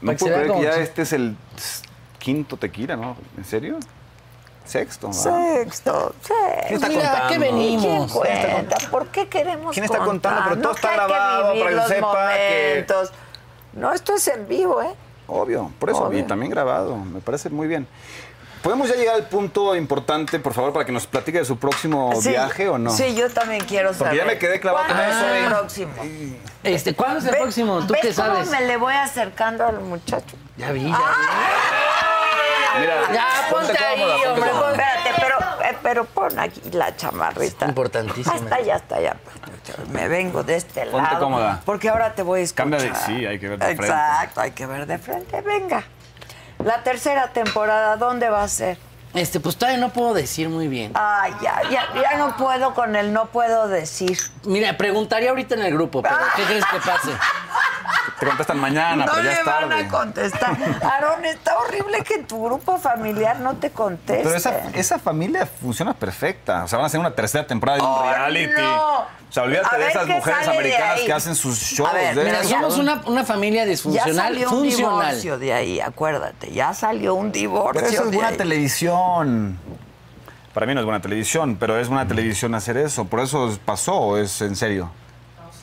No
Para que se
puedo
vea
creer que
como
ya
que-
este es el s- quinto tequila, ¿no? ¿En serio? Sexto, ¿no?
Sexto,
¿Quién
sexto.
está
Pues Mira, ¿a qué
contando?
¿Quién
venimos?
cuenta? ¿Por qué queremos
¿Quién está contando? Pero
contar?
todo
No, que
está
hay
grabado para
vivir
que
los
sepa que-
momentos. No, esto es en vivo, ¿eh?
Obvio, por eso,
Obvio.
y también grabado, me parece muy bien. ¿Podemos ya llegar al punto importante, por favor, para que nos platique de su próximo
Sí,
viaje o no?
Sí, yo también quiero saber.
Porque ya me quedé clavado con
¿Cuándo
eso,
es
¿eh?
el próximo?
Este, ¿Cuándo es el
Ve-
próximo? ¿Tú
¿ves
qué sabes?
cómo me Ah, le voy acercando al muchacho?
Ya vi, ya
Mira,
vi. Ya, ponte,
cómoda,
ahí,
ponte
hombre.
cómoda.
ponte.
Espérate, pero, eh, pero pon aquí la chamarrita.
Es importantísima.
Hasta ya, hasta allá. Me vengo de este
Ponte
lado.
cómoda.
Porque ahora te voy a escuchar.
Cambia de- sí, hay que ver de frente.
Exacto, hay que ver de frente. Venga. La tercera temporada, ¿dónde va a ser?
Este, pues todavía no puedo decir muy bien.
Ay, ya, ya, ya no puedo con el no puedo decir.
Mira, preguntaría ahorita en el grupo, pero ¿qué crees que pase?
Te contestan mañana,
no
pero Ah, pues ya
le
es
van
tarde.
a contestar. Aarón, está horrible que tu grupo familiar no te conteste.
Pero esa, esa familia funciona perfecta. O sea, van a hacer una tercera temporada de un
¡Ay,
reality.
no!
O sea, olvídate
A
de
ver
esas
qué
mujeres
sale de
americanas
ahí.
que hacen sus shows.
A ver,
de-
Mira,
Ya
somos
salió-
una, una familia
ya
disfuncional,
salió un
funcional.
divorcio de ahí, acuérdate. Ya salió un divorcio.
Pero eso es
de
buena
ahí.
televisión. Mm. Para mí no es buena televisión, pero es buena televisión hacer eso. Por eso pasó, ¿o es en serio.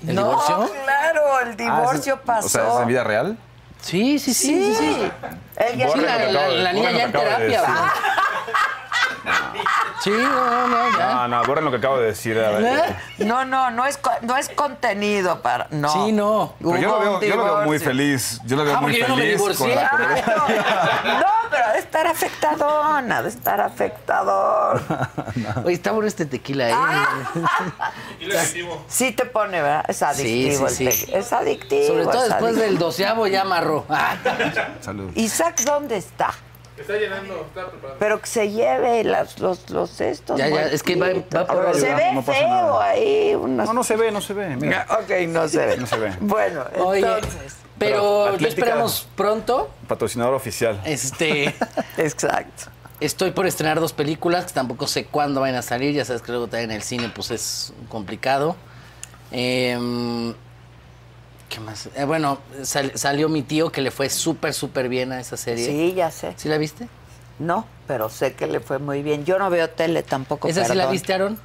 ¿El
no,
divorcio?
claro, el
Ah, ¿es-
divorció pasó.
O sea, ¿es en vida real?
Sí, sí, sí, sí, sí.
Él ya
Sí,
Borre
la,
lo que
la-
acabo de-
la niña
borre lo
ya en
que acabo de
terapia.
decir.
güey. Sí, no, no, no, ya.
No, no, borren lo que acabo de decir. a ver.
¿Eh?
No, no, no es, co- no es contenido para. No.
Sí, no.
Pero yo lo,
Hubo
veo,
un
yo lo veo muy
divorcio.
feliz. Yo lo veo
Ah,
muy
porque yo no me
feliz. con
divorcié.
la-
Ah, no. No, pero ha de estar afectadona, ha de estar afectador.
Oye, está bueno este tequila, ¿eh?
Ah,
Y lo activo.
Sí te pone, ¿verdad? Es adictivo.
sí,
el
sí.
tequila. Es adictivo.
Sobre todo
es
después
adictivo.
del doceavo ya amarró. Ah,
Salud.
¿Isaac dónde está?
Está llenando, está preparando.
Pero que se lleve las, los, los estos.
Ya, ya, es que va-
muertitos.
va por ahí,
Se
va,
ve
no pasa
feo
nada.
ahí. Unos...
No, no se ve, no se ve. Mira.
Ok, no se ve.
No se ve.
Bueno,
Oye,
entonces.
Pero
pero yo
Atlética-
esperamos pronto.
Patrocinador oficial.
eh,
Este,
Exacto.
estoy por estrenar dos películas que tampoco sé cuándo van a salir. Ya sabes que luego también el cine pues es complicado. Em, ¿Qué más? Eh, bueno, sal- salió mi tío que le fue súper, súper bien a esa serie.
Sí, ya sé.
¿Sí la viste?
No, pero sé que le fue muy bien. Yo no veo tele tampoco.
¿Esa sí la
perdón.
viste, Aaron?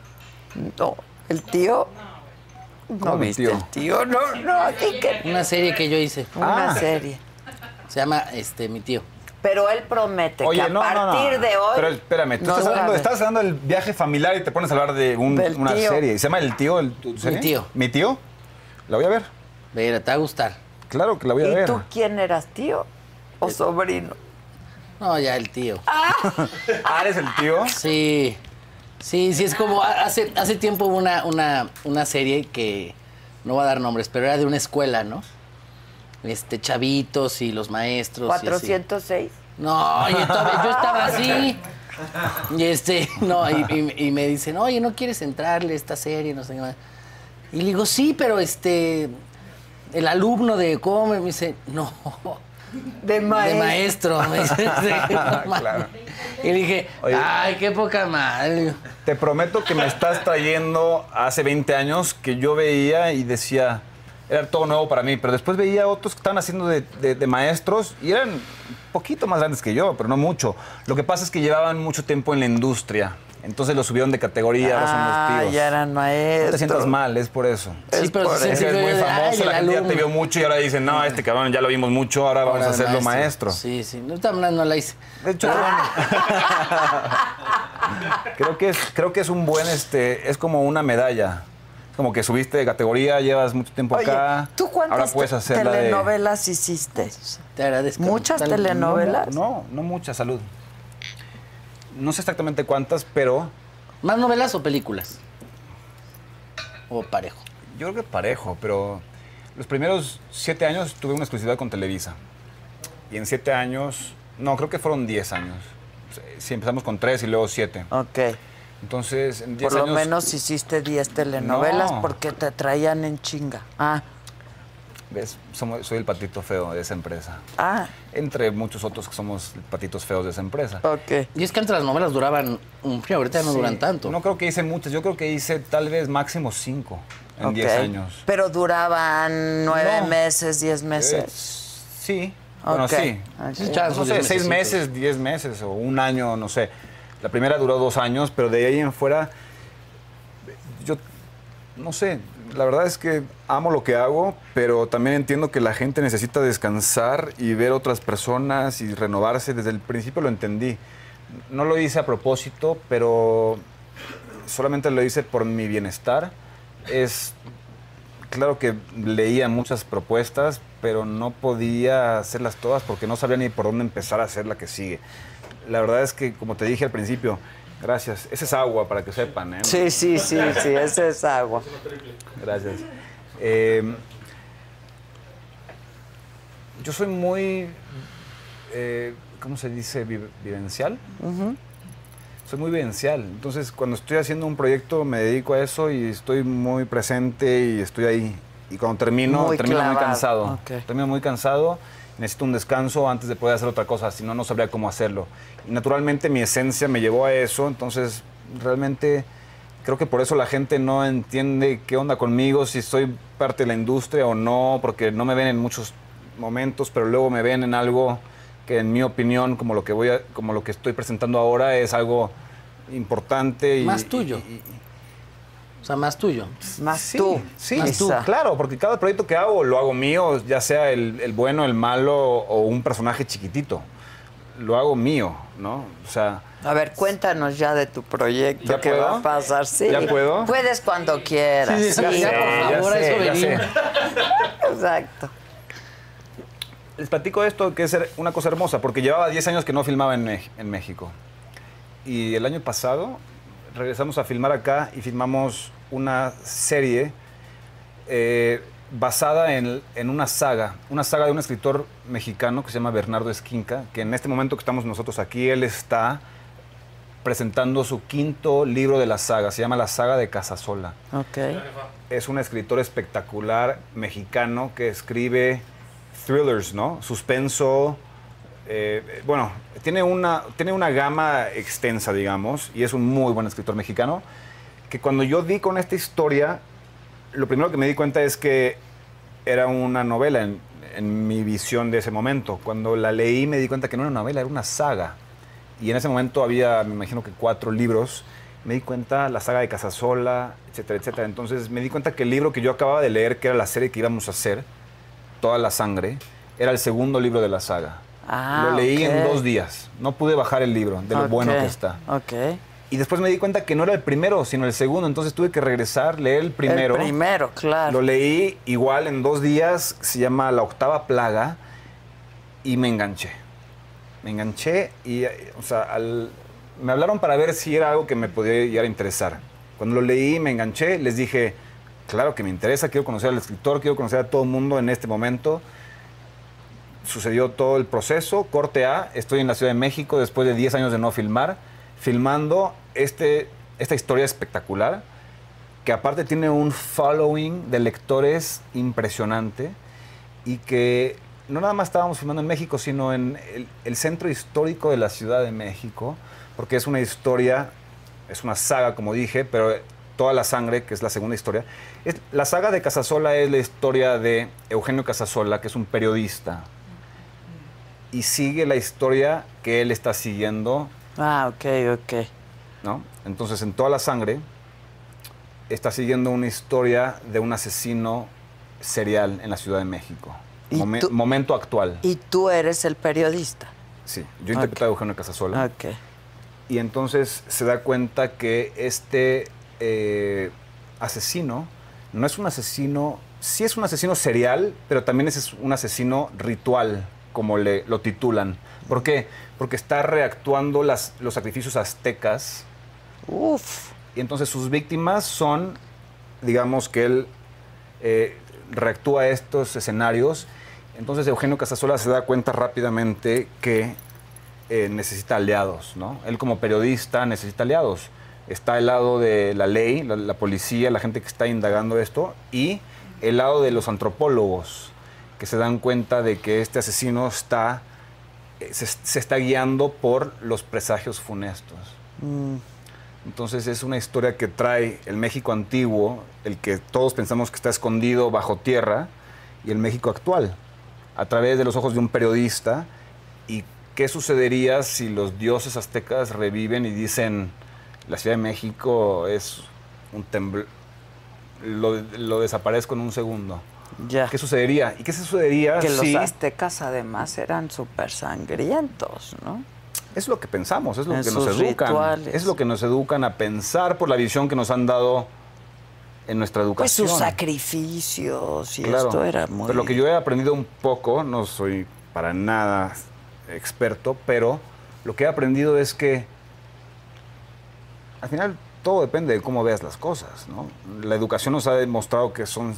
No, el tío. No,
¿Cómo el
viste
tío?
el tío. No, no, aquí que.
Una serie que yo hice.
Una
Ah.
serie.
Se llama este, Mi tío.
Pero él promete que a partir de hoy.
Pero espérame, tú
no
estás,
se va a
hablando,
ver.
estás hablando del viaje familiar y te pones a hablar de un-
Del
una
tío.
serie. ¿Se llama El Tío? El, tu serie?
tío.
¿Mi tío? La voy a ver.
Mira, te va a gustar.
Claro que la voy a
¿Y
ver.
tú quién eras, tío o
Eh,
sobrino?
No, ya el tío.
Ah, ¿eres el tío?
Sí, sí, sí, es como ha- hace, hace tiempo hubo una, una, una serie que no va a dar nombres, pero era de una escuela, ¿no? Este, chavitos y los maestros. y así.
406.
No, y entonces yo estaba así. Y este, no, y, y- y me dicen, oye, ¿no quieres entrarle a esta serie? No sé qué más. Y le digo, sí, pero este, el alumno de come me dice, no.
De
De
maestro.
maestro. me dice, "Sí, no mames".
Ah, Claro.
Y le dije,
Oye.
ay, qué poca madre.
Te prometo que me estás trayendo hace 20 años que yo veía y decía, era todo nuevo para mí, pero después veía otros que estaban haciendo de, de- de maestros y eran un poquito más grandes que yo, pero no mucho. Lo que pasa es que llevaban mucho tiempo en la industria, entonces los subieron de categoría, ahora son
Ah,
los tíos.
ya eran maestros.
No te sientas mal, es por eso.
Sí, pero
por
se
Es que
sintió
eres muy
de, "Ay,
famoso,
el
la gente ya te
alumno".
vio mucho y ahora dicen, no, este cabrón ya lo vimos mucho, ahora vamos
Ahora
a
de
hacerlo maestro.
Sí, sí. No, no, no la hice.
De hecho, bueno. creo que es, creo que es un buen, este, es como una medalla. Es Como que subiste de categoría, llevas mucho tiempo
Oye,
acá.
¿tú cuántas
ahora puedes
te-
hacer la de-
telenovelas hiciste?
Te agradezco.
Muchas
Tan-
telenovelas.
No, no mucha salud. No sé exactamente cuántas, pero
¿Más novelas o películas? O parejo.
yo creo que parejo. Pero los primeros siete años tuve una exclusividad con Televisa. Y en siete años, no, creo que fueron diez años. Si empezamos con tres y luego siete.
Ok.
Entonces, en diez
Por lo
años-
menos hiciste 10 telenovelas
No.
porque te traían en chinga. Ah,
¿Ves? Somo- soy el patito feo de esa empresa.
ah,
Entre muchos otros que somos patitos feos de esa empresa.
ok.
Y es que antes las novelas duraban un frío, ahorita ya no
Sí,
duran tanto.
No creo que hice muchas. Yo creo que hice tal vez máximo cinco en
ok.
10 años.
Pero duraban nueve
No.
meses, diez
Eh,
meses.
sí. Bueno,
Ok.
sí.
Ok.
Sí, chance,
no sé,
diez
seis
mesecitos.
meses, diez meses o un año, no sé. La primera duró dos años, pero de ahí en fuera, yo no sé. La verdad es que amo lo que hago, pero también entiendo que la gente necesita descansar y ver otras personas y renovarse. Desde el principio lo entendí. No lo hice a propósito, pero solamente lo hice por mi bienestar. Es claro que leía muchas propuestas, pero no podía hacerlas todas porque no sabía ni por dónde empezar a hacer la que sigue. La verdad es que, como te dije al principio, gracias. Esa es agua para que sepan, ¿eh?
Sí, sí, sí, sí, ese es agua.
Gracias. Eh, yo soy muy, eh, ¿cómo se dice? Vi- Vivencial. Soy muy vivencial. Entonces, cuando estoy haciendo un proyecto, me dedico a eso y estoy muy presente y estoy ahí. Y cuando termino,
Muy
termino muy
clavado.
cansado.
Ok.
Termino muy cansado. Necesito un descanso antes de poder hacer otra cosa, si no, no sabría cómo hacerlo. Y naturalmente mi esencia me llevó a eso, entonces realmente creo que por eso la gente no entiende qué onda conmigo, si soy parte de la industria o no, porque no me ven en muchos momentos, pero luego me ven en algo que en mi opinión, como lo que voy a- como lo que estoy presentando ahora, es algo importante y
Más tuyo.
y- y-
O sea, más tuyo.
Más
Sí,
tú.
Sí,
Más tú.
claro, porque cada proyecto que hago lo hago mío, ya sea el, el bueno, el malo o un personaje chiquitito. Lo hago mío, ¿no? O sea,
A ver, cuéntanos ya de tu proyecto
¿Ya
que va
puedo?
a pasar. Sí.
¿Ya puedo?
Puedes cuando quieras. Sí,
Ya, ya,
Eh,
por
ya
favor, a
sé,
eso
ya
venimos.
sé.
Exacto.
Les platico esto, que es her- una cosa hermosa, porque llevaba 10 años que no filmaba en, Mex- en México. Y el año pasado regresamos a filmar acá y filmamos una serie eh, basada en, en una saga, una saga de un escritor mexicano que se llama Bernardo Esquinca, que en este momento que estamos nosotros aquí, él está presentando su quinto libro de la saga, se llama La Saga de Casasola.
Ok.
Es un escritor espectacular mexicano que escribe thrillers, ¿no? Suspenso. eh, bueno, tiene una, tiene una gama extensa, digamos, y es un muy buen escritor mexicano. Que cuando yo di con esta historia, lo primero que me di cuenta es que era una novela en, en mi visión de ese momento. Cuando la leí me di cuenta que no era una novela, era una saga. Y en ese momento había, me imagino que cuatro libros. Me di cuenta la saga de Casasola, etcétera, etcétera. Entonces me di cuenta que el libro que yo acababa de leer, que era la serie que íbamos a hacer, Toda la Sangre, era el segundo libro de la saga.
Ah,
lo leí en
ok.
dos días. No pude bajar el libro, de lo
Ok,
bueno que está.
Ok.
Y después me di cuenta que no era el primero, sino el segundo. Entonces tuve que regresar, leer el primero.
El primero, claro.
Lo leí igual en dos días, se llama La Octava Plaga, y me enganché. Me enganché y, eh, o sea, al- me hablaron para ver si era algo que me podía llegar a interesar. Cuando lo leí, me enganché, les dije, claro que me interesa, quiero conocer al escritor, quiero conocer a todo el mundo en este momento. Sucedió todo el proceso, corte A, estoy en la Ciudad de México después de 10 años de no filmar, filmando este, esta historia espectacular que aparte tiene un following de lectores impresionante y que no nada más estábamos filmando en México, sino en el, el centro histórico de la Ciudad de México, porque es una historia, es una saga, como dije, pero toda la sangre, que es la segunda historia. Es- la saga de Casasola es la historia de Eugenio Casasola, que es un periodista, y sigue la historia que él está siguiendo
Ah, ok, ok.
¿no? Entonces, en toda la sangre está siguiendo una historia de un asesino serial en la Ciudad de México.
¿Y
Momen-
tú-
momento actual.
Y tú eres el periodista.
Sí, yo interpretaba a Eugenio Casasola.
Ok.
Y entonces se da cuenta que este eh, asesino no es un asesino, sí es un asesino serial, pero también es un asesino ritual, como le, lo titulan. ¿Por qué? Porque está reactuando las, los sacrificios aztecas
Uf.
Y entonces sus víctimas son, digamos que él eh, reactúa a estos escenarios. Entonces Eugenio Casasola se da cuenta rápidamente que eh, necesita aliados, ¿no? Él como periodista necesita aliados. Está el lado de la ley, la, la policía, la gente que está indagando esto, y el lado de los antropólogos, que se dan cuenta de que este asesino está, eh, se- se está guiando por los presagios funestos. Entonces es una historia que trae el México antiguo, el que todos pensamos que está escondido bajo tierra, y el México actual, a través de los ojos de un periodista. ¿Y qué sucedería si los dioses aztecas reviven y dicen, la Ciudad de México es un temblor, lo, lo desaparezco en un segundo?
Ya.
¿Qué sucedería? ¿Y qué sucedería
Ah. Que
si-
los aztecas además eran súper sangrientos, ¿no?
Es lo que pensamos, es lo
En
que nos
sus
educan.
rituales.
Es lo que nos educan a pensar por la visión que nos han dado en nuestra
Pues
educación.
sus sacrificios y
Claro.
esto era muy...
Pero lo que yo he aprendido un poco, no soy para nada experto, pero lo que he aprendido es que al final todo depende de cómo veas las cosas, ¿no? La educación nos ha demostrado que son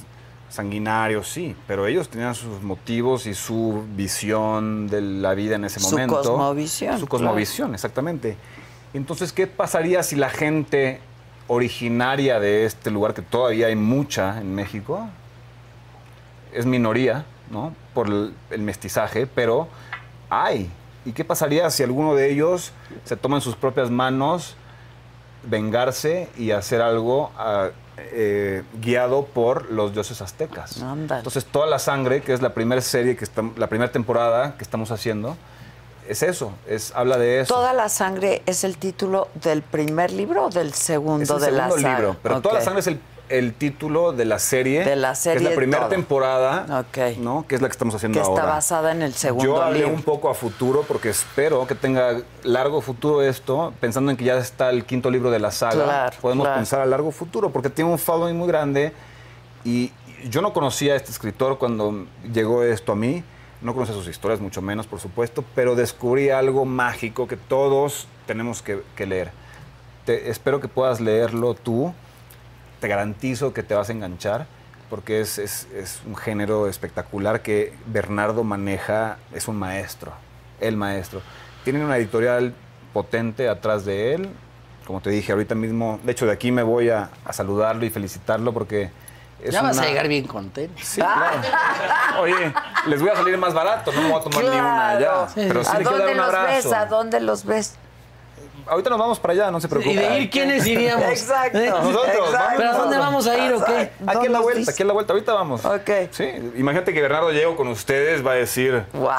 sanguinarios, sí, pero ellos tenían sus motivos y su visión de la vida en ese
Su
momento.
cosmovisión,
Su
claro.
cosmovisión, exactamente. Entonces, ¿qué pasaría si la gente originaria de este lugar, que todavía hay mucha en México, es minoría, ¿no? Por el, el mestizaje, pero hay. ¿Y qué pasaría si alguno de ellos se toma en sus propias manos vengarse y hacer algo ah, eh, guiado por los dioses aztecas?
Ándale.
Entonces, toda la sangre, que es la primera serie, que estam- la primera temporada que estamos haciendo, es eso, es, habla de eso.
Toda la sangre es el título del primer libro o del segundo
es el
de la
segundo
saga?
libro, pero toda la
Ok.
sangre es el, el título de la serie.
De la
Que
serie
es la primera
toda.
temporada,
Ok.
¿no? Que es la que estamos haciendo
que
ahora.
está basada en el segundo
Yo hablé
libro.
un poco a futuro porque espero que tenga largo futuro esto, pensando en que ya está el quinto libro de la saga.
Claro,
Podemos
claro.
pensar a largo futuro porque tiene un following muy grande y yo no conocía a este escritor cuando llegó esto a mí, no conocía sus historias mucho menos, por supuesto, pero descubrí algo mágico que todos tenemos que, que leer. Te- espero que puedas leerlo tú, te garantizo que te vas a enganchar. porque es, es- es un género espectacular que Bernardo maneja, es un maestro, el maestro. Tienen una editorial potente atrás de él, como te dije ahorita mismo, de hecho de aquí me voy a, a saludarlo y felicitarlo porque... Es
ya vas a
una-
llegar bien contento.
Sí, claro. Oye, les voy a salir más barato, no me voy a tomar ni una ya.
Claro.
Pero sí
¿A
le quiero dar
dónde
un
los
abrazo.
ves? ¿A dónde los ves?
Ahorita nos vamos para allá, no se preocupen.
¿Y de ir quiénes iríamos?
Exacto.
¿Eh?
Nosotros,
exacto.
¿Pero a dónde vamos a ir o qué?
Aquí
¿Dónde
en la
los
vuelta,
viste?
aquí en la vuelta, ahorita vamos.
Ok.
Sí,
Imagínate que Bernardo llego con ustedes, va a decir.
¡Guau!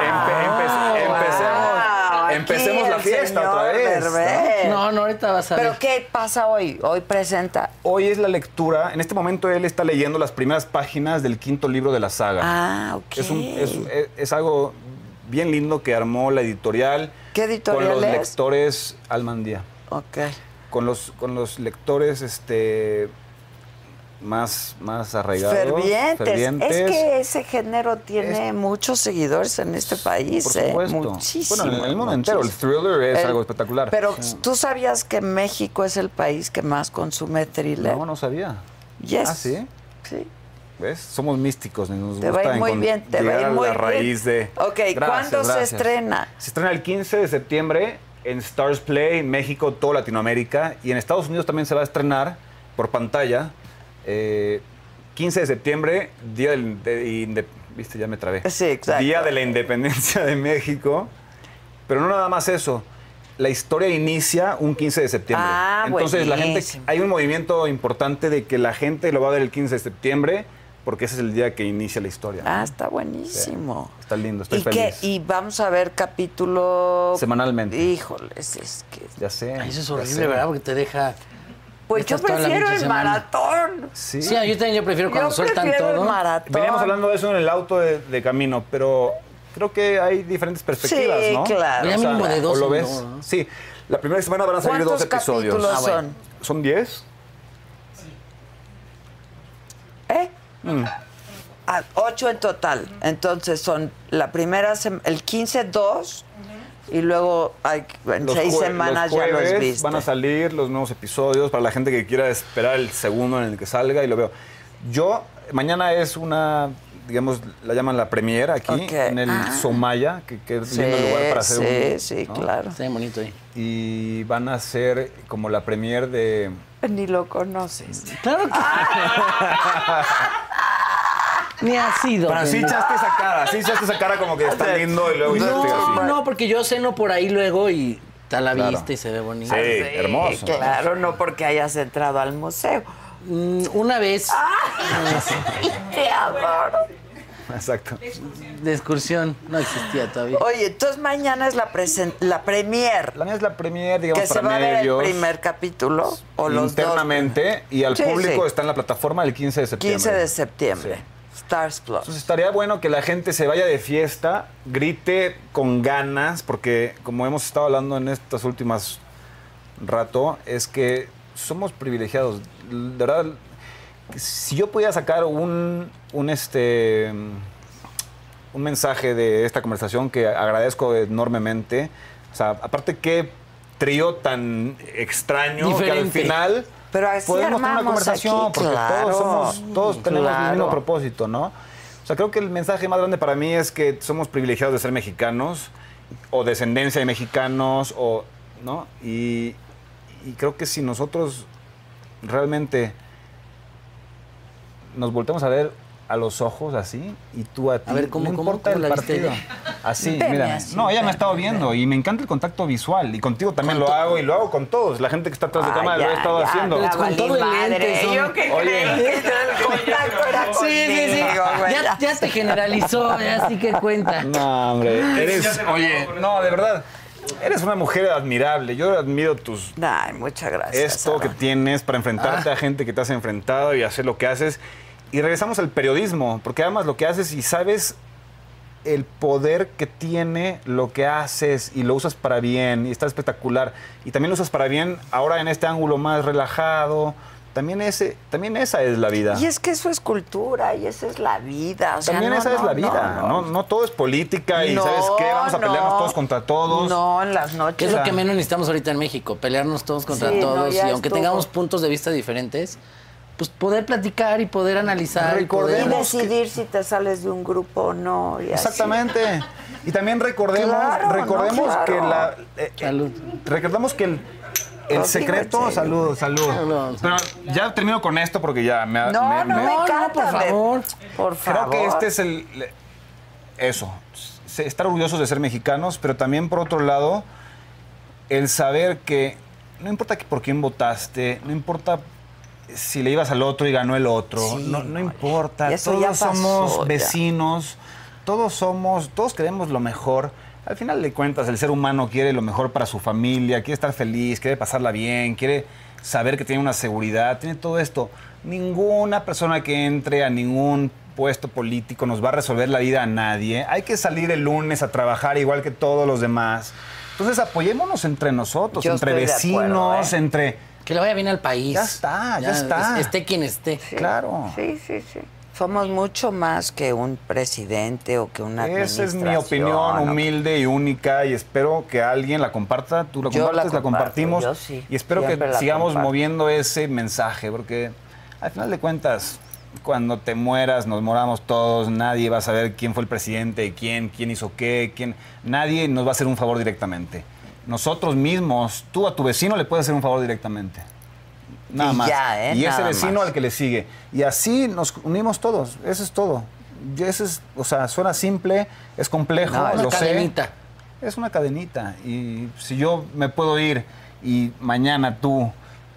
"Empe- empe- empecemos.
Wow, aquí
empecemos la
el
fiesta
señor
otra vez.
Derbez.
No, no, ahorita vas a
¿Pero
ver.
qué pasa hoy? Hoy presenta.
Hoy es la lectura. En este momento él está leyendo las primeras páginas del quinto libro de la saga.
Ah, ok.
Es, un- es- es- es algo bien lindo que armó la editorial.
¿Qué editorial
Con los
es?
lectores Almandía.
Ok.
Con los, con los lectores este, más, más arraigados.
Fervientes. Es
fervientes.
que ese género tiene muchos seguidores en este país.
Por
¿eh?
supuesto.
Muchísimo.
Bueno, en el mundo entero, el
muchísimo.
thriller es
El-
algo espectacular.
Pero tú sabías que México es el país que más consume thriller.
No, no sabía.
Yes.
Ah, ¿sí?
Sí.
¿Ves? Somos místicos, nos
Te va
gusta
a ir muy
encon-
bien, te va a
llegar
ir muy
la
bien.
raíz de...
Ok, ¿cuándo se estrena?
Se estrena el 15 de septiembre en Stars Play, México, toda Latinoamérica. Y en Estados Unidos también se va a estrenar por pantalla. eh, 15 de septiembre, Día del... de- inde- Viste, ya me trabé.
Sí, exacto.
Día de la Independencia de México. Pero no nada más eso. La historia inicia un 15 de septiembre.
Ah,
Entonces la gente
buenísimo.
hay un movimiento importante de que la gente lo va a ver el 15 de septiembre porque ese es el día que inicia la historia.
Ah, está buenísimo.
Está lindo, estoy
¿Y
feliz.
Qué? Y vamos a ver capítulo...
Semanalmente.
Híjoles, es que...
Ya sé.
Ay, Eso es
ya
horrible,
sé.
¿verdad? Porque te deja...
Pues yo
Estás toda la
prefiero
pinche
el
semana.
maratón.
Sí.
Sí, yo también yo prefiero cuando
yo
sueltan
prefiero
todo.
el maratón.
Veníamos hablando de eso en el auto de, de camino, pero creo que hay diferentes perspectivas,
Sí,
¿no?
claro.
Ya mínimo de dos
¿o lo
en
ves?
dos, ¿no?
Sí. La primera semana van a salir dos
¿Cuántos
episodios.
capítulos
Ah, bueno.
son?
¿Son 10?
¿Eh?
Mm.
Ah, ocho en total. Entonces son la primera, sem- el 15, dos, y luego hay, en
Los
seis
jue-
semanas
los
ya los
jueves
viste.
Van a salir los nuevos episodios para la gente que quiera esperar el segundo en el que salga y lo veo. Yo, mañana es una, digamos, la llaman la premiere aquí,
Ok.
en el
Ah.
Somaya, que, que es
Sí,
lindo lugar para
sí,
hacer un.
sí,
¿no?
claro.
Está bien bonito ahí.
Y van a ser como la premiere de.
Ni lo conoces.
Claro que... Ni ha sido.
Pero sí echaste esa cara, sí echaste esa cara como que está lindo y luego hiciste
No,
así.
no, porque yo ceno por ahí luego y está la
Claro.
vista y se ve bonito.
Sí, hermoso.
Claro, no porque hayas entrado al museo.
Mm, Una vez
Te adoro.
Exacto.
de excursión no existía todavía.
Oye, entonces mañana es la, presen- la premier,
La mía es la premiere, digamos,
que se
para
va a ver el
medios.
primer capítulo o los dos.
internamente y al
Sí,
público
sí.
está en la plataforma el 15 de septiembre.
15 de septiembre. Stars
Entonces
Plus.
estaría bueno que la gente se vaya de fiesta, grite con ganas, porque como hemos estado hablando en estas últimas rato, es que somos privilegiados. De verdad, si yo pudiera sacar un, un este un mensaje de esta conversación que agradezco enormemente. O sea, aparte qué trío tan extraño que al
Diferente.
final
Pero así
podemos tener una
armamos
conversación
aquí,
porque
claro,
todos somos todos tenemos el mismo
claro.
propósito, ¿no? O sea, creo que el mensaje más grande para mí es que somos privilegiados de ser mexicanos o descendencia de mexicanos o no y, y creo que si nosotros realmente nos volteamos a ver a los ojos así y tú a ti.
ver, ¿cómo,
no
cómo,
importa
cómo
el
la viste
partido. Así, mira. No, ella me ha estado viendo y me encanta el contacto visual y contigo también lo hago y lo hago con todos. La gente que está atrás de
Ah,
cámara lo
ya,
he estado
ya,
haciendo.
la
Con
valí
todo el
madre.
lente son-
Yo que
Oye.
creí que el contacto era contigo, güey.
Ya, ya te generalizó, ya sí que cuenta.
No, hombre.
Ya
Eres,
se me
oye,
acabó.
no, de verdad. Eres una mujer admirable. Yo admiro tus
Ay, muchas gracias. Ah.
esto que
Aaron.
tienes para enfrentarte a gente que te has enfrentado y hacer lo que haces. Y regresamos al periodismo, porque amas lo que haces y sabes el poder que tiene lo que haces y lo usas para bien y está espectacular. Y también lo usas para bien ahora en este ángulo más relajado. También, ese, también esa es la vida.
Y es que eso es cultura y esa es la vida. o sea,
También
no,
esa es
no,
la vida. No, No todo es política y ¿sabes qué? Vamos a
No,
pelearnos
no.
todos contra todos.
No, en las
Que
noches.
es lo que menos necesitamos ahorita en México, pelearnos todos contra
Sí, no,
todos
ya
y aunque
estuvo.
tengamos puntos de vista diferentes, pues poder platicar y poder analizar. y poder-
Y
Recordemos-
decidir si te sales de un grupo o no. y así.
Exactamente. Y también recordemos,
Claro,
recordemos
no, claro.
que la, eh, eh,
Salud.
recordemos que el, el
No,
secreto,
digo,
salud, salud.
Salud.
Pero ya termino con esto porque ya me, ha-
No, no,
me- me-
me
no,
encanta.
por
me-
favor.
Por
creo
favor.
que este es el le- eso, se- estar orgullosos de ser mexicanos, pero también por otro lado el saber que no importa que por quién votaste, no importa si le ibas al otro y ganó el otro,
Sí,
no, no
no,
importa,
y eso
todos
ya pasó, ya.
somos vecinos, todos somos, todos queremos lo mejor. Al final de cuentas, el ser humano quiere lo mejor para su familia, quiere estar feliz, quiere pasarla bien, quiere saber que tiene una seguridad, tiene todo esto. Ninguna persona que entre a ningún puesto político nos va a resolver la vida a nadie. Hay que salir el lunes a trabajar igual que todos los demás. Entonces apoyémonos entre nosotros,
Yo
entre
estoy de
vecinos,
acuerdo, ¿eh?
entre...
Que le vaya bien al país.
Ya está, ya está.
es- esté quien esté.
Sí,
claro.
Sí, sí, sí. Somos mucho más que un presidente o que una
Esa es mi
administración,
opinión
o que-
humilde y única y espero que alguien la comparta, tú la
Yo la
compartes, la,
comparto,
compartimos
yo sí,
y espero que
siempre la
sigamos
comparto.
moviendo ese mensaje porque al final de cuentas cuando te mueras nos moramos todos, nadie va a saber quién fue el presidente, quién, quién hizo qué, quién, nadie nos va a hacer un favor directamente. Nosotros mismos, tú a tu vecino le puedes hacer un favor directamente. Nada
Y
más.
ya, ¿eh?
Y ese
Nada
vecino
más.
al que le sigue. Y así nos unimos todos. Eso es todo. Y Eso es, o sea, suena simple, es complejo,
No, es
lo
una
sé.
cadenita.
Es una cadenita. Y si yo me puedo ir y mañana tú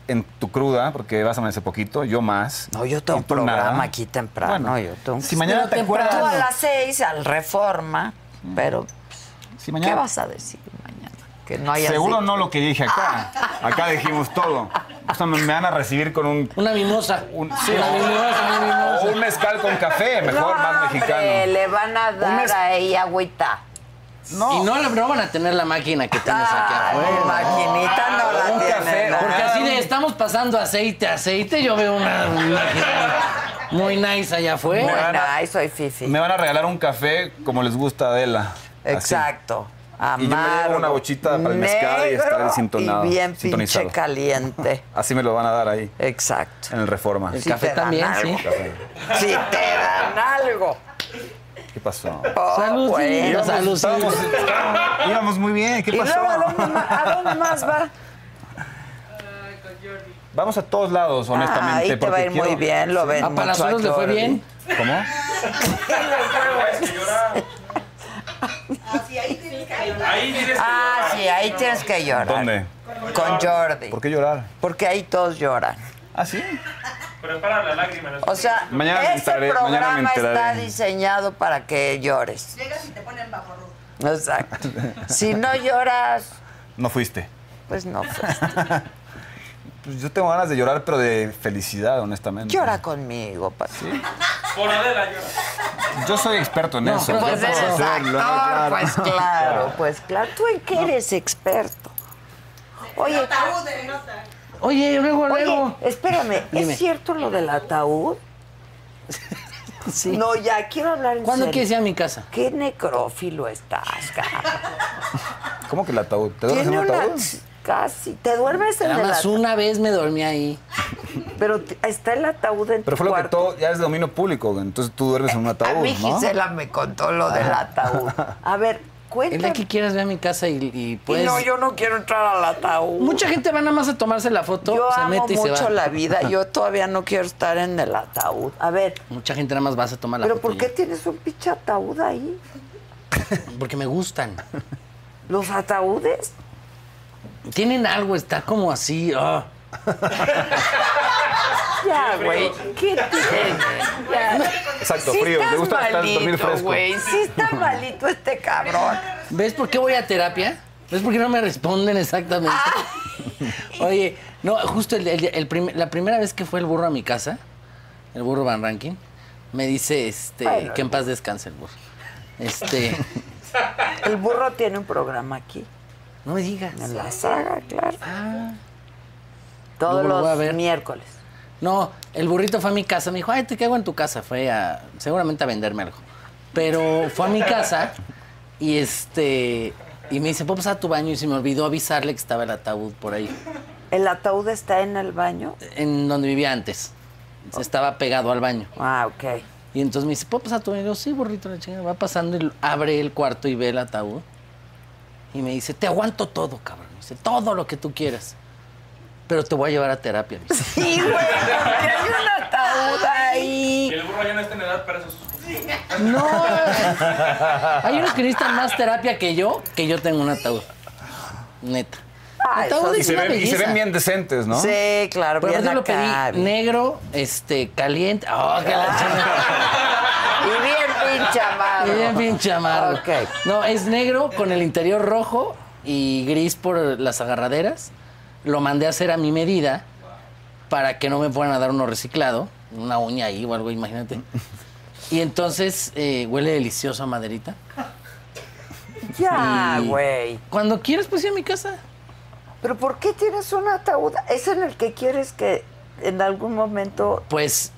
en tu cruda, porque vas a amanecer poquito, yo más.
No, yo tengo
y
un
tú
programa
nada.
aquí temprano.
Bueno,
yo tengo...
Si mañana te
temprano.
Tú a
acuerdas. Mm.
las seis al Reforma, pero
Si
¿qué
mañana,
vas a decir mañana? Que no haya
seguro
sido-
no lo que dije acá. Acá dijimos todo. O sea, me me van a recibir con un.
Una mimosa.
un- sí,
una mimosa, una mimosa.
o un mezcal con café, mejor,
No,
más
hombre,
mexicano.
le van a dar
es-
a ella agüita.
Y no, la- no van a tener la máquina que tienes aquí
Ah,
afuera.
maquinita no la
un
tiene
café,
nadie.
Porque
Ah,
así
un-
de estamos pasando aceite a aceite, yo veo una, una máquina muy nice allá
Muy
afuera.
nice, soy fifi.
Me van a regalar un café como les gusta a Adela. así.
Exacto.
Y yo me llevo
Amargo,
una bochita para el mezcal y
negro
estar desintonado,
Y bien pinche
sintonizado.
caliente.
Así me lo van a dar ahí,
Exacto.
en el Reforma.
El
Sí
café
te dan
también,
algo.
sí.
Si te dan algo.
¿Qué pasó?
Oh,
Salud,
bueno.
Silvia, salud,
Estábamos-
Silvia.
íbamos muy bien, ¿qué
Y
pasó?
luego, ¿a dónde, ma- a dónde más va?
Vamos a todos lados, honestamente.
Ahí te va a
porque
ir
quiero-
muy bien, lo ven
A
mucho
Palazuelos Ah, le
a
fue
Jordi.
bien.
¿Cómo?
Así ahí tienes que hablar.
Ahí tienes que
Ah,
llorar.
sí, ahí tienes que llorar.
¿Dónde?
Con Jordi.
¿Por qué llorar?
Porque ahí todos lloran.
¿Ah, sí?
Prepara la lágrima. ¿no?
O sea,
Mañana me
este
enteraré, mañana me
programa está
enteraré.
diseñado para que llores.
Llegas y te ponen bajo
Exacto. Si no lloras,
No fuiste.
pues no. pues.
Pues yo tengo ganas de llorar, pero de felicidad, honestamente.
Llora conmigo, pa-
Por Adela llora.
Yo soy experto en
No,
eso.
pero
yo
pues
puedo
eres
hacerlo,
Actor,
claro.
pues claro, pues claro. ¿Tú en qué eres experto? Oye,
Ataúd de nota.
Oye, luego,
oye,
luego.
espérame,
Dime.
¿es cierto lo del ataúd?
Sí.
No, ya quiero hablar en
¿Cuándo
serio.
quieres ir a mi casa?
¿Qué necrófilo estás, cara?
¿Cómo que el ataúd? ¿Te duele
Tiene
el
una...
ataúd?
Casi. Te duermes en
Nada
el
más
ataúd.
una vez me dormí ahí.
Pero t- está el ataúd en
Pero
tu
fue lo que
cuarto.
todo, ya es dominio público, entonces tú duermes en un
A
ataúd,
mí
¿no?
Gisela me contó lo del ataúd. A ver,
El
cuéntame.
día que quieras ve a mi casa y, y
Y
puedes.
no, yo no quiero entrar al ataúd.
Mucha gente va nada más a tomarse la foto,
Yo
se
amo
mete y se
mucho
va.
la vida. Yo todavía no quiero estar en el ataúd. A ver,
Mucha gente nada más va a tomar la
¿pero
foto.
por
y
qué tienes un pinche ataúd ahí?
ya. Porque me gustan.
¿Los ataúdes?
Tienen algo, está como así. ah.
Ya, güey. ¿Qué tiene? Ya.
Exacto,
Sí
frío.
estás
Le gusta estar- dormir
malito,
fresco.
güey. Sí está malito este cabrón.
¿Ves por qué voy a terapia? ¿Ves por qué no me responden exactamente?
Ah.
Oye, no, justo el- el- el prim- la primera vez que fue el burro a mi casa, el burro Van Ranking, me dice este,
Bueno,
que en paz descanse el burro. Este,
El burro tiene un programa aquí.
no me digas.
En la saga, claro.
Ah.
Todos
Luego lo voy a
los
ver.
miércoles.
No, el burrito fue a mi casa, me dijo, ay, te cago en tu casa, fue a, seguramente a venderme algo. Pero fue a mi casa y este, y me dice, ¿puedo pasar a tu baño? Y se me olvidó avisarle que estaba el ataúd por ahí,
El ataúd está en el baño.
en donde vivía antes. se estaba pegado al baño.
Ah, ok.
Y entonces me dice, ¿puedo pasar tu baño? Y yo, sí, burrito, la chingada. Va pasando y lo- abre el cuarto y ve el ataúd. Y me dice, te aguanto todo, cabrón. Me dice, todo lo que tú quieras. Pero te voy a llevar a terapia. Me dice.
Sí, güey, porque hay un ataúd
Y
ahí.
el burro ya no está en edad para esos.
No. Hay unos que necesitan más terapia que yo, que yo tengo un ataúd. Neta.
Ay,
Ataúd
son-
es
Y
Y se,
una
ven, y se
belleza.
ven bien decentes, ¿no?
Sí, claro,
Pero
bien
yo lo
acá,
pedí
bien.
negro, este, caliente. Oh, que la chingada.
Y bien pinche amado.
Y bien pinche amargo.
Ok.
No, es negro con el interior rojo y gris por las agarraderas. Lo mandé a hacer a mi medida para que no me fueran a dar uno reciclado, una uña ahí o algo, imagínate. Y entonces eh, huele delicioso a maderita.
Ya,
Y-
Ah, güey.
Cuando quieras, pues ir a mi casa.
Pero ¿por qué tienes un ataúd? Es en el que quieres que en algún momento...
Pues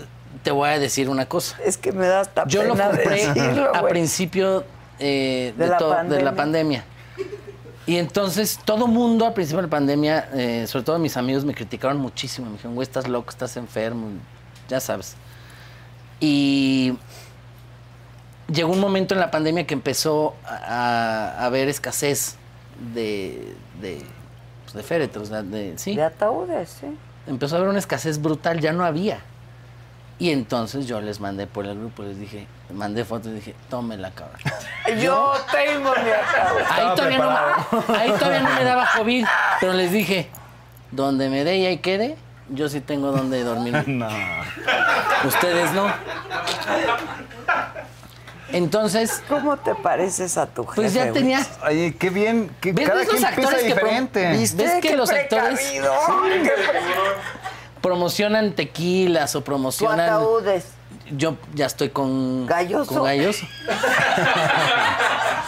te voy a decir una cosa.
Es que me da hasta
Yo lo
pena
compré
decirlo,
a
güey.
principio eh,
De
de,
la
to- de
pandemia.
la pandemia. Y entonces todo mundo al principio de la pandemia, eh, sobre todo mis amigos, me criticaron muchísimo. Me dijeron, güey, estás loco, estás enfermo, ya sabes. Y llegó un momento en la pandemia que empezó a, a haber escasez de, de, pues, de féretros, de- de- sí
De ataúdes, ¿eh? sí.
empezó a haber una escasez brutal, ya no había. Y entonces yo les mandé por el grupo, les dije, mandé fotos y dije, tómela, cabrón.
Yo tengo mi ataúd.
Ahí todavía, no, me- ahí todavía no me daba COVID, pero les dije, donde me dé y ahí quede, yo sí tengo donde dormir. Ustedes no. Entonces,
¿Cómo te pareces a tu jefe?
pues ya
güey?
tenía...
Oye, qué bien. que
¿Ves
cada
ves los
quien piensa
actores que pro-
diferente.
¿Viste?
¿Ves
que
qué
los actores
precavido?
promocionan tequilas o
Tu
promocionan...
ataúdes.
Yo ya estoy con...
Galloso.
Con galloso.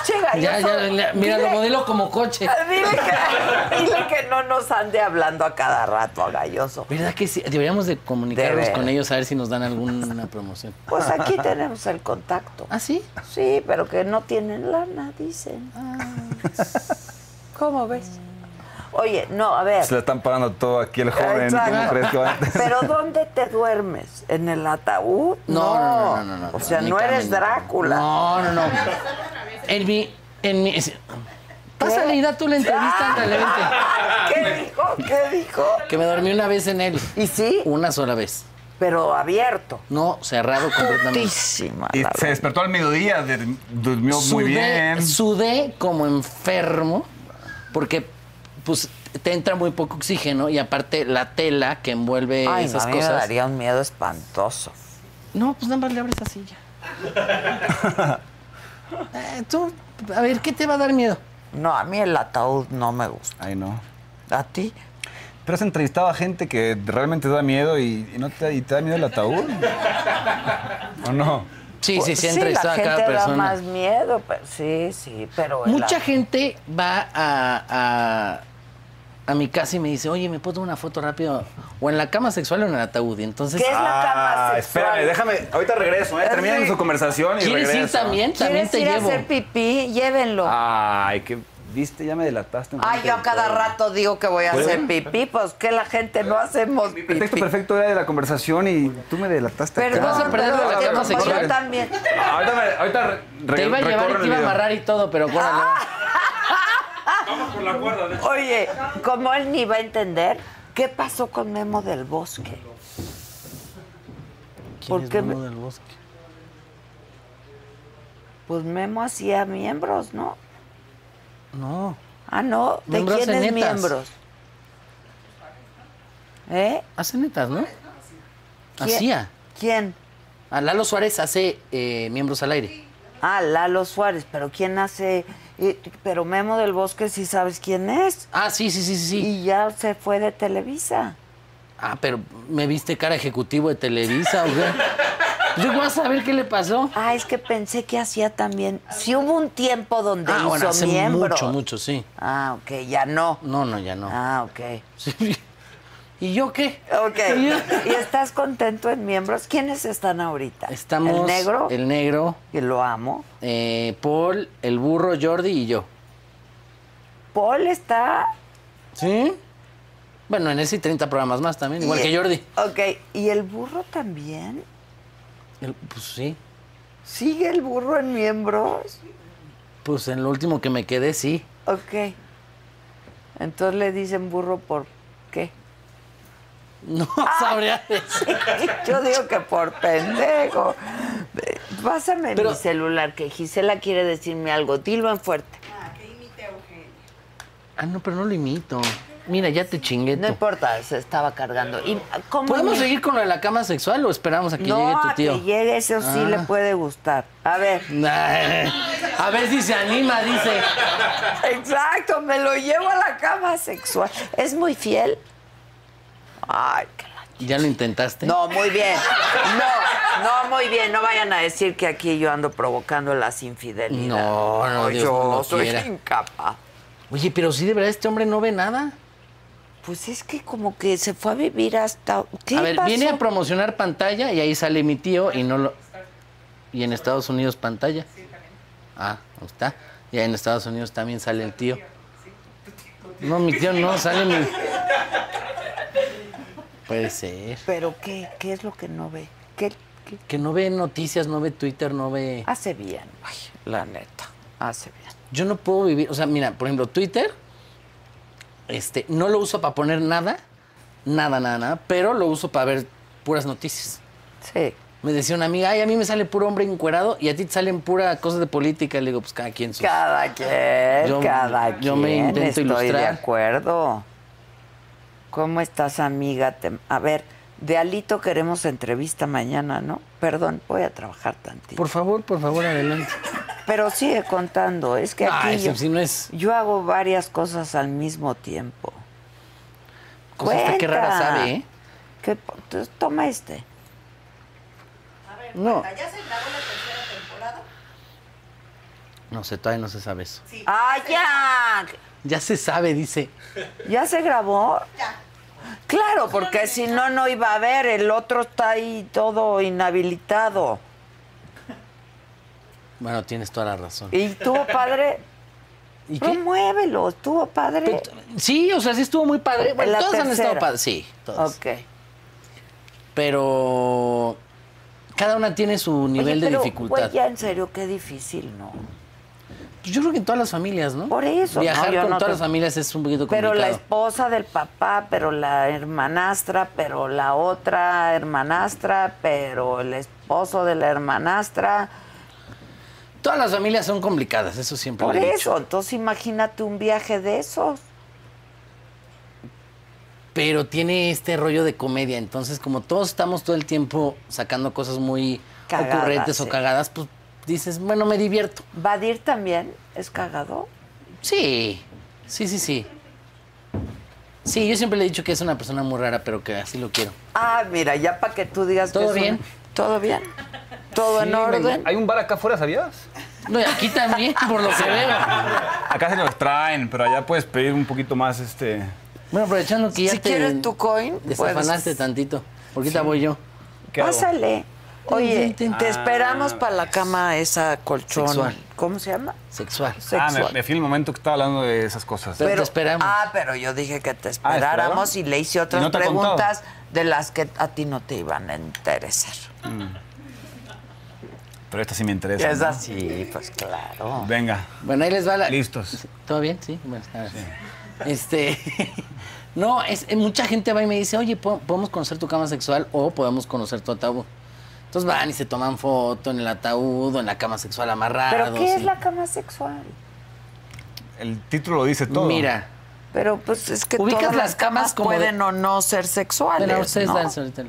Che, gallo,
Ya, ya, ya, mira, lo
dile-
modelo como coche.
Dile que, dile que no nos ande hablando a cada rato, a Galloso.
¿Verdad que sí? Deberíamos de comunicarnos
Debe.
con ellos a ver si nos dan alguna promoción.
Pues aquí tenemos el contacto.
¿Ah, sí?
Sí, pero que no tienen lana, dicen.
Ah.
¿Cómo ves? Oye, no, a ver.
Se la están pagando todo aquí el joven.
Exacto.
¿Cómo crees que va?
Pero ¿dónde te duermes? ¿En el ataúd?
No, no, no, no. no,
O sea,
ni
no eres
Carmen,
Drácula.
No, no, no. En mi... En mi es- Pásale y da tú la
Ah.
entrevista ándale, vente.
¿Qué dijo? ¿Qué dijo?
Que me dormí una vez en él.
Y sí,
Una sola vez.
pero abierto.
No, cerrado
Ah,
completamente.
Putísima
Y
la
se
verdad.
despertó al mediodía, de- durmió muy
Sudé-
bien.
Sudé como enfermo porque pues te entra muy poco oxígeno y aparte la tela que envuelve
Ay, no,
esas
a mí me
cosas.
daría un miedo espantoso.
No, pues nada más le abres así ya. Eh, tú, a ver, ¿qué te va a dar miedo?
No, a mí el ataúd no me gusta.
Ay, no.
¿A ti?
Pero has entrevistado a gente que realmente te da miedo y, y no te, y te da miedo el ataúd. ¿O no?
Sí, sí, sí,
Pues la
entrevistado a
gente
cada
da
persona.
más miedo, pero- sí, sí, pero... el
Mucha
at-
gente va a, a, a mi casa y me dice, oye, ¿me puedo tomar una foto rápido? O en la cama sexual o en el ataúd. Y entonces,
¿Qué es la cama
Ah,
sexual?
espérame, déjame. Ahorita regreso, ¿eh? Terminen su conversación y
¿quieres ir
regreso.
también? También
¿Quieres
te
ir a
llevo. Ah,
hacer pipí? Llévenlo.
Ay, que viste, ya me delataste.
Ay, yo a cada rato digo que voy a hacer pipí, pues que la gente no hacemos
El texto
pipí.
perfecto era de la conversación y tú me delataste. acá.
Te vas a
Perdón,
perder
pero
la
que
cama
como
sexual.
yo también.
Ahorita, me, ahorita re-
Te
re-
iba a llevar y
recorro
te
el
iba a
video.
amarrar y todo, pero
Ah,
córrale, va.
Vamos por la cuerda, de hecho.
Oye, como él ni va a entender, ¿qué pasó con Memo del Bosque? ¿Por qué me-
del bosque?
Pues Memo hacía miembros, ¿no?
No.
Ah, no, ¿de
Miembros
quiénes
en netas.
miembros? ¿Eh?
Hace netas, ¿no?
¿Quién?
Hacía.
¿Quién?
A Lalo Suárez hace eh, miembros al aire.
Ah, Lalo Suárez, pero ¿quién hace? Y- Pero Memo del Bosque sí sabes quién es.
Ah, sí, sí, sí, sí, sí.
Y ya se fue de Televisa.
Ah, pero ¿me viste cara ejecutivo de Televisa o qué? Yo voy a saber qué le pasó.
Ah, es que pensé que hacía también. Sí hubo un tiempo donde
Ah,
hizo
bueno, hace
miembro.
mucho, mucho, sí.
Ah, ok, ya no.
No, no, ya no.
Ah, ok.
Sí. ¿Y yo qué?
Ok.
¿Y yo?
¿Y estás contento en miembros? ¿Quiénes están ahorita?
Estamos.
El negro,
El negro,
que lo amo.
eh, Paul, el burro, Jordi y yo.
Paul está
¿Sí? Bueno, en ese y 30 programas más también, igual
Y-
que Jordi.
Ok, ¿y el burro también?
El- Pues sí.
¿Sigue el burro en miembros?
Pues en lo último que me quedé, sí.
Ok. Entonces le dicen burro por qué.
No
Ah.
sabría decir.
Yo digo que por pendejo. Eh, Pásame
Pero-
mi celular, que Gisela quiere decirme algo. Dilo en fuerte.
Ah, que imite a Eugenio.
Ah, no, pero no lo imito. Mira, ya te chingué
No
tú.
importa, se estaba cargando. ¿Y cómo
¿Podemos
me-
seguir con lo de la cama sexual o esperamos a que
No,
llegue
a
tu tío?
que llegue, eso sí
Ah.
le puede gustar. A ver.
Nah, A ver si se anima, dice.
Exacto, me lo llevo a la cama sexual. ¿Es muy fiel? Ay, qué la-
¿Ya lo intentaste?
No, muy bien. No, no, muy bien. No vayan a decir que aquí yo ando provocando las infidelidades.
No, no, Dios
yo
no lo
soy
quiera.
incapaz.
Oye, pero sí, de verdad, este hombre no ve nada.
Pues es que como que se fue a vivir hasta... ¿Qué
a ver,
pasó?
viene a promocionar pantalla y ahí sale mi tío y no lo. Y en Estados Unidos pantalla. Ah, ahí está. Y en Estados Unidos también sale el tío. No, mi tío no, sale mi. Puede ser.
¿Pero qué? ¿Qué es lo que no ve? ¿Qué, qué?
Que no ve noticias, no ve Twitter, no ve.
Hace bien, güey, la neta. Hace bien.
Yo no puedo vivir, o sea, mira, por ejemplo, Twitter, este, no lo uso para poner nada, nada, nada, nada, pero lo uso para ver puras noticias.
Sí.
Me decía una amiga, ay, a mí me sale puro hombre encuerado y a ti te salen pura cosas de política. Le digo, pues cada quien su...
Cada quien,
Yo-
cada quien.
yo me intento
Estoy de
ilustrar.
acuerdo. ¿Cómo estás, amiga? Te- a ver, de Alito queremos entrevista mañana, ¿no? Perdón, voy a trabajar tantito.
Por favor, por favor, adelante.
Pero sigue contando, es que aquí
Ay,
yo,
si, si Ah, no es...
yo hago varias cosas al mismo tiempo.
Cosa hasta qué rara
Cuenta.
sabe, ¿eh?
¿Qué po- entonces, toma este.
No,
Ya se grabó la tercera temporada.
no sé, todavía no se sabe eso.
Sí.
¡Ah, ya!
Ya se sabe, dice.
¿Ya se grabó?
Ya.
Claro, porque si no, no iba a haber. El otro está ahí todo inhabilitado.
Bueno, tienes toda la razón.
Y tuvo padre.
¿Y qué?
Promuévelo, estuvo padre.
Sí, o sea, sí estuvo muy padre. Bueno,
La
todos han
tercera.
estado padres. Sí, todos.
Ok.
Pero cada una tiene su nivel
Oye,
de
pero,
dificultad.
güey, ya en serio, qué difícil, ¿no?
Pues Yo creo que en todas las familias, ¿no?
Por eso, ¿no?
Viajar
Yo
con
no
todas
te-
las familias es un poquito complicado.
Pero la esposa del papá, pero la hermanastra, pero la otra hermanastra, pero el esposo de la hermanastra.
Todas las familias son complicadas, eso siempre
Por
lo he
eso,
dicho.
entonces imagínate un viaje de esos.
Pero tiene este rollo de comedia, entonces como todos estamos todo el tiempo sacando cosas muy
Cagadas,
ocurrentes
sí.
o cagadas, pues dices, bueno, me divierto.
Vadir también es cagado.
Sí, sí, sí, sí. Sí, yo siempre le he dicho que es una persona muy rara, pero que así lo quiero.
Ah, mira, ya para que tú digas que
¿Todo
es un-
bien?
Todo bien. Todo en orden.
Hay un bar acá afuera, ¿sabías?
No, y aquí también, por lo que veo.
Acá se los traen, pero allá puedes pedir un poquito más este.
Bueno, aprovechando que ya
Si
te
quieres tu coin, pues,
desafanaste
puedes-
tantito. Porque ahorita voy yo.
¿Qué hago? Ah, pues,
Pásale. Oye,
Intenten.
te esperamos para la cama esa colchón.
Sexual.
¿Cómo se llama?
Sexual.
Ah,
Sexual.
me, me fui en el momento que estaba hablando de esas cosas.
Pero- te esperamos.
Ah, pero yo dije que te esperáramos
¿esperaron?
y le hice otras
¿Ah, ¿Y no te ha
preguntas de las que a ti no te iban a interesar.
Pero esta sí me interesa.
es
¿no?
así, pues claro.
Venga,
Bueno, ahí les va la.
listos.
¿Todo bien? Sí. Bueno, a ver. Este. no, es, eh, mucha gente va y me dice, oye, ¿po- ¿podemos conocer tu cama sexual o podemos conocer tu ataúd? Entonces van y se toman foto en el ataúd o en la cama sexual amarrado.
¿Pero qué es
sí.
la cama sexual?
El título lo dice todo.
Mira,
Pero pues es que
Ubicas
todas
las
las camas
camas como de-
pueden o no ser sexuales,
bueno, ustedes
¿no?
dan ahorita.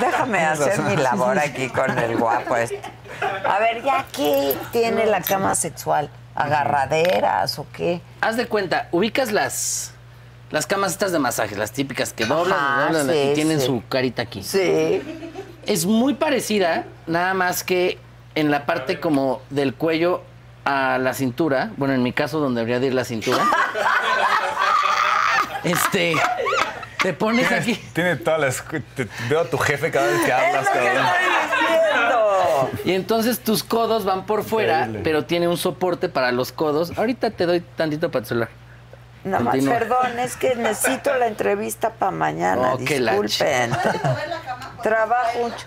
Déjame hacer mi labor aquí con el guapo este. A ver, ¿ya qué tiene la cama sexual? ¿Agarraderas o qué?
Haz de cuenta, ubicas las. Las camas estas de masajes, las típicas que doblan,
Ajá,
doblan
sí,
y tienen
sí.
su carita aquí.
Sí.
Es muy parecida, nada más que en la parte como del cuello a la cintura. Bueno, en mi caso, donde habría de ir la cintura. Este. Te pones aquí.
Tiene todas las. te- veo a tu jefe cada vez que hablas, cabrón.
diciendo.
Y entonces tus codos van por fuera,
Increíble.
pero tiene un soporte para los codos. Ahorita te doy tantito para el celular.
Nada más,
Continúa.
perdón, es que necesito la entrevista para mañana.
Oh, qué
Disculpen.
¿Puedes mover la cama? pues, por
Trabajo
favor?
mucho.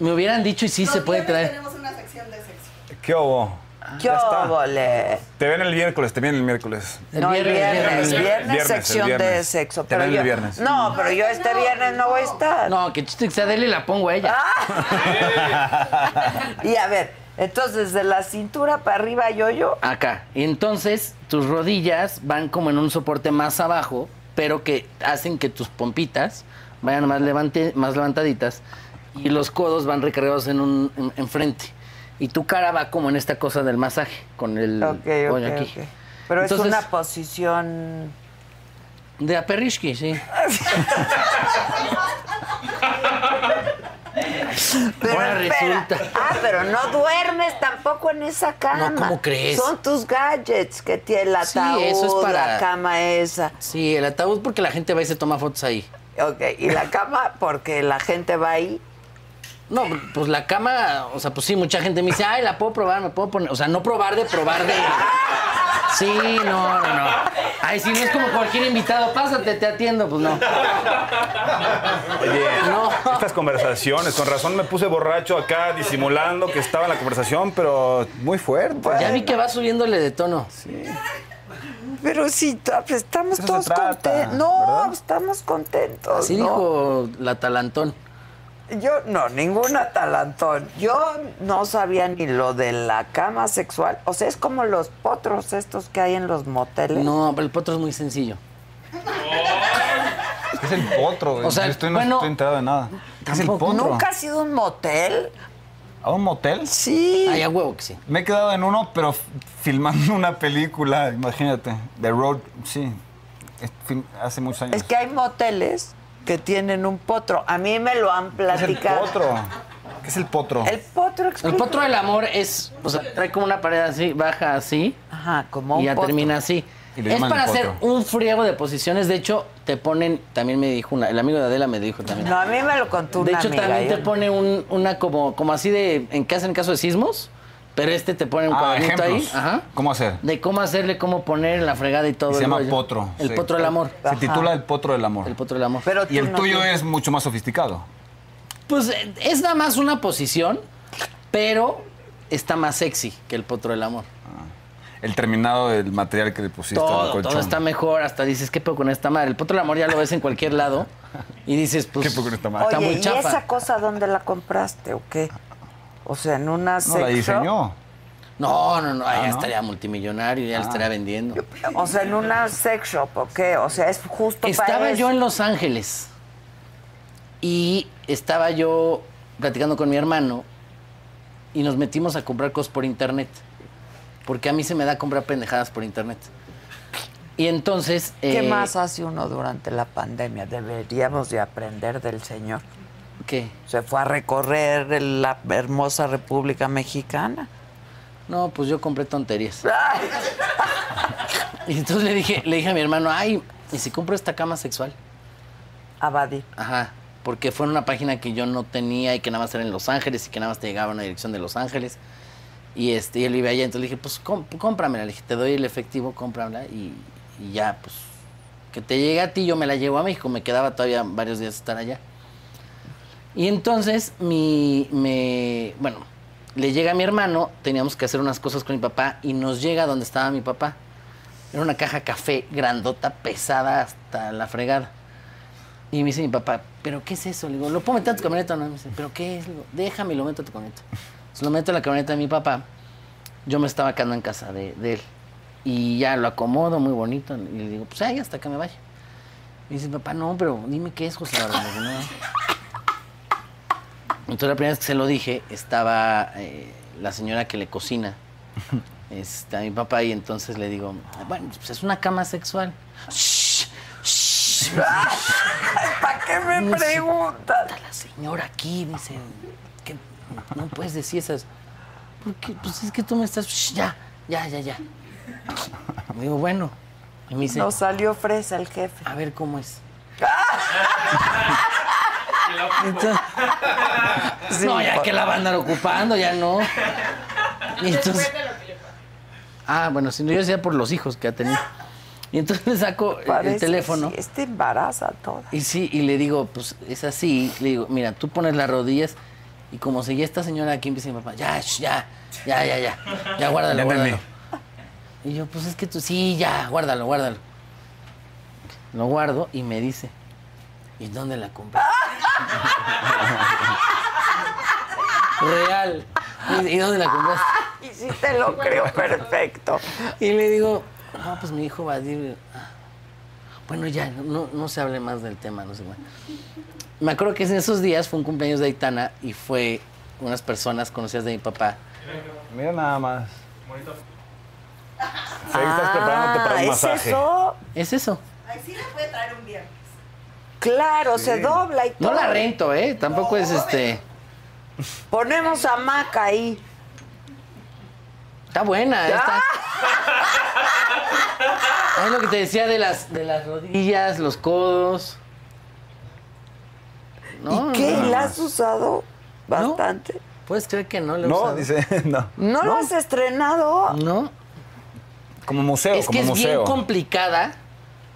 Me hubieran dicho y sí
Los
se puede
viernes
traer.
Tenemos una sección de sexo.
¿Qué hubo?
Yo volé.
Te ven el miércoles, te ven el miércoles.
El
No, el
viernes,
viernes,
viernes,
viernes,
viernes. Viernes, el
sección de
viernes.
sexo.
Te ven el
yo-
viernes.
No, pero yo este
No,
viernes no voy a
no.
estar.
No, que chiste que sea de él y la pongo a ella.
Y a ver, entonces de la cintura para arriba yo yo.
Acá. Y entonces tus rodillas van como en un soporte más abajo, pero que hacen que tus pompitas vayan más, levante- más levantaditas y los codos van recargados en un en- enfrente. y tu cara va como en esta cosa del masaje, con el
Ok, ok,
hoyo aquí.
ok. Pero
Entonces,
es una posición.
De aperrisqui, sí.
Pero
Ahora
espera.
resulta.
Ah, pero no duermes tampoco en esa cama.
¿cómo crees?
Son tus gadgets que tiene el
Sí,
ataúd,
eso es para-
la cama esa.
Sí, el ataúd porque la gente va y se toma fotos ahí.
Ok, y la cama porque la gente va ahí.
No, pues la cama, o sea, pues sí, mucha gente me dice, ay, la puedo probar, me puedo poner. O sea, no probar de probar de. Sí, no, no, no. Ay, si no es como cualquier invitado, pásate, te atiendo, pues no.
Oye,
No.
estas conversaciones, con razón me puse borracho acá disimulando que estaba en la conversación, pero muy fuerte.
Pues Ya vi que va subiéndole de tono.
Pero sí, ta- pues, estamos
Eso se
todos
trata,
contentos. No,
¿verdad?
estamos contentos.
Así
¿no?
dijo la talantón.
Yo no, ninguna talantón. Yo no sabía ni lo de la cama sexual. O sea, es como los potros estos que hay en los moteles.
No, pero el potro es muy sencillo.
Es el potro, güey.
O sea,
Yo estoy, no
bueno,
estoy enterado de nada. ¿Qué es el
tampoco,
potro?
¿Nunca has ido a un motel?
¿A un motel?
Sí.
Ay, a huevo que sí.
Me he quedado en uno, pero f- filmando una película, imagínate. The Road, sí. Es film- Hace muchos años.
Es que hay moteles que tienen un potro. A mí me lo han
¿Qué es el
platicado.
potro? ¿Qué es el potro?
El potro,
El
explica.
potro del amor es, o sea, trae como una pared así, baja así,
Ajá, como un
y ya
potro.
termina así.
Y le
Es
llaman
para
el
hacer
potro.
un friego de posiciones. De hecho, te ponen, también me dijo una, el amigo de Adela me dijo también.
No, a mí me lo contó
De
una
hecho,
amiga. ¿eh?
también
yo-
te pone un- una como, como así de en casa en caso de sismos, pero este te pone un
Ah,
cuadernito ahí,
ejemplos.
ajá,
¿Cómo hacer?
de cómo hacerle, cómo poner la fregada y todo.
Y se
el
llama
rollo.
potro.
El
sí.
potro del amor.
Se titula El potro del amor.
El potro del amor.
Pero
y
tú
el
no
tuyo
tienes-
es mucho más sofisticado.
pues eh, es nada más una posición, pero está más sexy que el potro del amor.
El terminado del material que le pusiste al
Todo,
colchón.
todo está mejor, hasta dices, ¿qué puedo con esta madre? El potro del amor ya lo ves en cualquier lado y dices, pues.
¿Qué puedo con esta madre?
Está
Oye,
muy
¿y
chafa.
esa cosa dónde la compraste o qué? O sea, en una
No la
sex shop?
diseñó.
No, no, no, ahí
Ah, ¿no? Ah.
estaría multimillonario, ya lo estaría vendiendo.
O sea, en una sex shop o qué? O sea, es justo
Estaba
para
yo
eso.
en Los Ángeles y estaba yo platicando con mi hermano y nos metimos a comprar cosas por internet. Porque a mí se me da comprar pendejadas por internet. Y entonces...
¿Qué
eh,
más hace uno durante la pandemia? Deberíamos de aprender del señor.
¿Qué?
Se fue a recorrer la hermosa República Mexicana.
No, pues yo compré tonterías. y entonces le dije, le dije a mi hermano, ay, ¿y si compro esta cama sexual?
Abadi.
Ajá, porque fue en una página que yo no tenía y que nada más era en Los Ángeles y que nada más te llegaba una dirección de Los Ángeles. Y, este, y él iba allá, entonces le dije, pues com- cómpramela. Le dije, te doy el efectivo, cómpramela y, y ya, pues que te llegue a ti, yo me la llevo a México. Me quedaba todavía varios días estar allá. Y entonces mi, me, bueno, le llega a mi hermano, teníamos que hacer unas cosas con mi papá y nos llega donde estaba mi papá. Era una caja café grandota, pesada hasta la fregada. Y me dice mi papá, ¿pero qué es eso? Le digo, ¿lo puedo meter a tu camioneta o no? Me dice, ¿pero qué es? Le digo, déjame, y lo meto a tu camioneta. Entonces lo meto a la camioneta de mi papá. Yo me estaba quedando en casa de, de él. Y ya lo acomodo muy bonito. Y le digo, pues ahí hasta que me vaya. Me dice, papá, no, pero dime qué es, José Eduardo". Le digo, "No". Entonces la primera vez que se lo dije, estaba eh, la señora que le cocina este, a mi papá y entonces le digo, bueno, pues es una cama sexual. "Shh, shh".
¿Para qué me preguntas?
la señora aquí, dice, que no puedes decir esas. Porque, pues es que tú me estás. Shh, ya, ya, ya, ya. Digo, bueno. Y me dice,
Nos salió fresa el jefe.
a ver cómo es.
Sí,
no, ya
por-
que la van a andar ocupando, ya no. Y entonces. Ah, bueno, si no, yo decía por los hijos que ha tenido. Y entonces le saco el- el
Parece-
teléfono.
sí, Este embaraza toda.
Y sí, y le digo, pues es así. Le digo, mira, tú pones las rodillas. Y como seguía esta señora aquí, empieza mi papá, ya, sh, ya, ya, ya, ya, ya, guárdalo,
Ya me
guárdalo. Y yo, pues es que tú, sí, ya, guárdalo, guárdalo. Lo guardo y me dice, ¿y dónde la compré? Real. Me dice, ¿Y dónde la compraste?
Y sí te lo creo perfecto.
Y le digo, no, pues mi hijo va a decir, "Ah, bueno, ya, no, no se hable más del tema, no sé más. Me acuerdo que en esos días fue un cumpleaños de Aitana y fue unas personas conocidas de mi papá.
Mira nada más.
Sé que estás preparándote para un
Ah, ¿es
masaje.
eso?
Es eso.
Ahí sí la puede traer un viernes.
Claro, se dobla y todo.
No la rento, ¿eh? Tampoco es este...
Ponemos hamaca ahí.
Está buena. Está... es lo que te decía de las, de las rodillas, los codos. No,
¿Y qué?
no,
¿La has usado bastante?
¿Puedes creer que no lo he
No,
usado?
dice, no.
¿No, lo has estrenado?
No.
Como museo,
Es
como
que es bien
museo.
complicada.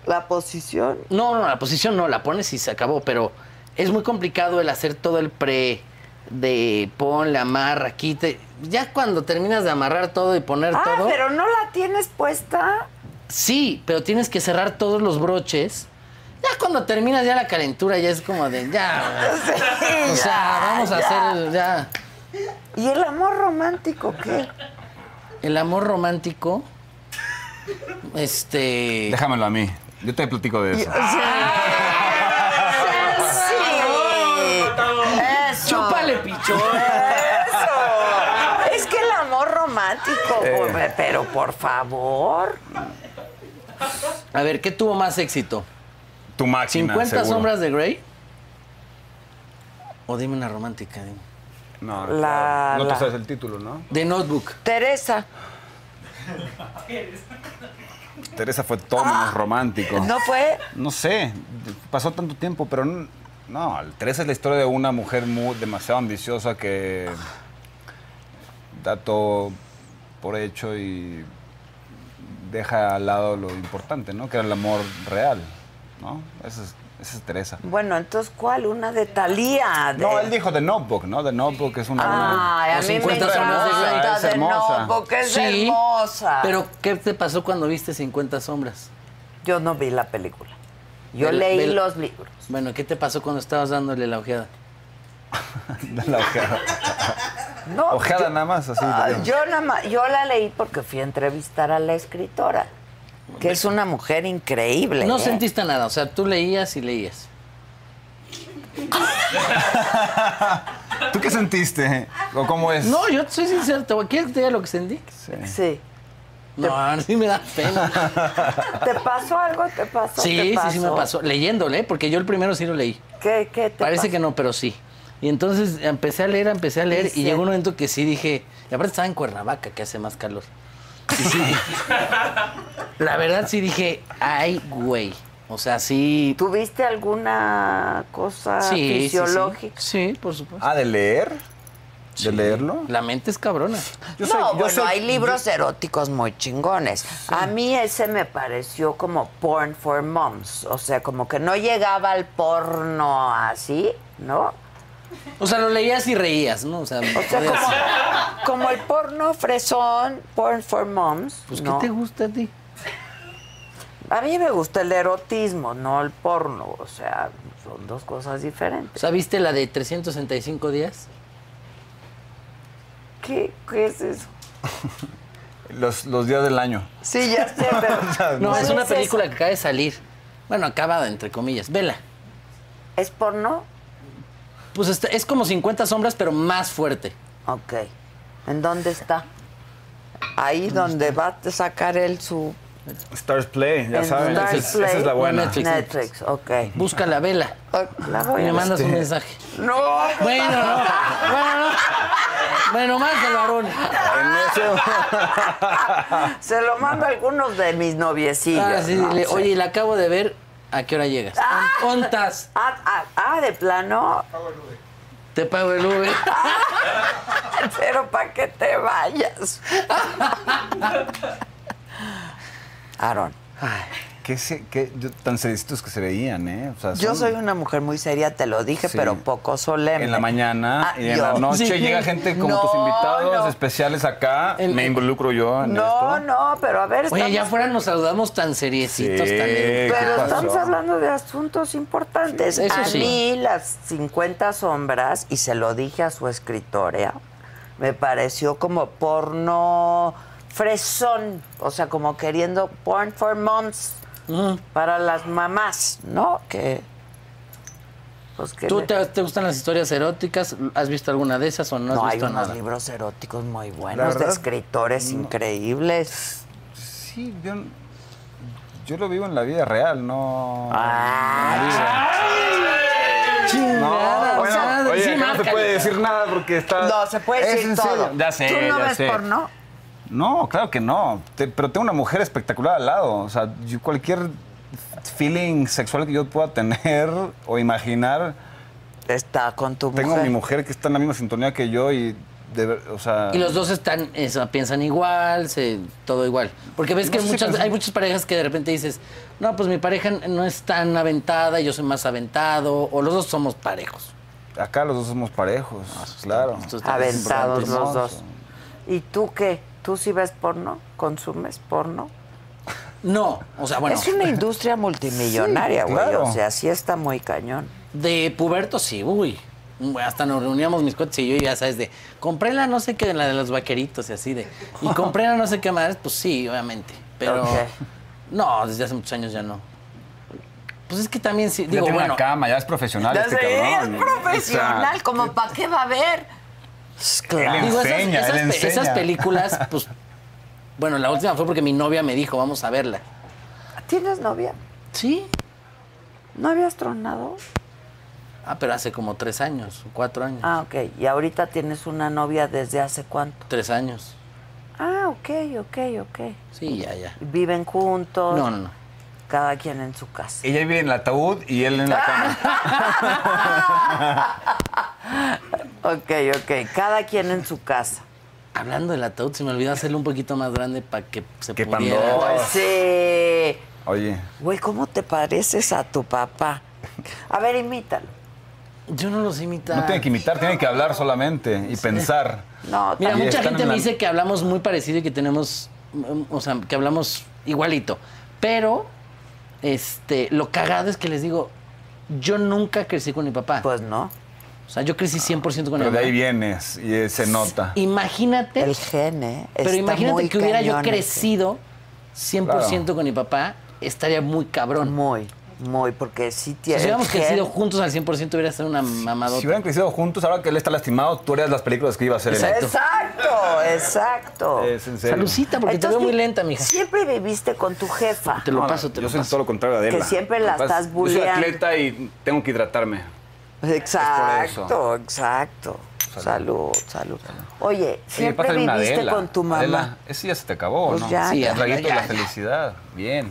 La posición.
No, no, la posición no, la pones y se acabó, pero es muy complicado el hacer todo el pre de pon, la amarra, quite. Ya cuando terminas de amarrar todo y poner
Ah,
todo.
pero no la tienes puesta.
Sí, pero tienes que cerrar todos los broches. Ya cuando terminas ya la calentura, ya es como de ya.
Sí,
O sea,
ya,
vamos a
ya.
hacer ya.
¿Y el amor romántico qué?
El amor romántico. Este.
Déjamelo a mí. Yo te platico de eso.
Ah,
Sí. Eso.
Chúpale, pichón.
Eso. Es que el amor romántico,
Eh.
por- pero por favor.
A ver, ¿qué tuvo más éxito?
Tu máxima,
50
seguro.
sombras de Grey. O dime una romántica, dime.
No,
La-
no
la-
te sabes el título, ¿no?
De Notebook.
Teresa,
Teresa fue todo menos romántico.
Ah, ¿no fue?
No sé, pasó tanto tiempo, pero no, no, el 13 es la historia de una mujer muy, demasiado ambiciosa que da todo por hecho y deja al lado lo importante, ¿no? Que era el amor real, ¿no? Esa es, esa es Teresa.
Bueno, entonces, ¿cuál? Una de Talía.
No, él dijo The Notebook, ¿no? The Notebook es una...
Ay, a
Los
mí me
50 sombras de Grey.
encanta
Es
de
hermosa.
no, porque es hermosa.
Pero, ¿qué te pasó cuando viste 50 sombras?
yo no vi la película. Yo
Vela-
leí
vela-
los libros.
Bueno, ¿qué te pasó cuando estabas dándole la ojeada?
una- la ojeada.
No,
Ojeada
yo-
nada más, así.
Ah,
digamos.
yo, nada más- yo la leí porque fui a entrevistar a la escritora, que es una mujer increíble.
No
¿eh?
sentiste nada, o sea, tú leías y leías.
¿Tú qué sentiste? ¿O cómo es?
No, yo soy sincero, te voy- ¿quieres que te diga lo que sentí?
Sí.
Sí.
No, a mí me da pena.
¿Te pasó algo? ¿Te pasó? ¿Te
Sí, sí, sí me pasó. Leyéndole, ¿eh? porque yo el primero sí lo leí.
¿Qué, qué te
Parece
pasó?
que no, pero sí. Y entonces empecé a leer, empecé a leer,
Sí, sí.
y llegó un momento que sí dije, y aparte estaba en Cuernavaca, que hace más calor. Y sí, la verdad sí dije, ay, güey. O sea, sí.
¿Tuviste alguna cosa
sí, sí, sí.
fisiológica?
Sí, por supuesto.
Ah, ¿de leer? ¿De leerlo?
La mente es cabrona.
Yo
no,
soy- yo
bueno,
soy-
hay libros eróticos muy chingones. A mí ese me pareció como porn for moms, o sea, como que no llegaba al porno así, ¿no?
O sea, lo leías y reías, ¿no? O sea,
O sea,
podías-
como, como el porno fresón, porn for moms,
pues,
¿no?
¿qué te gusta a ti?
A mí me gusta el erotismo, no el porno, o sea, son dos cosas
O
diferentes.
sea, ¿viste la de 365 días?
¿Qué, qué es eso?
Los, los días del año.
Sí, ya sé, pero...
No,
¿cuál
es una
esa?
película que acaba de salir. Bueno, acabada, entre comillas. Vela.
¿Es porno?
Pues está- es como 50 sombras, pero más fuerte.
Ok. ¿En dónde está? Ahí donde va a sacar él su...
Stars Play, ya
en
saben.
Stars
esa es- Esa es la
Play.
buena.
Netflix.
Netflix, ok.
Busca la vela.
Ok, La
Y
voy
me
a
mandas un
Este-
mensaje.
No,
Bueno, no. Bueno, no. Bueno, más del varón.
En ese-
se lo mando a algunos de mis noviecillos.
Ah, sí,
¿no?
dile,
Sí.
oye, la acabo de ver. ¿A qué hora llegas? ¿Contas?
Ah, ah, ah, de plano,
Te pago el Uber.
pero para que te vayas. Aaron,
Qué, se- qué- yo- tan seritos que se veían, ¿eh? O sea,
Yo
son-
soy una mujer muy seria, te lo dije,
Sí.
pero poco solemne. Ah,
En la mañana y en
yo-
la noche
Sí.
llega gente como
No,
tus invitados
no.
especiales acá. Me involucro yo en
No,
esto.
no, pero a ver,
Oye, ya
estamos-
fuera nos saludamos tan seriecitos,
Sí,
tan...
¿qué
pero
pasó?
estamos hablando de asuntos importantes.
Sí, eso
a
sí.
mí las 50 sombras, y se lo dije a su escritora, me pareció como porno fresón, o sea, como queriendo porn for moms para las mamás, ¿no? Que pues que
¿Tú
le-
te, te gustan las historias eróticas? ¿Has visto alguna de esas o no has
no hay
visto
unos
nada?
libros eróticos muy
La
buenos de
verdad,
escritores increíbles.
Sí, yo, yo lo vivo en la vida real, no.
Ah,
Chingada
No,
madre,
bueno, oye,
sí,
acá no se
márcale.
puede decir nada porque está.
No, se puede
Ah. Es
decir
en serio.
todo.
Ya sé,
¿Tú no
ya
ves
sé.
porno?
No, claro que no. Te- pero tengo una mujer espectacular al lado. O sea, yo- cualquier feeling sexual que yo pueda tener o imaginar,
Está con tu
tengo a
mujer.
mi mujer que está en la misma sintonía que yo y. de ver- o sea.
Y los dos están, eso, piensan igual, se, todo igual. Porque ves
No
que
sé si
muchas,
pensé-
hay muchas parejas que de repente dices, no, pues mi pareja no es tan aventada, yo soy más aventado, o los dos somos parejos.
Acá los dos somos parejos, claro.
Esto está-
Aventados
importante.
los dos. ¿Y tú qué? ¿Tú sí ves porno? ¿Consumes porno?
No, o sea, bueno,
Es una industria multimillonaria,
Sí,
güey.
claro.
O sea, sí está muy cañón.
de puberto sí, uy. Hasta nos reuníamos mis cuates y yo, y ya sabes, de compré la no sé qué, la de los vaqueritos y así de. Y compré la no sé qué madres, pues sí, obviamente. Pero.
Ok.
No, desde hace muchos años ya no. Pues es que también sí.
Ya
Digo,
tiene
bueno,
una cama, ya es profesional este cabrón.
es profesional,
O sea,
como para qué va a ver.
Él
Digo, esas-
enseña,
esas,
él
pe-
enseña.
esas películas, pues. Bueno, la última fue porque mi novia me dijo, vamos a verla.
¿Tienes novia?
Sí.
¿No habías tronado?
Ah, pero hace como tres años, cuatro años.
Ah, ok. ¿Y ahorita tienes una novia desde hace cuánto?
Tres años.
Ah, ok, ok, ok.
Sí, ya, ya.
¿Viven juntos?
No, no, no.
Cada quien en su casa.
Ella vive en el ataúd y él en la cama.
Ok, ok. Cada quien en su casa.
Hablando del ataúd, se me olvidó hacerlo un poquito más grande para que se
Qué
pudiera.
pandón.
Pues sí.
Oye,
Güey, ¿cómo te pareces a tu papá? A ver, imítalo.
Yo no los imita.
no tiene que imitar, tiene que hablar solamente y pensar.
No,
Mira,
Y
también.
mucha
están
gente
en
me
la-
dice que hablamos muy parecido y que tenemos, mm, o sea, que hablamos igualito. Pero, este, lo cagado es que les digo, yo nunca crecí con mi papá.
Pues no.
o sea, yo crecí 100% con mi
Pero de
mamá.
ahí vienes y eh, se nota.
Imagínate,
El ¿eh? gene.
pero imagínate que hubiera yo crecido 100%
Claro.
con mi papá, estaría muy cabrón.
Muy, muy, porque sí
O sea,
tiene.
si hubiéramos
el gen-
crecido juntos al 100% hubiera sido una mamadota.
Si hubieran crecido juntos, ahora que él está lastimado, tú harías las películas que iba a hacer él.
Exacto.
Exacto, exacto.
Es en serio.
Salucita, porque te
Entonces,
veo muy lenta, mija.
Siempre viviste con tu jefa.
Te lo
No,
paso,
no,
te
yo
lo
soy
paso.
todo lo contrario de
Que
Adela.
siempre la
Lo que pasa-
estás
Yo soy
bulleando.
atleta y tengo que hidratarme.
Exacto, exacto. Salud, salud. Oye, siempre
pásale una
viviste
Adela.
con tu mamá.
Adela, ese ya se te acabó,
Pues
¿no?
ya,
Sí, ya,
el traguito
ya,
de la
ya.
felicidad. Bien.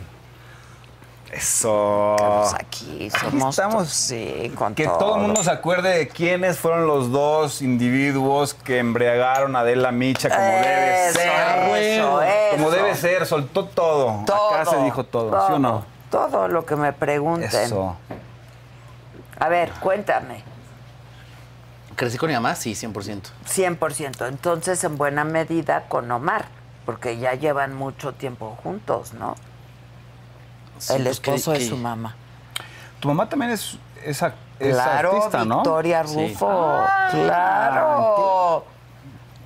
Eso.
Pues aquí somos.
estamos.
Sí, con
Que todo el mundo se acuerde de quiénes fueron los dos individuos que embriagaron a Adela Micha como debe
Eso,
ser.
eso,
Como
eso.
debe ser, soltó todo.
Todo.
Acá se dijo todo, ¿sí o no?
Todo lo que me pregunten.
Eso.
A ver, cuéntame.
Crecí con mi mamá, sí, 100%.
100%. Entonces, en buena medida con Omar, porque ya llevan mucho tiempo juntos, ¿no?
Sí,
El
pues, que-
esposo
que-
de su mamá.
Tu mamá también es, es, ac- es
Claro,
artista, ¿no? Ah,
Victoria
Sí.
Rufo. Claro,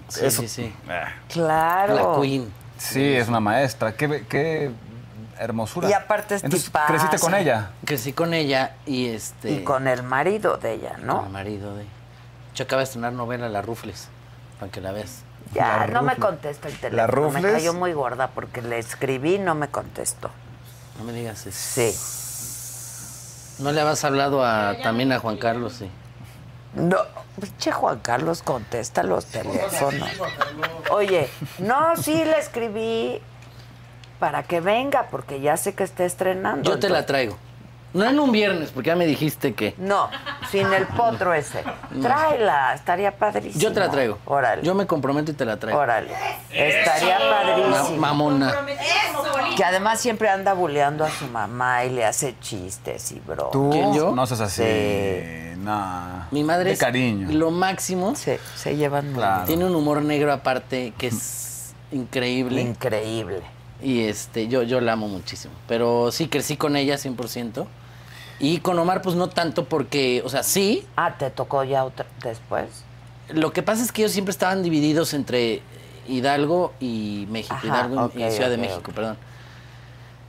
Sí, sí, sí. La
claro.
Queen.
Sí, es una maestra. Qué, be- qué hermosura.
Y aparte es
Entonces,
tipaza.
¿Creciste con ella?
Crecí con ella y este.
Y con el marido de ella,
Con el
¿no?
marido de. Yo acaba de estrenar novela La Rufles, para que la veas.
Ya, no me contesta el teléfono.
La
Me
Rufles.
cayó muy gorda porque le escribí y no me contestó.
No me digas eso.
Sí.
¿No le habías hablado a, también a Juan Carlos? Sí.
No, pinche Juan Carlos contesta los teléfonos. Oye, no, sí le escribí para que venga, porque ya sé que está estrenando.
Yo te la traigo. No en un viernes, porque ya me dijiste que.
No, sin el potro ese. Tráela, estaría padrísimo.
Yo te la traigo.
Órale.
Yo me comprometo y te la traigo.
Órale. Estaría
Ma-
padrísimo.
mamona.
Que además siempre anda buleando a su mamá y le hace chistes y bro.
¿Tú?
¿Quién, yo?
No seas así.
Sí.
No.
Mi madre
De
es
cariño.
lo máximo.
Se, se llevan muy
Claro.
Tiene un humor negro aparte que es
bien.
increíble.
increíble.
y este, yo, yo la amo muchísimo. Pero sí, crecí con ella 100%. Y con Omar, pues no tanto porque, o sea, sí,
Ah, ¿te tocó ya otra después?
Lo que pasa es que ellos siempre estaban divididos entre Hidalgo y México,
Ajá,
Hidalgo
ok,
y Ciudad
ok,
de México,
ok.
perdón.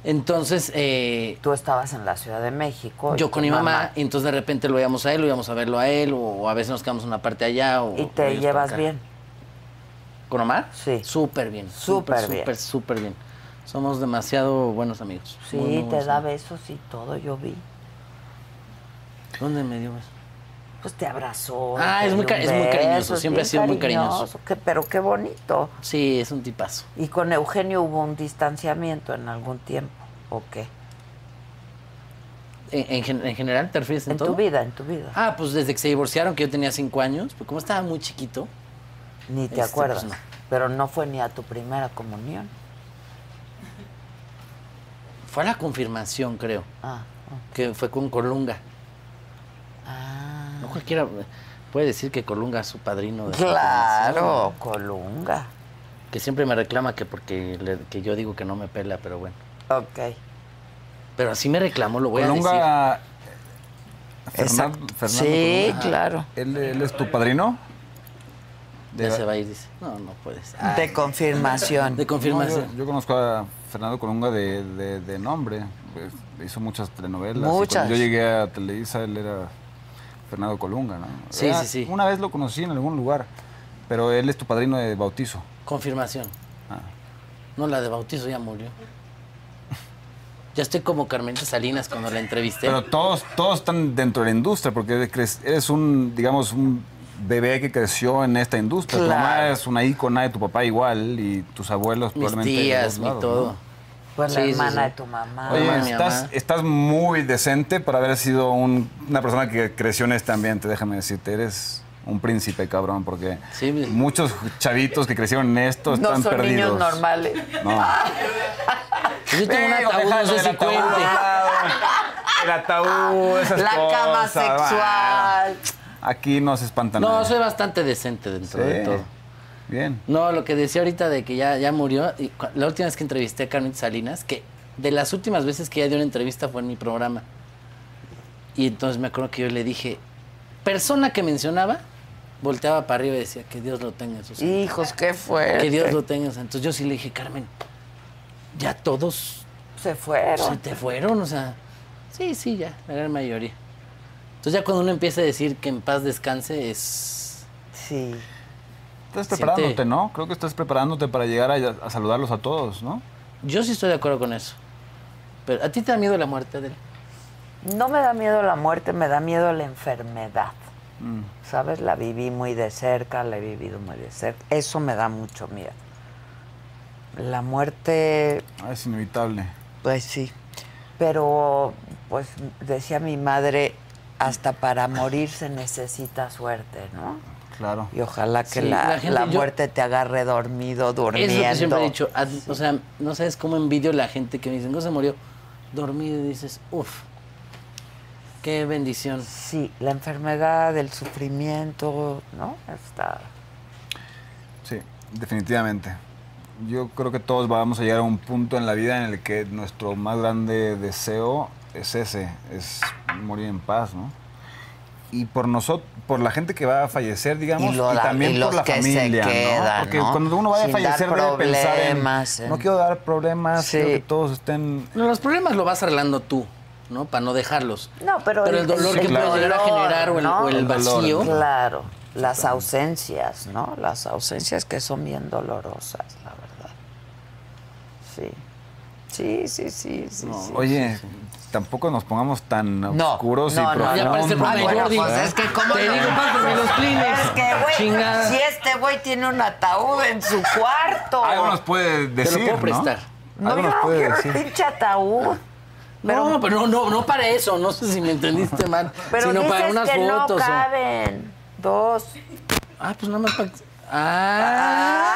Entonces, eh,
Tú estabas en la Ciudad de México. y
yo
tu
con mi mamá, y entonces de repente lo íbamos a él, lo íbamos a verlo a él, o, o a veces nos quedamos en una parte allá. O,
Y
o
te
ellos
llevas
acá.
bien.
¿Con Omar?
Sí.
Súper bien.
Súper bien.
Súper, súper bien. Somos demasiado buenos amigos.
Sí,
muy, muy
te
buenos
da
amigos.
besos y todo, yo vi.
¿Dónde me dio beso?
Pues te abrazó.
Ah,
te
es muy
dio
ca- es
un
muy cariñoso,
beso, es
siempre ha
bien
sido muy cariñoso.
que- pero qué bonito.
Sí, es un tipazo.
¿Y con Eugenio hubo un distanciamiento en algún tiempo? ¿O qué?
¿En, en gen- en general te refieres en,
En,
todo?
tu vida, en tu vida.
Ah, pues desde que se divorciaron, que yo tenía cinco años, pues como estaba muy chiquito,
Ni te
este,
acuerdas.
pues, no.
Pero no fue ni a tu primera comunión.
Fue a la confirmación, creo,
Ah,
que fue con Colunga.
ah.
No cualquiera puede decir que Colunga es su padrino. De
Claro,
confirmación.
Colunga.
Que siempre me reclama que porque le- que yo digo que no me pela, pero bueno.
Ok.
Pero así me reclamó, lo voy a decir.
Colunga. Fernan-
Exacto.
Fernando
sí,
Colunga.
claro.
¿Él, él es tu padrino?
Ya se va a ir, dice. No, no puedes. Ah,
De confirmación.
de
No,
confirmación.
yo, yo conozco a Fernando Colunga de, de- de nombre. pues, hizo muchas telenovelas. y
Muchas.
cuando yo llegué a Televisa, él era Fernando Colunga, ¿no?
Sí,
Era-
sí, sí.
Una vez lo conocí en algún lugar, pero él es tu padrino de bautizo.
Confirmación.
Ah.
No, la de bautizo ya murió. Ya estoy como Carmelita Salinas cuando la entrevisté.
Pero todos, todos están dentro de la industria, porque eres cre- eres un, digamos, un bebé que creció en esta industria. Tu mamá
Claro.
es una ícona de tu papá igual, y tus abuelos
Mis
probablemente. de
tías,
dos
mi
lados,
todo.
¿no?
Pues la
Sí, sí,
hermana
sí.
de tu mamá.
Oye,
Oye,
mamá, mi
estás,
mamá.
estás muy decente para haber sido un- una persona que creció en este ambiente, déjame decirte. Eres un príncipe, cabrón, porque
Sí, mi-
muchos chavitos que crecieron en esto
no
están
son
perdidos.
niños normales.
No.
Pues yo tengo un ataúd, no sé si cuente.
El ataúd, esas
La cama
cosas, va.
sexual.
Aquí no se espantan.
No, soy bastante decente dentro de todo.
Bien.
No, lo que decía ahorita de que ya, ya murió, y cu- la última vez que entrevisté a Carmen Salinas, que de las últimas veces que ella dio una entrevista fue en mi programa. Y entonces me acuerdo que yo le dije, persona que mencionaba, volteaba para arriba y decía, que Dios lo tenga en sus
Hijos, qué fuerte.
Que Dios lo tenga. en sus-". Entonces yo sí le dije, Carmen, ya todos
Se
se
fueron.
te fueron, o sea, sí, sí, ya, la gran mayoría. Entonces ya cuando uno empieza a decir que en paz descanse es...
Sí.
Estás
Siente-
preparándote, ¿no? Creo que estás preparándote para llegar a, a saludarlos a todos, ¿no?
Yo sí estoy de acuerdo con eso. Pero a ti te da miedo la muerte, Adela.
No me da miedo la muerte, me da miedo la enfermedad.
Mm.
¿Sabes? La viví muy de cerca, la he vivido muy de cerca. Eso me da mucho miedo. La muerte,
Ah, es inevitable.
pues sí. Pero, pues decía mi madre, hasta para morir se necesita suerte, ¿no?
Claro.
Y ojalá que
Sí,
la,
la gente-
la
yo-
muerte te agarre dormido, durmiendo.
Es lo que siempre he dicho. Ad- O sea, no sabes cómo envidio la gente que me dicen, ¿cómo se murió? Dormido y dices, uff, qué bendición.
Sí, la enfermedad, el sufrimiento, ¿no? Está...
Sí, definitivamente. Yo creo que todos vamos a llegar a un punto en la vida en el que nuestro más grande deseo es ese, es morir en paz, ¿no? Y por nosotros, por la gente que va a fallecer, digamos,
Y
y,
lo- la-
también
y los
por la
que se
familia, ¿no?
quedan,
Porque
¿no?
cuando uno vaya a
Sin dar
fallecer debe pensar
problemas,
en,
en-
no quiero dar problemas,
Sí.
quiero que todos estén
No, los problemas lo vas arreglando tú, ¿no? Para no dejarlos.
No, pero,
el dolor que
claro.
puede llegar a
dolor,
generar o el,
¿no?
o el
El dolor,
vacío.
¿no?
Claro, las ausencias, ¿no? Las ausencias que son bien dolorosas, la verdad. Sí. Sí, sí, sí, sí. sí.
Oye, tampoco nos pongamos tan
No,
oscuros
no, no,
y
no.
Ya parece
profundos.
el programa de
Ah, bueno,
Jordi.
pues, es que cómo
Te
no.
digo, pásame los clines.
Es que, güey,
Chingada.
si este güey tiene un ataúd en su cuarto.
Algo nos puede
pues, Te
decir,
lo puedo
¿no?
prestar.
No,
Algo
yo
nos
no
Ah, puede
quiero el
decir.
pinche ataúd. Pero-
no, pero no, no, no para eso. No sé si me entendiste mal.
Pero
sino
dices
para unas
que
fotos.
no
o-
caben. Dos.
Ah, pues nada más para. Ah.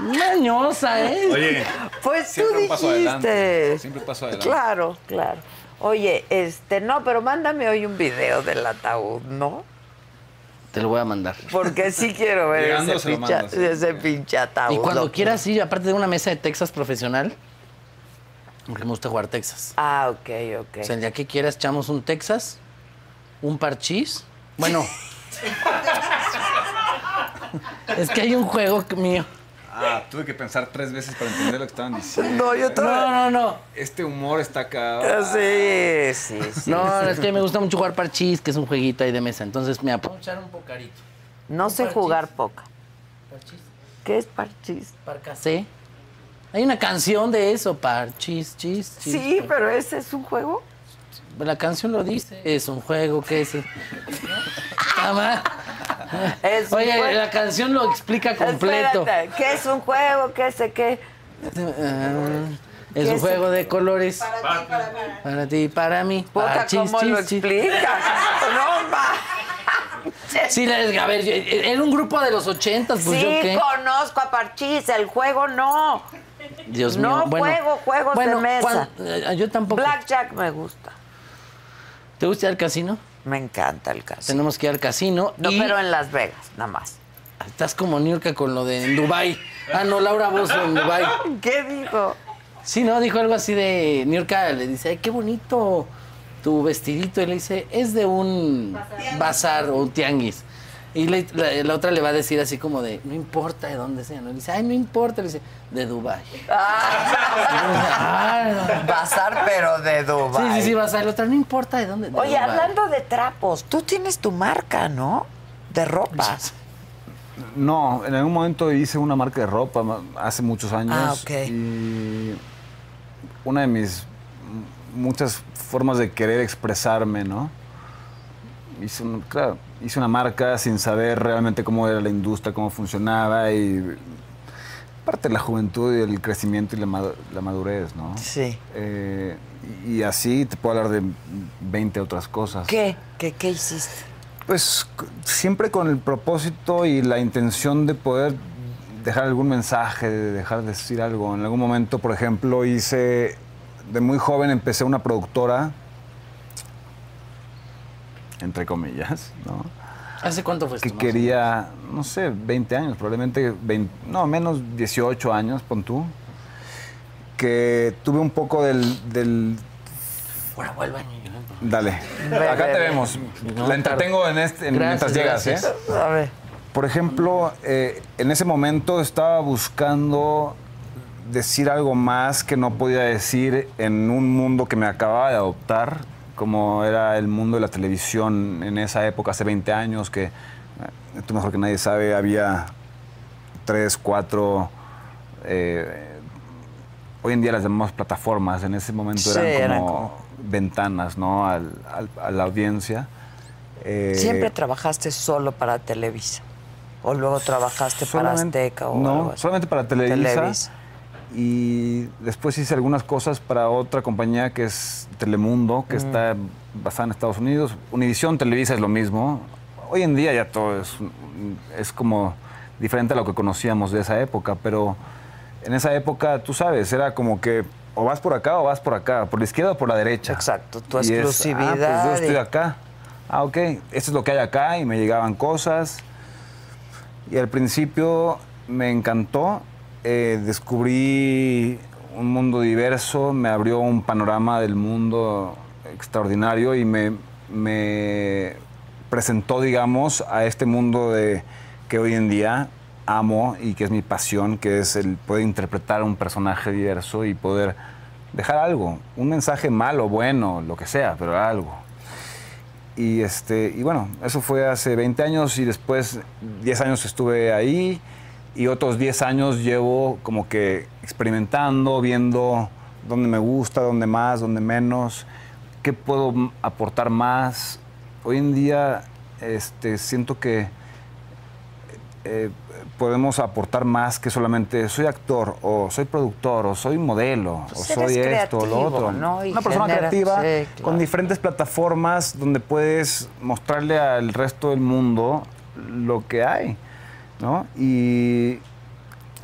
Mañosa, ¿eh?
Oye,
Pues
Siempre
tú
un paso
dijiste.
adelante, siempre un paso adelante.
Claro, claro. Oye, este, no, pero mándame hoy un video del ataúd, ¿no?
Te lo voy a mandar.
Porque sí quiero ver
Llegando
ese
se lo
pinche,
mandas, sí.
ese pinche ataúd.
Y cuando
loco.
quieras ir, aparte de una mesa de Texas profesional, porque me gusta jugar Texas.
Ah, ok, ok.
O sea, el día que quieras, echamos un Texas, un parchís. Bueno. es que hay un juego que- mío.
Ah, tuve que pensar tres veces para entender lo que estaban diciendo.
no, yo
No,
todavía.
no, no.
Este humor está acá.
Sí, sí, sí.
No, es que me gusta mucho jugar parchís, que es un jueguito ahí de mesa. Entonces, me puedo echar un pocarito.
No sé
parchís.
jugar poca.
Parchís,
¿Qué es parchís?
parcasé. Hay una canción de eso, parchís, chis, chis.
Sí, pero ese es un juego.
La canción lo dice. Es un juego que es. ¿No? Está mal.
Es un
Oye,
juego.
la canción lo explica completo.
Espérate, ¿qué es un juego? ¿Qué sé qué?
Ah, Es
¿Qué
un
es?
juego de colores. Para ti, y para mí.
Poca,
Para chis,
¿cómo lo
chis, chis.
explicas? No, ma.
Sí, la- a ver, yo- era un grupo de los ochentas, pues yo
sí,
qué.
conozco a Parchís, el juego no.
Dios
No
mío. bueno,
juego juegos de
bueno,
mesa.
cuan- eh, yo tampoco.
Blackjack me gusta.
¿Te gusta ir al casino?
Me encanta el caso.
Tenemos que ir al casino.
No,
y
pero en Las Vegas, nada más.
Estás como Niurka con lo de en Dubai. Ah, no, Laura vos en Dubai.
¿Qué dijo?
Sí, ¿no? Dijo algo así de Niurka, le dice, ay, qué bonito tu vestidito. Y le dice, es de un bazar, o un tianguis. Y le- la, la otra le va a decir así como de, no importa de dónde sea. ¿no? Y le dice, ay, no importa. Le dice, de Dubai.
Ah. Pasar, pero de
sí,
Dubai.
sí, sí, bazar. La otra, no importa de dónde. de
Oye,
Dubái".
hablando de trapos, tú tienes tu marca, ¿no? De ropa.
No, en algún momento hice una marca de ropa ma- hace muchos años.
Ah, ok.
Y una de mis m- muchas formas de querer expresarme, ¿no? Hice, un- claro, hice una marca sin saber realmente cómo era la industria, cómo funcionaba y parte de la juventud y el crecimiento y la, madu- la madurez, ¿no?
Sí.
Eh, y y así te puedo hablar de 20 otras cosas.
¿Qué? ¿Qué, qué hiciste?
Pues c- siempre con el propósito y la intención de poder dejar algún mensaje, de dejar de decir algo. En algún momento, por ejemplo, hice, de muy joven empecé una productora, entre comillas, ¿no?
¿Hace cuánto fue
que
esto, más o
quería, no sé, 20 años, probablemente, 20, no, menos 18 años, pon tú, que tuve un poco del... del
menos? Ahora vuelvan y-
dale, acá te vemos.
No,
La entretengo en este, en-
Gracias,
mientras llegas,
gracias.
¿eh?
A ver.
Por ejemplo, eh, en ese momento estaba buscando decir algo más que no podía decir en un mundo que me acababa de adoptar, como era el mundo de la televisión en esa época, hace 20 años, que eh, tú mejor que nadie sabe, había tres, cuatro... eh, hoy en día las llamamos plataformas, en ese momento
Sí,
eran, como
eran como-
ventanas ¿no? al- al- a la audiencia. Eh,
¿Siempre trabajaste solo para Televisa? ¿O luego trabajaste para
Solamente-
Azteca o
no,
algo así?
solamente para Televisa, Y después hice algunas cosas para otra compañía que es Telemundo,
Mm.
que está basada en Estados Unidos. Univisión, Televisa es lo mismo. Hoy en día ya todo es, es como diferente a lo que conocíamos de esa época, pero en esa época, tú sabes, era como que o vas por acá o vas por acá, por la izquierda o por la derecha.
Exacto, tu
Y es, ah, pues
exclusividad
yo
y-
estoy acá. Ah, ok, esto es lo que hay acá y me llegaban cosas. Y al principio me encantó, eh, descubrí un mundo diverso, me abrió un panorama del mundo extraordinario y me, me presentó, digamos, a este mundo de, que hoy en día amo y que es mi pasión, que es el poder interpretar a un personaje diverso y poder dejar algo, un mensaje malo, bueno, lo que sea, pero algo. Y, este, y bueno, eso fue hace 20 años y después 10 años estuve ahí y otros 10 años llevo como que experimentando, viendo dónde me gusta, dónde más, dónde menos, qué puedo m- aportar más. Hoy en día este, siento que eh, podemos aportar más que solamente soy actor o soy productor o soy modelo
Pues
o
eres
soy esto o lo
creativo,
otro.
¿no? Y
Una persona
generas-
creativa
sí, claro.
con diferentes plataformas donde puedes mostrarle al resto del mundo lo que hay, ¿no? Y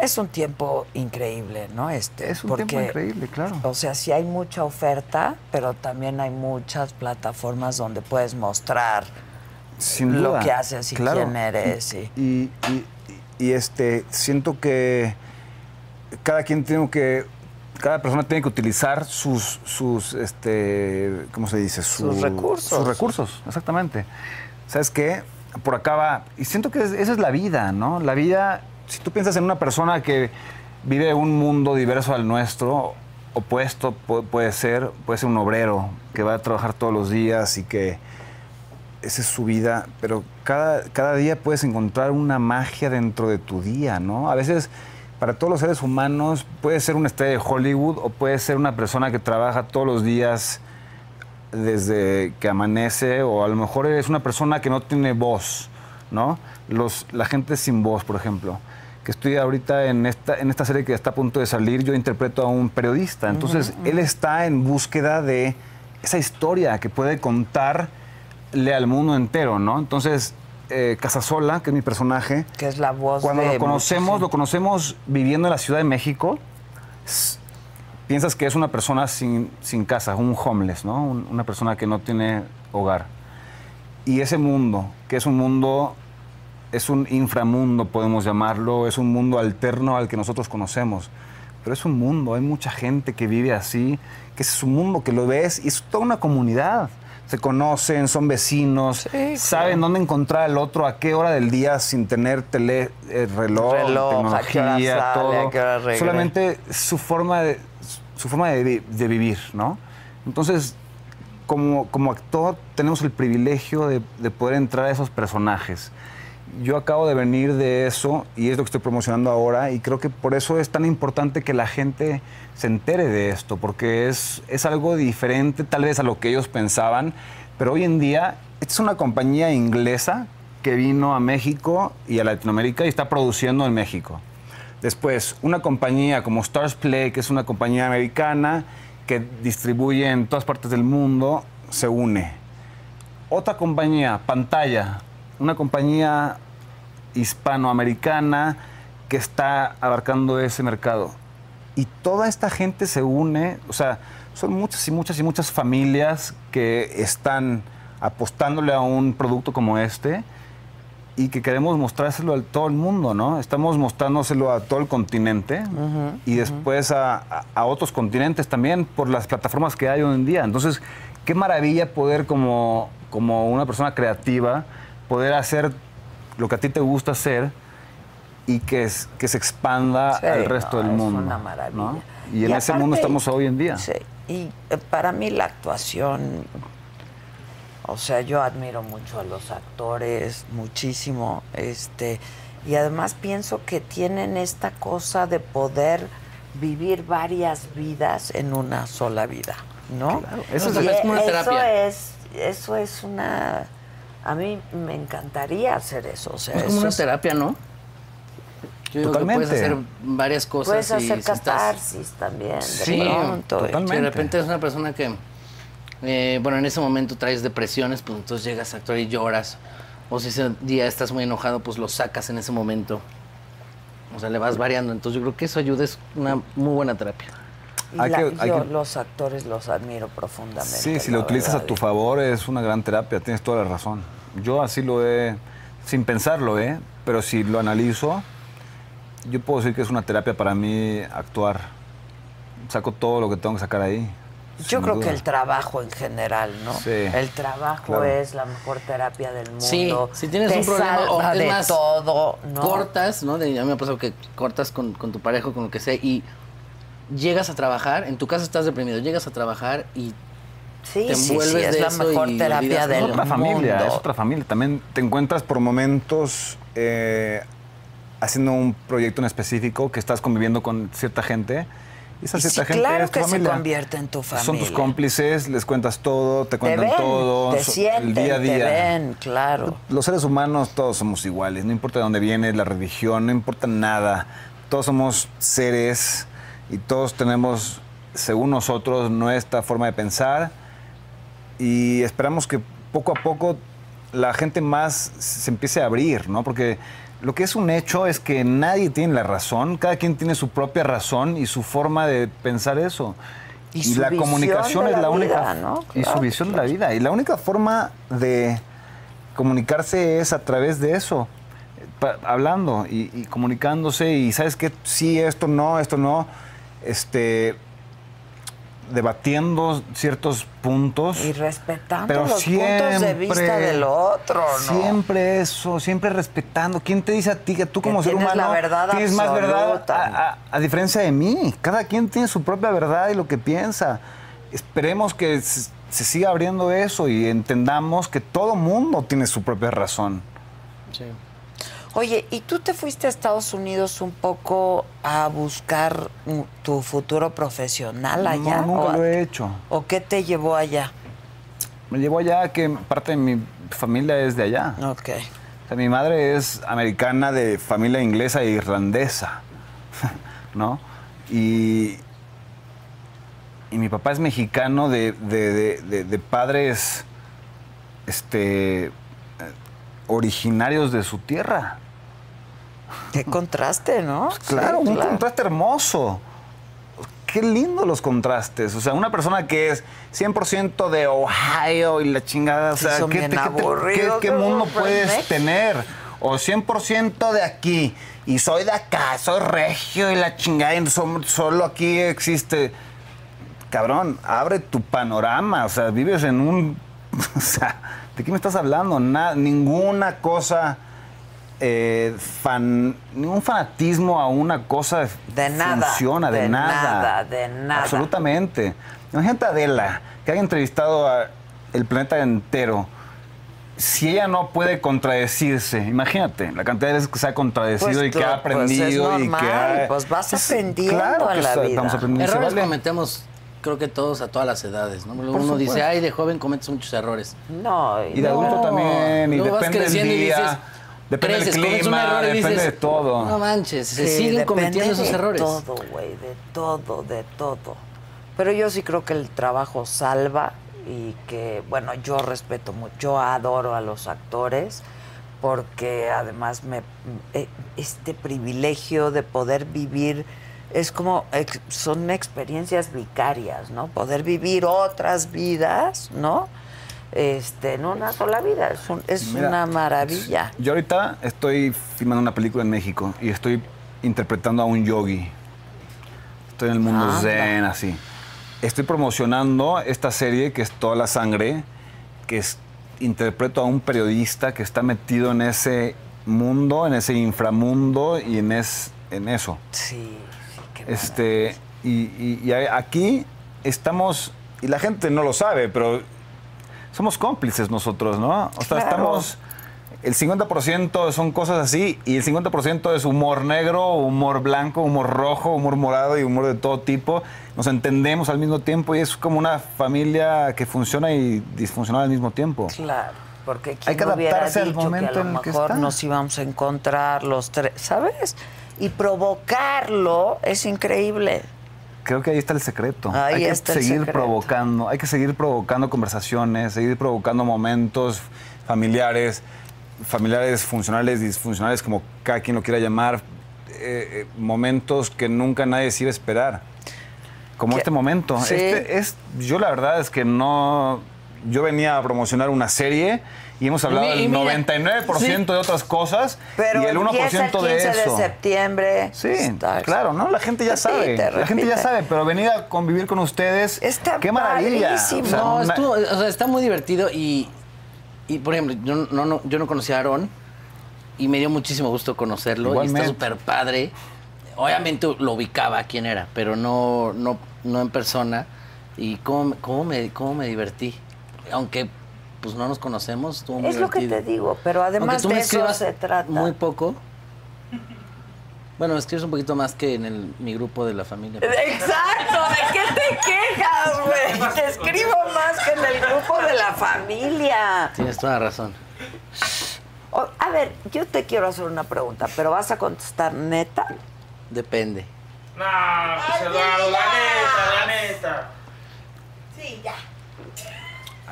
Es un tiempo increíble, ¿no? Este,
es un
porque,
tiempo increíble, claro.
O sea, sí hay mucha oferta, pero también hay muchas plataformas donde puedes mostrar
Sin
lo
duda,
que haces y
claro.
quién eres. Y,
Y, y- y, este, siento que cada quien tiene que, cada persona tiene que utilizar sus, sus este, ¿cómo se dice?
Sus
Su-
recursos.
Sus recursos, exactamente. ¿Sabes qué? Por acá va, y siento que es- esa es la vida, ¿no? La vida, si tú piensas en una persona que vive un mundo diverso al nuestro, opuesto, pu- puede ser, puede ser un obrero que va a trabajar todos los días y que esa es su vida, pero cada, cada día puedes encontrar una magia dentro de tu día, ¿no? A veces, para todos los seres humanos, puedes ser una estrella de Hollywood o puedes ser una persona que trabaja todos los días desde que amanece, o a lo mejor eres una persona que no tiene voz, ¿no? Los, la gente sin voz, por ejemplo. Que estoy ahorita en esta, en esta serie que está a punto de salir, yo interpreto a un periodista. Entonces, él está en búsqueda de esa historia que puede contarle al mundo entero, ¿no? Entonces, eh, Casasola, que es mi personaje,
que es la voz
cuando
de
lo conocemos,
mucha
lo conocemos viviendo en la Ciudad de México, s- piensas que es una persona sin, sin casa, un homeless, ¿no? Un- una persona que no tiene hogar. Y ese mundo, que es un mundo, es un inframundo, podemos llamarlo, es un mundo alterno al que nosotros conocemos. Pero es un mundo, hay mucha gente que vive así, que ese es un mundo que lo ves y es toda una comunidad. Se conocen, son vecinos,
claro.
saben dónde encontrar al otro, a qué hora del día sin tener tele, eh, reloj,
Reloj, a qué hora
tecnología,
sale,
todo.
a qué hora regresa.
Solamente su forma de, su forma de, vi- de vivir, ¿no? Entonces, como, como actor, tenemos el privilegio de, de poder entrar a esos personajes. Yo acabo de venir de eso y es lo que estoy promocionando ahora y creo que por eso es tan importante que la gente se entere de esto, porque es, es algo diferente tal vez a lo que ellos pensaban, pero hoy en día esta es una compañía inglesa que vino a México y a Latinoamérica y está produciendo en México. Después, una compañía como Stars Play, que es una compañía americana que distribuye en todas partes del mundo, se une. Otra compañía, Pantalla, una compañía hispanoamericana que está abarcando ese mercado. Y toda esta gente se une, o sea, son muchas y muchas y muchas familias que están apostándole a un producto como este y que queremos mostrárselo a todo el mundo, ¿no? Estamos mostrándoselo a todo el continente y después a, a- a otros continentes también por las plataformas que hay hoy en día. Entonces, qué maravilla poder como, como una persona creativa, poder hacer lo que a ti te gusta hacer y que, es- que se expanda
Sí,
al
no,
resto del
es
mundo.
una maravilla.
¿no? Y, en ese
aparte-
mundo estamos hoy en día.
Sí, y eh, para mí la actuación, o sea, yo admiro mucho a los actores, muchísimo, este, y además pienso que tienen esta cosa de poder vivir varias vidas en una sola vida, ¿no?
Claro, eso es-
Y
es como una
eso
terapia.
es- eso es una... A mí me encantaría hacer eso. O sea,
Es como
eso
una
es-
terapia, ¿no? Yo digo que
Totalmente.
puedes hacer varias cosas.
Puedes
y si
hacer
estás-
catarsis también, de
Sí,
pronto. y-
totalmente.
Si de repente es una persona que, eh, bueno, en ese momento traes depresiones, pues entonces llegas a actuar y lloras. O si ese día estás muy enojado, pues lo sacas en ese momento. O sea, le vas variando. Entonces yo creo que eso ayuda, es una muy buena terapia.
Y
Hay
la-
que- hay
yo
que-
los actores los admiro profundamente.
Sí, si
la
lo utilizas a
verdad.
tu favor es una gran terapia, tienes toda la razón. Yo así lo he, sin pensarlo, ¿eh? Pero si lo analizo, yo puedo decir que es una terapia para mí actuar. Saco todo lo que tengo que sacar ahí.
Yo
sin
creo
duda.
que el trabajo en general, ¿no?
Sí,
el trabajo
claro.
es la mejor terapia del mundo.
Sí, si tienes
Te
un problema o
salva
es
de
más,
todo, ¿no?
Cortas, ¿no? De- a mí me ha pasado que cortas con, con tu pareja, o con lo que sea, y llegas a trabajar, en tu casa estás deprimido, llegas a trabajar y
Sí,
te
sí, sí,
envuelves
es
de
la
eso
mejor
y
terapia
olvidas
Es
del
todo.
otra familia,
mundo.
es otra familia. También te encuentras por momentos eh, haciendo un proyecto en específico que estás conviviendo con cierta gente Esa
Y
cierta
sí,
gente
claro
es tu
que se
familia.
convierte en tu
Son tus
familia.
cómplices, les cuentas todo, te
Te
cuentan
ven,
todo.
te
so-
sienten,
el día a día.
te ven, claro.
Los seres humanos todos somos iguales, no importa de dónde vienes, la religión, no importa nada. Todos somos seres y todos tenemos, según nosotros, nuestra forma de pensar y esperamos que poco a poco la gente más se empiece a abrir, ¿no? Porque lo que es un hecho es que nadie tiene la razón, cada quien tiene su propia razón y su forma de pensar eso.
Y
Y,
su
la
visión
comunicación
de
es
la
la
vida,
única
¿no?
y su
Claro,
visión de la vida y la única forma de comunicarse es a través de eso, pa- hablando y, y comunicándose y sabes qué, sí, esto no, esto no, este, debatiendo ciertos puntos.
Y respetando
Pero
los puntos de vista
siempre-
del otro, ¿no?
Siempre eso, siempre respetando. ¿Quién te dice a ti que tú
Que
como ser
tienes
humano
la verdad
tienes más verdad?
absoluta.
A, a- a diferencia de mí, cada quien tiene su propia verdad y lo que piensa. Esperemos que se, se siga abriendo eso y entendamos que todo mundo tiene su propia razón.
Oye, ¿y tú te fuiste a Estados Unidos un poco a buscar mm, tu futuro profesional allá?
No, nunca
¿O-
lo he hecho.
¿O qué te llevó allá?
Me llevó allá que parte de mi familia es de allá.
Ok.
O sea, mi madre es americana de familia inglesa e irlandesa, ¿no? Y, y mi papá es mexicano de, de- de- de- de padres este, eh, originarios de su tierra.
Qué contraste, ¿no?
Mm. Pues Claro,
Sí,
un contraste hermoso. Qué lindo los contrastes. O sea, una persona que es 100% de Ohio y la chingada. O
Sí,
sea,
son
¿qué,
bien
te- qué te-
aburridos,
qué- qué
¿no?
mundo
Pues,
puedes
México.
tener? O 100% de aquí. Y soy de acá, soy regio y la chingada. y som- solo aquí existe. Cabrón, abre tu panorama. O sea, vives en un. O sea, ¿de qué me estás hablando? Na- ninguna cosa eh, fan, ningún fanatismo a una cosa
De nada,
funciona, de,
de
nada.
nada, de nada.
Absolutamente. Imagínate a Adela, que haya entrevistado a el planeta entero. Si ella no puede contradecirse, imagínate la cantidad de veces que se ha contradecido
Pues
y que
claro,
ha
pues es
aprendido y que
normal,
ha-
pues vas
Es-
aprendiendo
claro
en
que
la
está-
vida.
Estamos aprendiendo. y se
Errores
vale.
cometemos, creo que todos a todas las edades, ¿no? Uno
supuesto.
dice, ay, de joven cometes muchos errores.
No,
Y de adulto
No,
también, y
luego vas
depende del
creciendo y
día,
dices,
depende
creces,
del
cometes un
clima,
error y
depende
dices,
de todo.
No manches, se
Sí,
siguen
depende
cometiendo esos
de
errores.
todo, güey, de todo, de todo. Pero yo sí creo que el trabajo salva y que, bueno, yo respeto mucho, yo adoro a los actores porque además me eh, este privilegio de poder vivir es como ex- son experiencias vicarias, ¿no? Poder vivir otras vidas, ¿no? Este, en una sola vida, es, un- es
Mira,
una maravilla.
Yo ahorita estoy filmando una película en México y estoy interpretando a un yogi. Estoy en el mundo
Anda.
zen, así. Estoy promocionando esta serie que es Toda la Sangre, que es- interpreto a un periodista que está metido en ese mundo, en ese inframundo y en, es, en eso.
Sí, sí, qué
Este, y, y- y a- aquí estamos, y la gente no lo sabe, pero somos cómplices nosotros, ¿no? O sea,
Claro.
estamos. El 50% son cosas así y el 50% es humor negro, humor blanco, humor rojo, humor morado y humor de todo tipo. Nos entendemos al mismo tiempo y es como una familia que funciona y disfunciona al mismo tiempo.
Claro, porque
Hay
quien
que
hubiera
adaptarse al
dicho
momento
que a lo
en el que
mejor
está.
nos íbamos a encontrar los tres, ¿sabes? Y provocarlo es increíble.
Creo que ahí está el secreto.
Ahí
hay que
está el
seguir
secreto.
provocando, hay que seguir provocando conversaciones, seguir provocando momentos familiares, familiares funcionales, disfuncionales, como cada quien lo quiera llamar, eh, eh, momentos que nunca nadie se iba a esperar. Como
Que-
este momento.
Sí.
Este es, yo la verdad es que no. Yo venía a promocionar una serie y hemos hablado
mi- y
del
mira,
99% de otras cosas
Pero
y el 1%
empieza el 15
de eso.
de septiembre. pues,
Sí,
Está-
claro, ¿no? La gente ya sabe.
Repite,
La gente ya
repite.
sabe, pero venir a convivir con ustedes.
Está
¡Qué maravilla!
padrísimo.
no,
una-
estuvo- o sea, está muy divertido y, y, por ejemplo, yo no, no- yo no conocía a Aarón y me dio muchísimo gusto conocerlo y
Igualmente.
está súper padre. Obviamente lo ubicaba quién era, pero no, no, no en persona. Y cómo, me- cómo me, cómo me divertí. Aunque pues no nos conocemos, estuvo muy
Es lo que
divertido.
te digo, pero además
Aunque tú
de
me
eso
escribas
se trata.
muy poco,
Bueno, escribes un poquito más que en el- mi grupo de la familia.
Exacto, ¿de qué te quejas, güey? Te escribo más que en el grupo de la familia.
Tienes toda la razón.
O- a ver, yo te quiero hacer una pregunta, pero vas a contestar neta.
Depende.
Nah, pues Eduardo, la neta, la neta.
Sí, ya.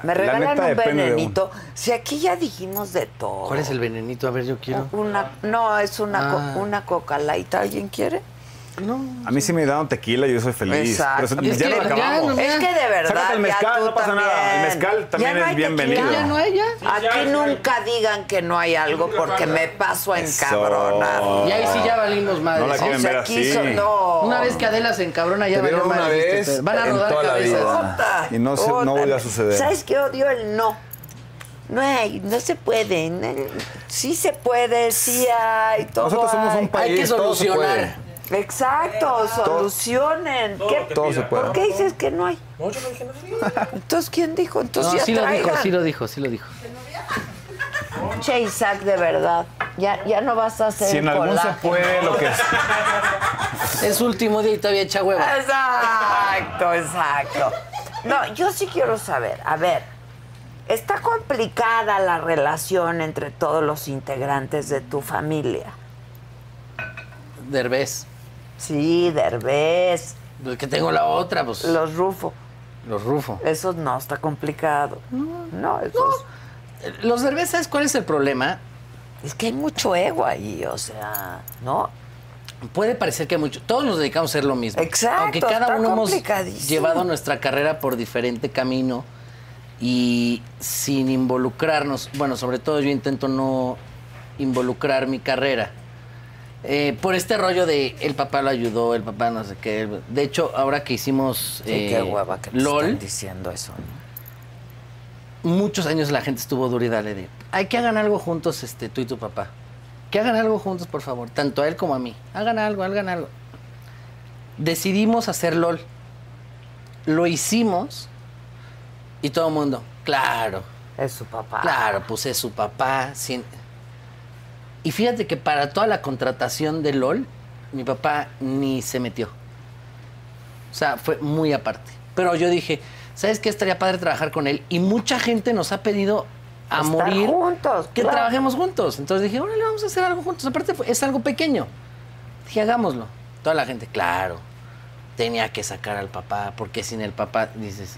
Me
La
regalan
neta
un
depende de uno.
venenito. Si aquí ya dijimos de todo.
¿Cuál es el venenito? A ver, yo quiero.
Una, no, es una,
Ah.
co- una coca light. ¿Alguien quiere?
A mí sí me dieron tequila y yo soy feliz.
Exacto.
Pero eso-
Es
ya
que
lo
ya
acabamos.
no-
Es que de verdad.
Sácate el mezcal,
ya tú
no pasa nada.
también.
El mezcal también
Ya no
es
hay
bienvenido.
tequila.
Ya no
hay, ya.
Aquí nunca digan que no hay algo porque me paso a
Eso.
encabronar.
Y ahí sí ya valimos madres.
No la
¿eh?
quieren
O sea,
ver
aquí
así.
so- no.
Una vez que Adela se encabrona ya
Te vieron
valió
una
madres este
vez
pedo. Van a
en
rodar
toda la
cabezas.
vida.
Puta,
Y no se- no
puta.
volvió a suceder.
¿Sabes qué odio? El no. No hay, no se puede. no- sí se puede, sí hay, todo
Nosotros somos
hay.
un país.
Hay que
todo se puede.
solucionar.
Exacto, solucionen.
Todo
¿Qué-
lo que
Todo se
pida.
puede.
¿Por qué dices que no hay?
No, yo no dije nada.
Entonces, ¿quién dijo? Entonces
No,
ya
sí lo dijo,
traigan.
sí lo dijo, sí lo dijo.
Che, Isaac, de verdad. Ya, ya no vas a hacer
Si en algún se
colágeno.
puede, lo que
Es su último día y todavía echa hueva.
Exacto, exacto. No, yo sí quiero saber. A ver, está complicada la relación entre todos los integrantes de tu familia.
Derbez.
Sí, Derbez,
Pues Que tengo la otra, pues.
los Rufo.
Los Rufo.
Eso no está complicado. No, eso
Los Derbez, ¿sabes cuál es el problema?
es- es que hay mucho ego ahí, o sea, ¿no?
Puede parecer que mucho. Todos nos dedicamos a hacer lo mismo.
Exacto,
Aunque cada
está
uno hemos
complicadísimo.
llevado nuestra carrera por diferente camino y sin involucrarnos. Bueno, sobre todo yo intento no involucrar mi carrera. Eh, por este rollo de el papá lo ayudó, el papá no sé qué. De hecho, ahora que hicimos
Sí, qué
eh,
hueva que te
LOL,
están diciendo eso. ¿no?
muchos años la gente estuvo dura y dale de, hay que hagan algo juntos este, tú y tu papá. Que hagan algo juntos, por favor, tanto a él como a mí. Hagan algo, hagan algo. Decidimos hacer LOL. Lo hicimos y todo el mundo, claro,
Es su papá.
claro, pues es su papá. sin- Y fíjate que para toda la contratación de LOL, mi papá ni se metió. O sea, fue muy aparte. Pero yo dije, ¿sabes qué? Estaría padre trabajar con él. Y mucha gente nos ha pedido a
Estar
morir
juntos,
que
claro.
trabajemos juntos. Entonces dije, órale, vamos a hacer algo juntos. Aparte, fue- es algo pequeño. Dije, hagámoslo. Toda la gente, claro, tenía que sacar al papá, porque sin el papá, dices,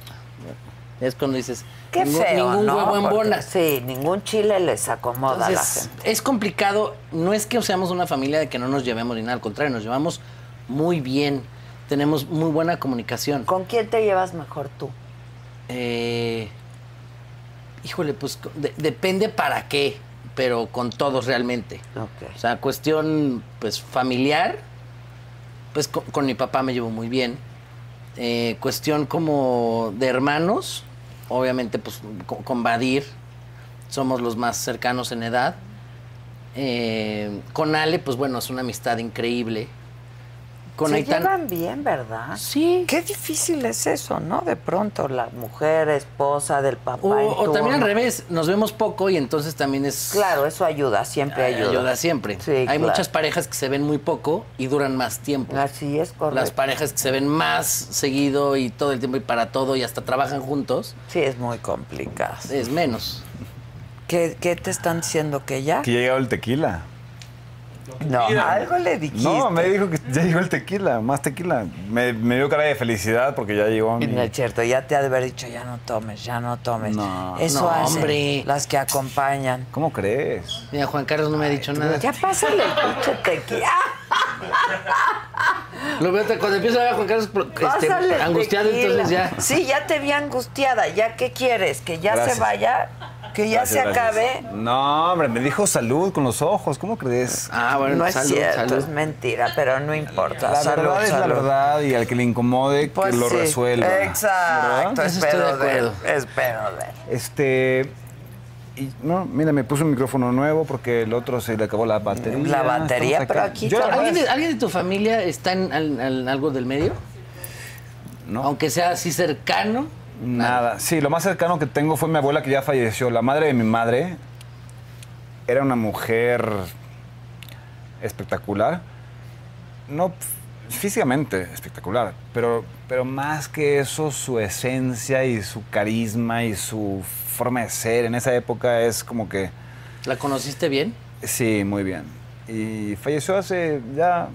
es cuando dices,
Qué
ningún,
feo,
ningún
¿no?
huevo en
Porque-
bolas.
Sí, ningún chile les acomoda a la
Entonces,
gente.
es complicado. No es que seamos una familia de que no nos llevemos ni nada, al contrario, nos llevamos muy bien. Tenemos muy buena comunicación.
¿Con quién te llevas mejor tú?
Eh, híjole, pues co- de- depende para qué, pero con todos realmente. O sea, cuestión pues familiar, pues co- con, mi papá me llevo muy bien. Eh, cuestión como de hermanos, obviamente pues co- con Badir somos los más cercanos en edad. Eh, con Ale, pues bueno, es una amistad increíble. Con
Se
Aitán-
llevan bien, ¿verdad?
Sí.
Qué difícil es eso, ¿no? De pronto la mujer, esposa del papá.
O,
en
o también al
turno.
revés, nos vemos poco y entonces también es...
Claro, eso ayuda, siempre
Ay,
ayuda.
ayuda siempre.
Sí,
Hay
claro.
muchas parejas que se ven muy poco y duran más tiempo.
Así es, correcto.
Las parejas que se ven más seguido y todo el tiempo y para todo y hasta trabajan juntos
sí, es muy complicado.
es menos.
¿Qué, qué te están diciendo que ya?
que ya llegó el tequila.
No,
Mira.
algo le dijiste.
No, me dijo que ya llegó el tequila, más tequila. Me, me dio cara de felicidad porque ya llegó mi...
No es cierto, ya te ha de haber dicho, ya no tomes, ya no tomes.
No.
Eso
No,
hacen
hombre.
las que acompañan.
¿Cómo crees?
Mira, Juan Carlos no me ha dicho nada.
Ya pásale el pinche ¡Ah! tequila.
Lo veo te- cuando empieza a ver a Juan Carlos pro- este,
Pásale el
angustiado,
tequila.
entonces ya.
Sí, ya te vi angustiada. ¿Ya qué quieres? ¿Que ya
Gracias.
se vaya? ¿Que ya
Gracias,
se
gracias.
acabe?
No, hombre, me dijo salud con los ojos. ¿Cómo crees?
Ah, bueno,
no es
salud,
cierto,
salud.
es mentira, pero no importa.
La
Salud,
verdad es la
salud.
verdad y al que le incomode,
Pues
que lo
sí,
resuelva.
Exacto,
¿Verdad?
Eso estoy
espero
de
de él.
acuerdo.
Espero de él.
Este. y, no, mira, me puse un micrófono nuevo porque el otro se le acabó la batería.
La batería,
Estamos
pero aquí
Yo, la
está-
verdad
¿Alguien de,
es-
alguien de tu familia está en al- al- algo del medio?
no,
Aunque sea así cercano.
nada. Sí, lo más cercano que tengo fue mi abuela que ya falleció. La madre de mi madre era una mujer espectacular. no pf, físicamente espectacular, pero, pero más que eso, su esencia y su carisma y su forma de ser en esa época es como que,
¿La conociste bien?
sí, muy bien. Y falleció hace ya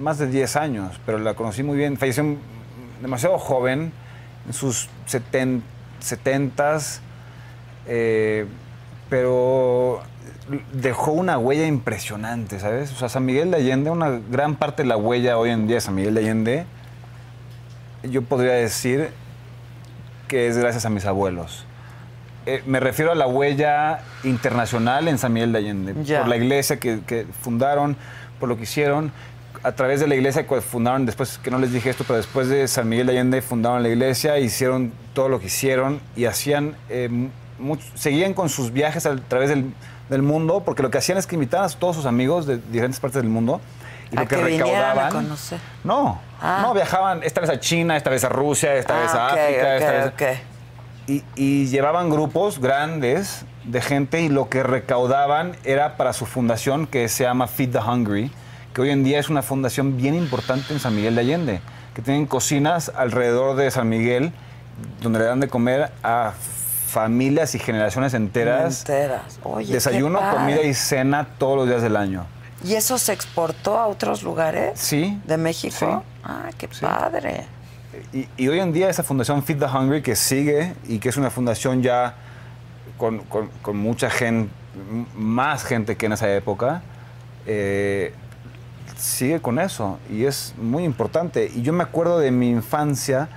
más de 10 años, pero la conocí muy bien. Falleció en- demasiado joven, en sus 70 setentas, eh, pero dejó una huella impresionante, ¿sabes? O sea, San Miguel de Allende, una gran parte de la huella hoy en día de San Miguel de Allende, yo podría decir que es gracias a mis abuelos. Eh, me refiero a la huella internacional en San Miguel de Allende,
Ya.
por la iglesia que, que fundaron, por lo que hicieron. A través de la iglesia que fundaron, después que no les dije esto, pero después de San Miguel de Allende fundaron la iglesia, hicieron todo lo que hicieron y hacían, eh, mucho- seguían con sus viajes a través del, del mundo, porque lo que hacían es que invitaban a todos sus amigos de diferentes partes del mundo y
A
lo que,
que vinieran a
recaudaban.
conocer.
No,
Ah.
no, viajaban esta vez a China, esta vez a Rusia, esta vez a
Ah, ok,
África,
ok,
esta vez a-
ok.
y, y llevaban grupos grandes de gente y lo que recaudaban era para su fundación que se llama Feed the Hungry, que hoy en día es una fundación bien importante en San Miguel de Allende, que tienen cocinas alrededor de San Miguel donde le dan de comer a familias y generaciones enteras.
Enteras. Oye, qué
Desayuno,
padre.
comida y cena todos los días del año.
¿Y eso se exportó a otros lugares
Sí,
de México?
Sí.
Ah, qué padre.
Y, y hoy en día esa fundación Feed the Hungry que sigue y que es una fundación ya con, con- con mucha gente, más gente que en esa época, eh, sigue con eso y es muy importante. Y yo me acuerdo de mi infancia,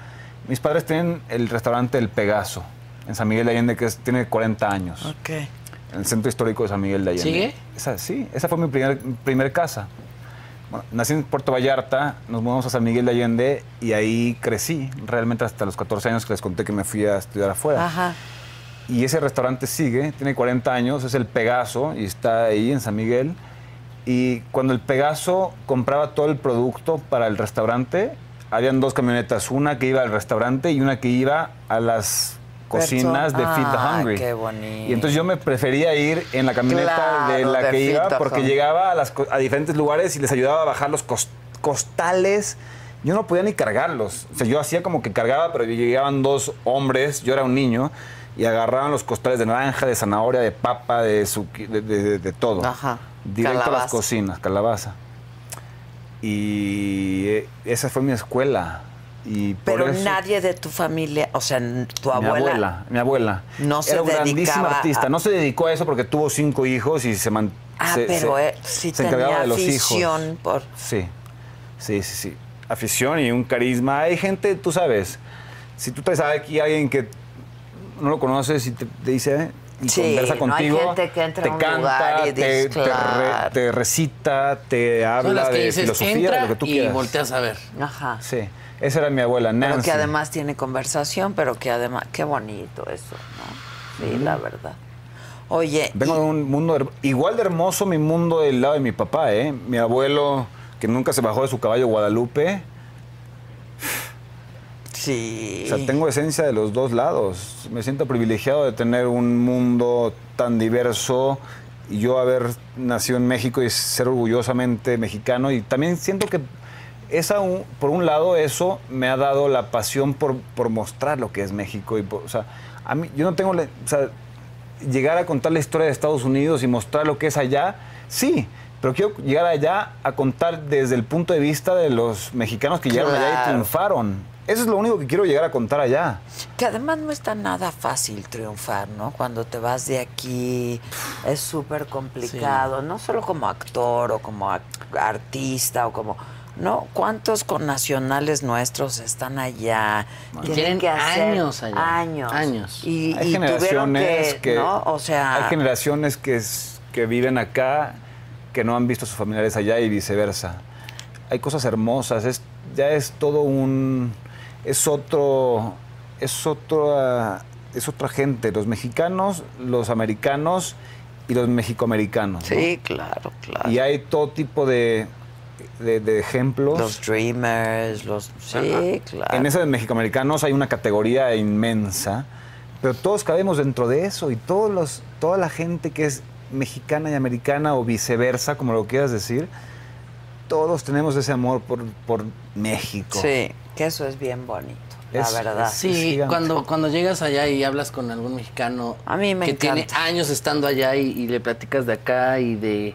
mis padres tienen el restaurante El Pegaso en San Miguel de Allende que es- tiene 40 años,
Ok.
en el centro histórico de San Miguel de Allende.
¿Sigue?
Esa, sí, esa fue mi primer, mi primer casa. Bueno, nací en Puerto Vallarta, nos mudamos a San Miguel de Allende y ahí crecí, realmente hasta los 14 años que les conté que me fui a estudiar afuera.
Ajá.
Y ese restaurante sigue, tiene 40 años, es el Pegaso y está ahí en San Miguel. Y cuando el Pegaso compraba todo el producto para el restaurante, habían dos camionetas, una que iba al restaurante y una que iba a las cocinas de Feed the
Ah,
Hungry.
qué bonito.
Y entonces yo me prefería ir en la camioneta
Claro,
de la
de
que
Feed
iba
the
porque
Hungry.
llegaba a, las co- a diferentes lugares y les ayudaba a bajar los cos- costales. Yo no podía ni cargarlos. O sea, yo hacía como que cargaba, pero llegaban dos hombres, yo era un niño, y agarraban los costales de naranja, de zanahoria, de papa, de, zuqui- de, de- de- de todo.
Ajá.
Directo a las
Calabaza.
cocinas, calabaza. Y eh, esa fue mi escuela. Y por
Pero
eso-
nadie de tu familia, o sea, n- tu
mi
abuela.
abuela, mi abuela.
no se
Era una grandísima
dedicaba
artista.
a-
No se dedicó a eso porque tuvo cinco hijos y se man-
Ah,
se-
pero
se-
eh, sí
se
tenía
encargaba de los
afición
hijos.
por.
Sí, sí, sí, sí. Afición y un carisma. Hay gente, tú sabes, si tú te sabes aquí alguien que no lo conoces y te, te dice eh, y
Sí,
conversa
no hay
contigo,
gente que entra
te
a un
canta,
lugar y
te,
dices,
te re-
claro.
te recita, te habla
Son las que
de
dices,
filosofía, de
entra
lo que tú
y
quieras.
volteas a ver.
Ajá.
Sí, esa era mi abuela, Nancy.
Pero que además tiene conversación, pero que además. Qué bonito eso, ¿no? Sí, la verdad. Oye.
Vengo
y-
de un mundo her- igual de hermoso mi mundo del lado de mi papá, ¿eh? Mi abuelo que nunca se bajó de su caballo Guadalupe.
Sí.
O sea, tengo esencia de los dos lados. Me siento privilegiado de tener un mundo tan diverso y yo haber nacido en México y ser orgullosamente mexicano. Y también siento que esa, un- por un lado, eso me ha dado la pasión por, por mostrar lo que es México. Y por- o sea, a mí, yo no tengo... la- o sea, llegar a contar la historia de Estados Unidos y mostrar lo que es allá, sí. Pero quiero llegar allá a contar desde el punto de vista de los mexicanos que llegaron allá y
Claro.
triunfaron. Eso es lo único que quiero llegar a contar allá.
Que además no está nada fácil triunfar, ¿no? Cuando te vas de aquí es súper complicado, no solo como actor o como ac- artista o como... No, ¿cuántos connacionales nuestros están allá?
Y tienen años allá,
Años.
años.
Y,
Hay
y tuvieron
generaciones
que,
que,
¿no? O sea,
hay generaciones que, es- que viven acá que no han visto a sus familiares allá y viceversa. Hay cosas hermosas, es, ya es todo un es otro es otra es otra gente, los mexicanos, los americanos y los mexicoamericanos. ¿no?
sí, claro, claro.
Y hay todo tipo de, de- de ejemplos.
Los dreamers, los... Sí, claro.
En esa de mexicoamericanos hay una categoría inmensa, pero todos cabemos dentro de eso y todos los, toda la gente que es mexicana y americana o viceversa, como lo quieras decir, todos tenemos ese amor por, por México.
Sí, que eso es bien bonito,
Es-
la verdad.
es-
Sí.
Sí,
gigante.
cuando, cuando llegas allá y hablas con algún mexicano
A mí me
que tiene
encanta.
años estando allá y, y le platicas de acá y de,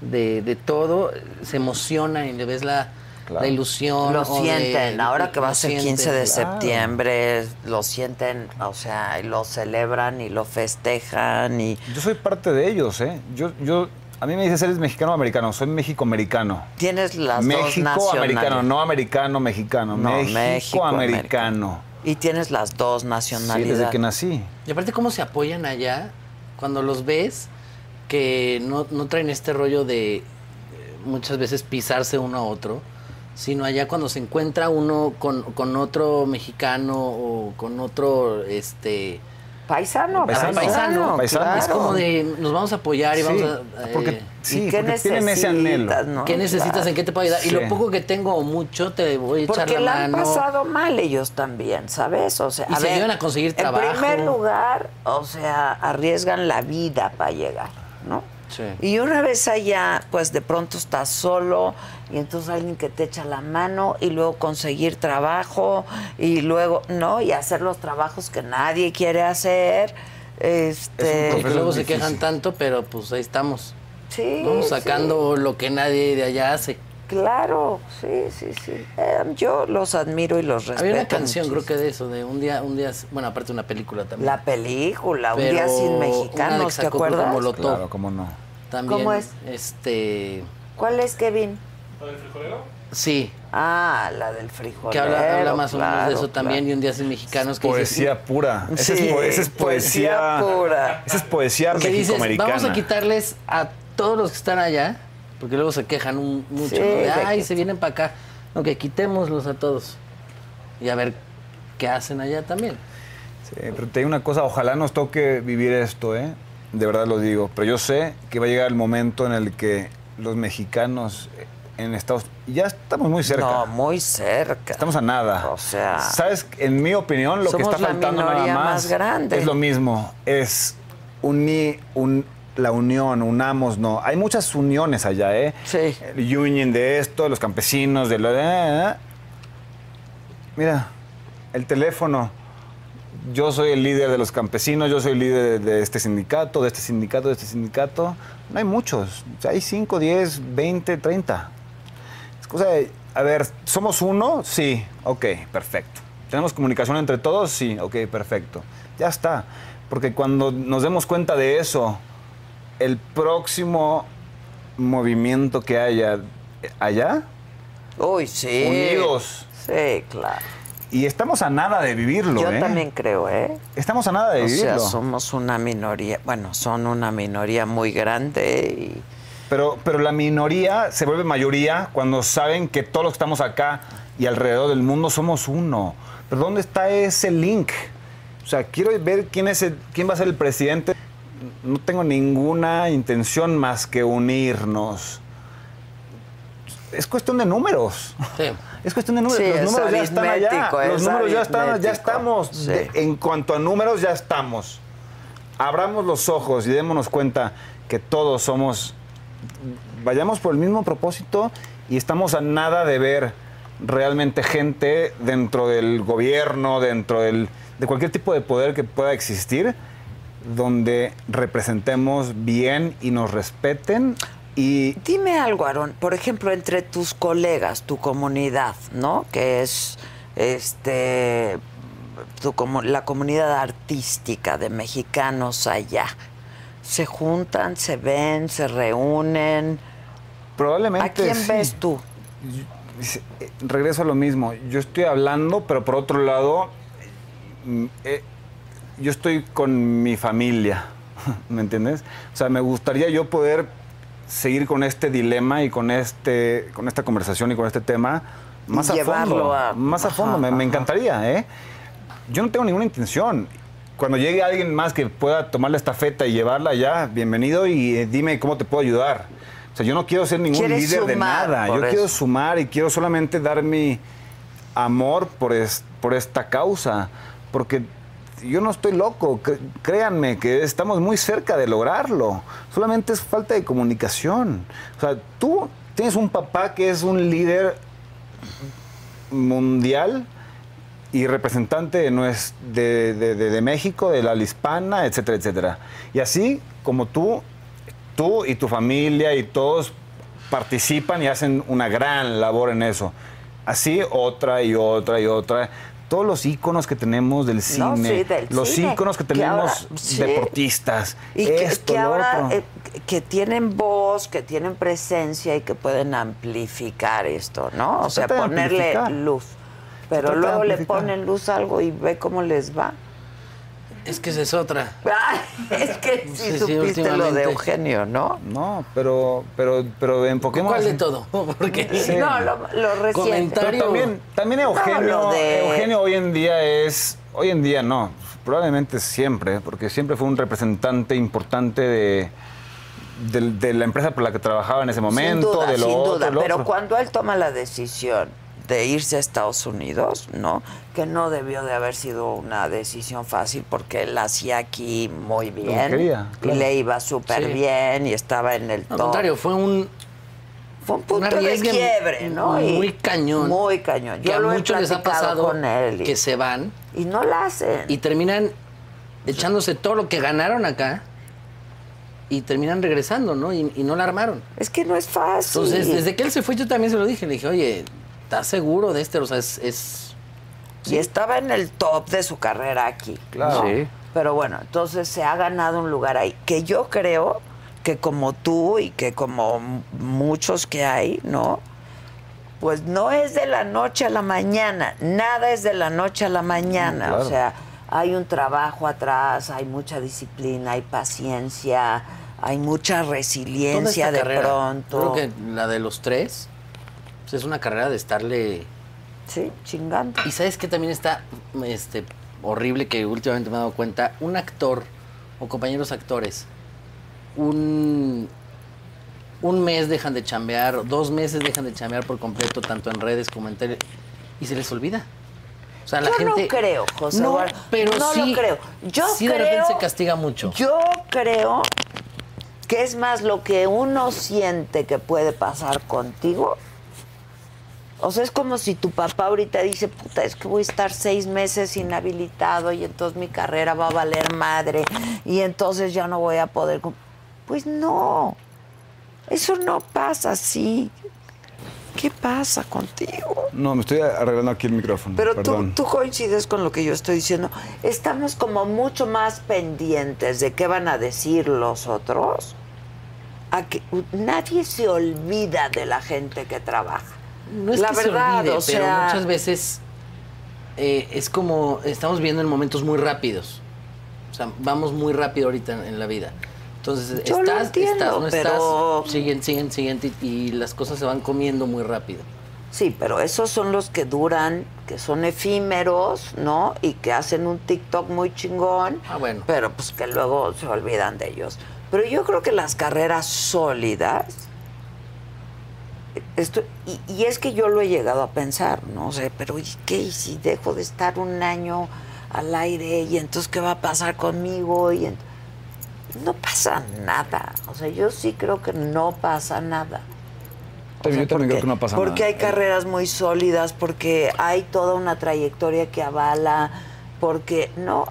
de, de todo, se emociona y le ves la,
Claro.
la ilusión.
Lo
o de-
sienten, ahora que va
lo
a ser
sienten.
15 de
claro.
septiembre, lo sienten, o sea, y lo celebran y lo festejan y
Yo soy parte de ellos, ¿eh? Yo, yo, a mí me dices, ¿eres mexicano o americano? Soy México-americano.
tienes las dos
México-americano,
nacionalidades.
no americano-mexicano.
No,
México-americano.
Y tienes las dos
Sí,
nacionalidades.
desde que nací.
Y aparte cómo se apoyan allá cuando los ves que no, no traen este rollo de eh, muchas veces pisarse uno a otro, sino allá cuando se encuentra uno con, con otro mexicano o con otro este
Paisano,
Paisano,
paisano,
paisano.
claro.
es como de nos vamos a apoyar y vamos
Sí,
a eh,
porque, sí,
¿Y qué
porque tienen
necesitas,
ese anhelo.
no?
¿Qué necesitas?
Claro.
¿En qué te puedo ayudar? Y
Sí.
lo poco que tengo o mucho te voy a echar
Porque
la
la han
mano.
pasado mal ellos también, ¿sabes? O sea,
Y se ayudan a conseguir trabajo.
En primer lugar, o sea, arriesgan la vida para llegar, ¿no?
Sí.
Y una vez allá, pues de pronto estás solo y entonces alguien que te echa la mano y luego conseguir trabajo y luego, ¿no? Y hacer los trabajos que nadie quiere hacer. Este,
Es un
Y que luego se
Difícil.
quejan tanto, pero pues ahí estamos.
sí,
Vamos
sí.
sacando lo que nadie de allá hace.
Claro, sí, sí, sí. Eh, yo los admiro y los respeto.
Había una canción,
muchísimo.
creo que de eso, de un día, un día, bueno, aparte una película también.
La película, Un día
Pero
sin
una de
mexicanos, ¿te
Exacoco,
acuerdas?
como lo-
Claro, cómo no.
también,
¿cómo es?
Este,
¿Cuál es, Kevin?
sí,
Ah, la del frijolero.
que habla, habla más o menos de
claro,
eso también y un día sin mexicanos que dices-
Poesía pura.
claro.
Esa es,
Sí,
po- esa es poesía.
pura.
Esa es poesía
que dices,
mexicoamericana.
vamos a quitarles a todos los que están allá, porque luego se quejan un- mucho,
Sí,
¿no?
de
de, ay,
que-
se vienen para acá. No, que quitémoslos a todos y a ver qué hacen allá también.
Sí, pero te digo una cosa, ojalá nos toque vivir esto, ¿eh? De verdad lo digo. Pero yo sé que va a llegar el momento en el que los mexicanos eh, en Estados ya estamos muy cerca.
No, muy cerca.
Estamos a nada.
O sea,
¿Sabes? En mi opinión, lo que
somos
está
la
faltando
minoría
nada más,
más grande.
es lo mismo. Es uni- un, la unión, unamos, no. Hay muchas uniones allá, ¿eh?
Sí.
El union de esto, los campesinos, de lo. eh, eh. Mira, el teléfono. Yo soy el líder de los campesinos, yo soy el líder de, de este sindicato, de este sindicato, de este sindicato. No hay muchos. O sea, hay 5, 10, 20, 30. Es cosa de, a ver, ¿somos uno? Sí, ok, perfecto. ¿Tenemos comunicación entre todos? Sí, ok, perfecto. Ya está. Porque cuando nos demos cuenta de eso, el próximo movimiento que haya eh, allá,
Uy, sí.
unidos.
Sí, claro.
Y estamos a nada de vivirlo,
Yo
¿eh?
también creo, ¿eh?
Estamos a nada de
O sea,
vivirlo.
somos una minoría, bueno, son una minoría muy grande y
Pero, pero la minoría se vuelve mayoría cuando saben que todos los que estamos acá y alrededor del mundo somos uno. Pero ¿dónde está ese link? O sea, quiero ver quién, es el- quién va a ser el presidente. No tengo ninguna intención más que unirnos. Es cuestión de números.
Sí.
Es cuestión de números.
Sí,
Los
es
números ya están allá.
aritmético,
Los
es
números ya están, ya
aritmético.
estamos.
Sí.
De- en cuanto a números, ya estamos. Abramos los ojos y démonos cuenta que todos somos. Vayamos por el mismo propósito y estamos a nada de ver realmente gente dentro del gobierno, dentro del, de cualquier tipo de poder que pueda existir, donde representemos bien y nos respeten y
Dime algo, Aarón. Por ejemplo, entre tus colegas, tu comunidad, ¿no? Que es este tu comu- la comunidad artística de mexicanos allá. Se juntan, se ven, se reúnen.
probablemente...
¿A quién
sí.
ves tú?
Dice, eh, regreso a lo mismo. Yo estoy hablando, pero por otro lado, mm, eh, yo estoy con mi familia, ¿me entiendes? O sea, me gustaría yo poder seguir con este dilema y con este, con esta conversación y con este tema más a
llevarlo
fondo,
a-
más a
ajá,
fondo. Me, me
ajá.
encantaría, ¿eh? Yo no tengo ninguna intención. Cuando llegue alguien más que pueda tomar la estafeta y llevarla ya, bienvenido y eh, dime cómo te puedo ayudar. O sea, yo no quiero ser ningún
Quieres
líder de
sumar,
nada. Yo
por
quiero
eso.
sumar y quiero solamente dar mi amor por, es- por esta causa. Porque yo no estoy loco. cre- créanme que estamos muy cerca de lograrlo. Solamente es falta de comunicación. O sea, tú tienes un papá que es un líder mundial y representante de, nues- de, de- de- de México, de la hispana, etcétera, etcétera. Y así como tú, tú y tu familia y todos participan y hacen una gran labor en eso. Así otra y otra y otra. Todos los íconos que tenemos del cine,
No, sí, del
los
cine,
íconos que
que ahora-
tenemos
sí.
deportistas,
Y que,
esto,
que
lo
ahora
otro.
eh, que tienen voz, que tienen presencia y que pueden amplificar esto, ¿no? O
Se
sea,
trata de
ponerle
amplificar.
luz. Pero
trata de
luego le
amplificar.
ponen luz a algo y ve cómo les va.
Es que esa es otra.
Ah, es que si
Sí, sí,
supiste lo de
últimamente.
Eugenio, ¿no?
No, pero, pero, pero en Pokémon.
¿Cuál de todo? Porque
No, lo, lo reciente.
Comentario.
Pero también, también Eugenio,
No, lo de-
Eugenio hoy en día es, hoy en día no, probablemente siempre, porque siempre fue un representante importante de, de- de la empresa por la que trabajaba en ese
sin
momento,
duda,
de lo
sin
otro,
duda.
lo
pero
otro.
cuando él toma la decisión de irse a Estados Unidos, ¿no? Que no debió de haber sido una decisión fácil porque él hacía aquí muy bien.
quería, claro.
Y le iba súper
Sí.
bien y estaba en el
Al
top.
contrario, fue un.
Fue un punto
un
de
arriesgue
quiebre, ¿no? Y-
muy cañón.
Muy cañón.
que
Yo
a
lo he
muchos les ha
platicado
pasado
con él y,
que se van
y no la hacen.
y terminan echándose todo lo que ganaron acá y terminan regresando, ¿no? Y, y no la armaron.
es que no es fácil.
Entonces, desde que él se fue, yo también se lo dije. Le dije, oye, ¿estás seguro de este? O sea, es. es-
Y estaba en el top de su carrera aquí.
Claro.
¿no? Pero bueno, entonces se ha ganado un lugar ahí. Que yo creo que como tú y que como m- muchos que hay, ¿no? Pues no es de la noche a la mañana. Nada es de la noche a la mañana.
claro.
O sea, hay un trabajo atrás, hay mucha disciplina, hay paciencia, hay mucha
toda esta
resiliencia de
carrera,
pronto.
Creo que la de los tres pues, es una carrera de estarle.
Sí, chingando.
Y sabes que también está este, horrible que últimamente me he dado cuenta, un actor o compañeros actores, un, un mes dejan de chambear, o dos meses dejan de chambear por completo, tanto en redes como en tele, y se les olvida. O sea, la
Yo no
gente.
creo, José
No,
Eduardo.
pero
No lo
sí.
creo. Yo
sí, de repente
creo-
se castiga mucho.
Yo creo que es más lo que uno siente que puede pasar contigo. O sea, es como si tu papá ahorita dice, puta, es que voy a estar seis meses inhabilitado y entonces mi carrera va a valer madre y entonces ya no voy a poder... cum-". Pues no, eso no pasa así. ¿Qué pasa contigo?
No, me estoy arreglando aquí el micrófono.
Pero tú,
perdón.
tú coincides con lo que yo estoy diciendo. Estamos como mucho más pendientes de qué van a decir los otros. A que u- nadie se olvida de la gente que trabaja.
No es
la
que
verdad,
se olvide,
o sea,
pero muchas veces eh, es como estamos viendo en momentos muy rápidos. O sea, vamos muy rápido ahorita en, en la vida. Entonces,
Yo lo
estás,
entiendo,
estás, no
pero-
estás, siguen, siguen, siguen, y, y las cosas se van comiendo muy rápido.
Sí, pero esos son los que duran, que son efímeros, ¿no? Y que hacen un TikTok muy chingón.
Ah, bueno.
Pero pues que luego se olvidan de ellos. Pero yo creo que las carreras sólidas. Esto, y, y es que yo lo he llegado a pensar, no sé, pero ¿y qué? ¿Y si dejo de estar un año al aire? ¿Y entonces qué va a pasar conmigo? Y ent- no pasa nada. O sea, yo sí creo que no pasa nada. O sea,
Yo también creo
porque-
que no pasa
Porque
nada. eh.
hay carreras muy sólidas, porque hay toda una trayectoria que avala, porque no.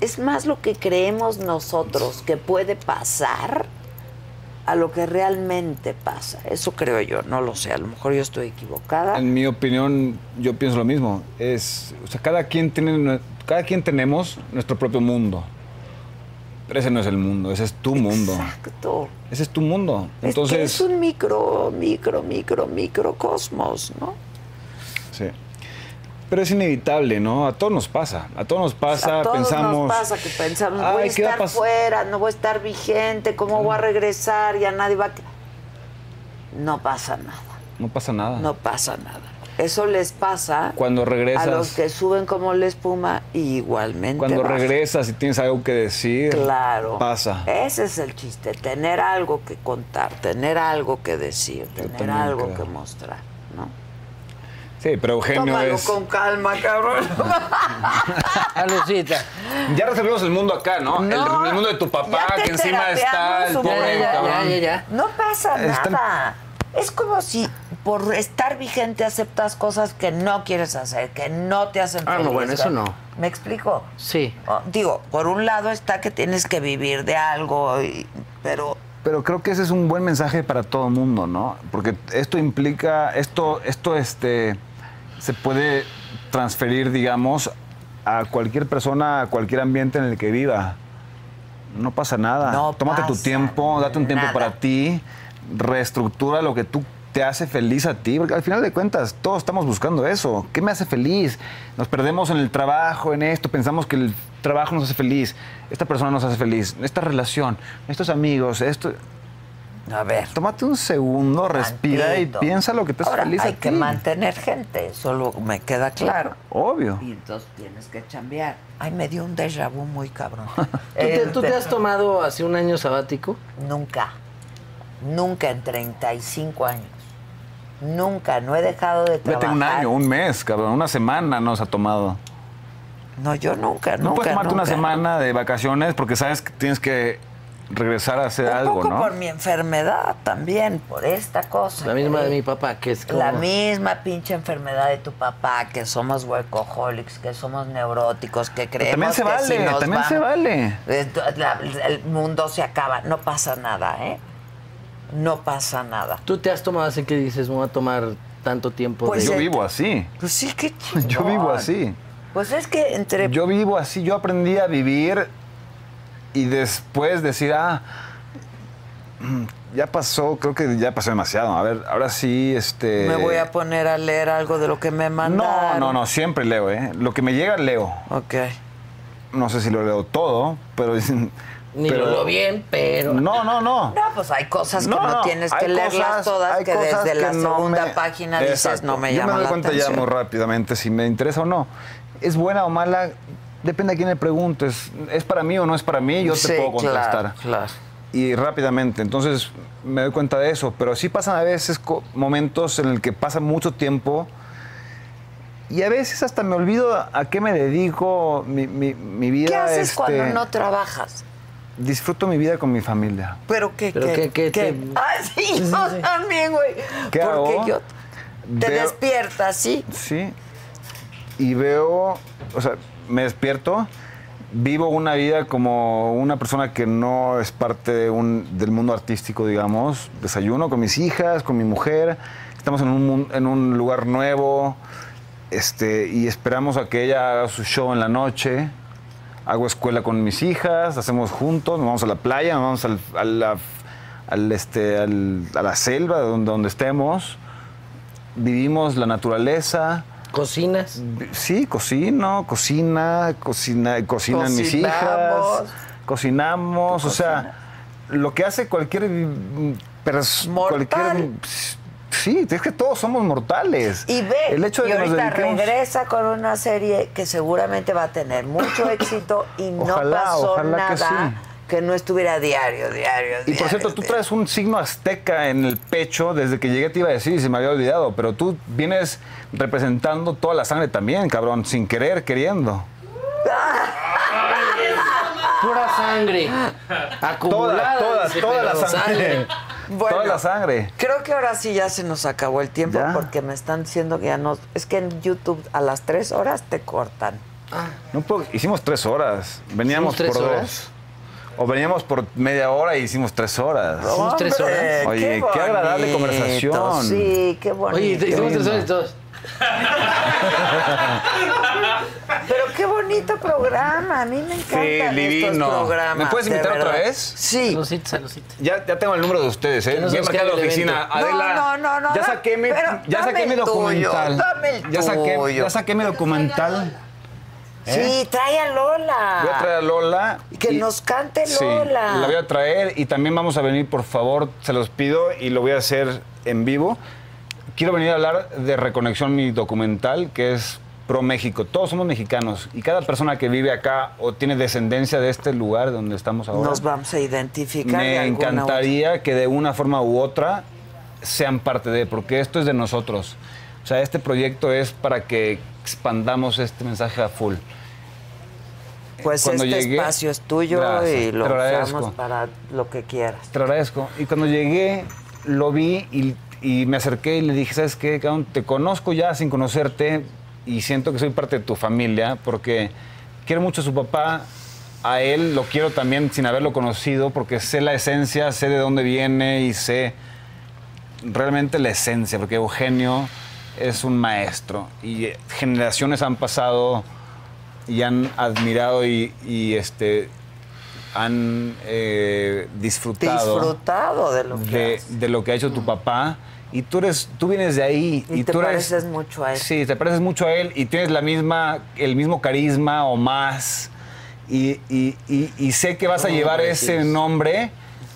Es más lo que creemos nosotros que puede pasar a lo que realmente pasa. Eso creo yo, no lo sé. A lo mejor yo estoy equivocada.
En mi opinión, yo pienso lo mismo. Es, o sea, cada quien tiene, nue- cada quien tenemos nuestro propio mundo. Pero ese no es el mundo, ese es tu mundo.
Exacto.
Ese es tu mundo. Entonces,
es, que es un micro, micro, micro, microcosmos, ¿no?
Sí. Pero es inevitable, ¿no? A todos nos pasa. A todos nos pasa,
a todos
pensamos.
nos pasa que pensamos, voy a
"Ay, ¿qué va a
estar
pas-?"
fuera, no voy a estar vigente, ¿cómo voy a regresar? Ya nadie va a... que-". No pasa nada,
No pasa nada.
no pasa nada. Eso les pasa
Ah. Cuando
a
regresas.
los que suben como la espuma y igualmente.
Cuando
bajan.
regresas y tienes algo que decir.
Claro. Eh,
Pasa.
Ese es el chiste, tener algo que contar, tener algo que decir, tener
también
algo
creo.
que mostrar, ¿no?
Sí, pero Eugenio
Tómalo
es.
con calma, cabrón.
Ah, Lucita.
Ya resolvimos el mundo acá, ¿no?
No,
el, el mundo de tu papá,
ya te
que encima
terapeamos
está el
un
Ya,
pobre
ya, ya,
cabrón.
ya, ya, ya.
No pasa
Están-
nada. Es como si por estar vigente aceptas cosas que no quieres hacer, que no te hacen
Ah, no,
feliz,
bueno, eso
¿verdad?
no.
¿Me explico?
Sí.
Oh, Digo, por un lado está que tienes que vivir de algo, y- pero
Pero creo que ese es un buen mensaje para todo el mundo, ¿no? Porque esto implica, esto, esto este, se puede transferir, digamos, a cualquier persona, a cualquier ambiente en el que viva. No pasa nada.
No
Tómate tu
pasa
tiempo, date un tiempo
nada.
para ti, reestructura lo que tú te hace feliz a ti, porque al final de cuentas todos estamos buscando eso. ¿Qué me hace feliz? Nos perdemos en el trabajo, en esto, pensamos que el trabajo nos hace feliz, esta persona nos hace feliz, esta relación, estos amigos, esto...
a ver.
Tómate un segundo, respira
tantito.
y piensa lo que te hace
Ahora,
feliz a
Hay que
ti.
mantener gente, eso lo- me queda claro.
Obvio.
Y entonces tienes que chambear. Ay, me dio un déjà vu muy cabrón.
¿Tú te, tú te
Este,
has tomado así un año sabático?
Nunca. Nunca en 35 años. Nunca. No he dejado de trabajar.
Vete un año, un mes, cabrón, una semana nos ha tomado.
No, yo nunca,
No
nunca,
puedes tomarte una
nunca.
semana de vacaciones porque sabes que tienes que regresar a hacer
Un
algo,
poco
¿no?
por mi enfermedad también, por esta cosa.
La misma
que-
de mi papá, que es como...
La misma pinche enfermedad de tu papá, que somos huecoholics, que somos neuróticos, que
Pero
creemos
también se
que
vale,
si nos
también se
vamos-
vale.
Esto- la- el mundo se acaba, no pasa nada, ¿eh? No pasa nada.
¿Tú te has tomado así que dices, me voy a tomar tanto tiempo
Pues
de...
Yo
sí.
vivo así.
Pues sí, qué
Yo vivo
chingón.
así.
Pues es que entre
Yo vivo así. Yo aprendí a vivir y después decir, ah, mm, ya pasó, creo que ya pasó demasiado. A ver, ahora sí, este.
me voy a poner a leer algo de lo que me
No,
mandaron.
no, no, siempre leo, ¿eh? Lo que me llega, leo.
Ok.
No sé si lo leo todo, pero.
Ni
pero-
lo bien, pero...
No, no, no.
No, pues hay cosas que no, tienes que
hay
leerlas
cosas-
todas,
hay
que
cosas
desde la
que no
segunda
me-
página dices
Exacto.
no me
Yo
llama
me doy
la
cuenta
atención.
ya muy rápidamente si me interesa o no. ¿Es buena o mala? Depende a quién le preguntes. ¿Es para mí o no es para mí? Yo
Sí,
te puedo
claro,
contestar.
claro.
Y rápidamente. Entonces me doy cuenta de eso. Pero sí pasan a veces co- momentos en el que pasa mucho tiempo. Y a veces hasta me olvido a- a qué me dedico mi, mi- mi vida.
¿Qué haces
este,
cuando no trabajas?
Disfruto mi vida con mi familia.
Pero que
Pero
que,
que- que
que-
te-
Ah, sí, yo también, güey.
¿Qué
Porque
hago?
yo te
Veo-
despiertas, sí.
Sí. Y veo, o sea, me despierto, vivo una vida como una persona que no es parte de un- del mundo artístico, digamos. Desayuno con mis hijas, con mi mujer. Estamos en un, mun- en un lugar nuevo este, y esperamos a que ella haga su show en la noche. Hago escuela con mis hijas, hacemos juntos, nos vamos a la playa, nos vamos al, a, la, al, este, al- a la selva, donde, donde estemos. Vivimos la naturaleza,
¿Cocinas?
Sí, cocino, cocina, cocina, cocinan mis hijas,
Cocinamos.
cocinamos, o sea, lo que hace cualquier persona,
Mortal.
cualquier sí, es que todos somos mortales.
Y ve,
el hecho de
y
que nos
ahorita
dediquemos-
regresa con una serie que seguramente va a tener mucho éxito y no
Ojalá,
pasó
ojalá
nada
que sí.
que, no estuviera diario, diario,
Y por
diario,
cierto, tú
diario.
traes un signo azteca en el pecho, desde que llegué te iba a decir y se me había olvidado, pero tú vienes representando toda la sangre también, cabrón, sin querer, queriendo.
Pura sangre. Acumulada.
todas,
dice,
toda la
pero
sangre.
Bueno.
Toda la sangre.
Creo que ahora sí ya se nos acabó el tiempo
Ya.
porque me están diciendo que ya no. Es que en YouTube a las tres horas te cortan.
No puedo- hicimos tres horas. Veníamos
¿Hicimos tres
por
horas?
dos. O veníamos por media hora y hicimos tres horas.
Hicimos tres
¡Hombre,
horas.
Oye, qué agradable
bonito!
conversación.
Sí, qué bonito.
Oye, te hicimos tres horas y todos.
Pero qué bonito programa. A mí me encantan
divino.
estos programas.
¿Me puedes
de
invitar otra
verdad.
vez?
Sí.
Saluditos, saluditos.
Ya, ya tengo el número de ustedes, ¿eh?
Ya nos
Voy a marcar la
buscaron el
oficina.
evento.
Adela,
No, no, no, no,
Ya
da-
saqué mi,
pero
ya
dame
saqué mi
el tuyo,
documental.
dame el
ya, saqué,
tuyo.
ya saqué mi documental.
Sí, trae a Lola.
Voy a traer a Lola.
Que
y-
nos cante
Sí,
Lola.
la voy a traer y también vamos a venir, por favor, se los pido y lo voy a hacer en vivo. Quiero venir a hablar de Reconexión, mi documental, que es pro México. Todos somos mexicanos y cada persona que vive acá o tiene descendencia de este lugar donde estamos ahora.
Nos vamos a identificar. de
me
alguna
encantaría que de una forma u otra sean parte de, porque esto es de nosotros. O sea, este proyecto es para que expandamos este mensaje a full.
otra. Pues
Cuando
este
llegué-
espacio es tuyo
Gracias,
y lo
te agradezco.
usamos para lo que quieras.
Te agradezco. Y cuando llegué, lo vi y Y me acerqué y le dije, ¿sabes qué? cabrón? Te conozco ya sin conocerte y siento que soy parte de tu familia porque quiero mucho a su papá. A él lo quiero también sin haberlo conocido porque sé la esencia, sé de dónde viene y sé realmente la esencia, porque Eugenio es un maestro y eh, generaciones han pasado y han admirado y, y, este han eh, disfrutado,
Disfrutado de lo que
de,
haces.
de lo que ha hecho tu papá y tú eres tú vienes de ahí
Y,
y,
te
tú eres-
pareces mucho a él.
Sí, te pareces mucho a él y tienes la misma, el mismo carisma o más. Y, y- y- y sé que vas a
No,
llevar
hombre,
ese
tienes-
nombre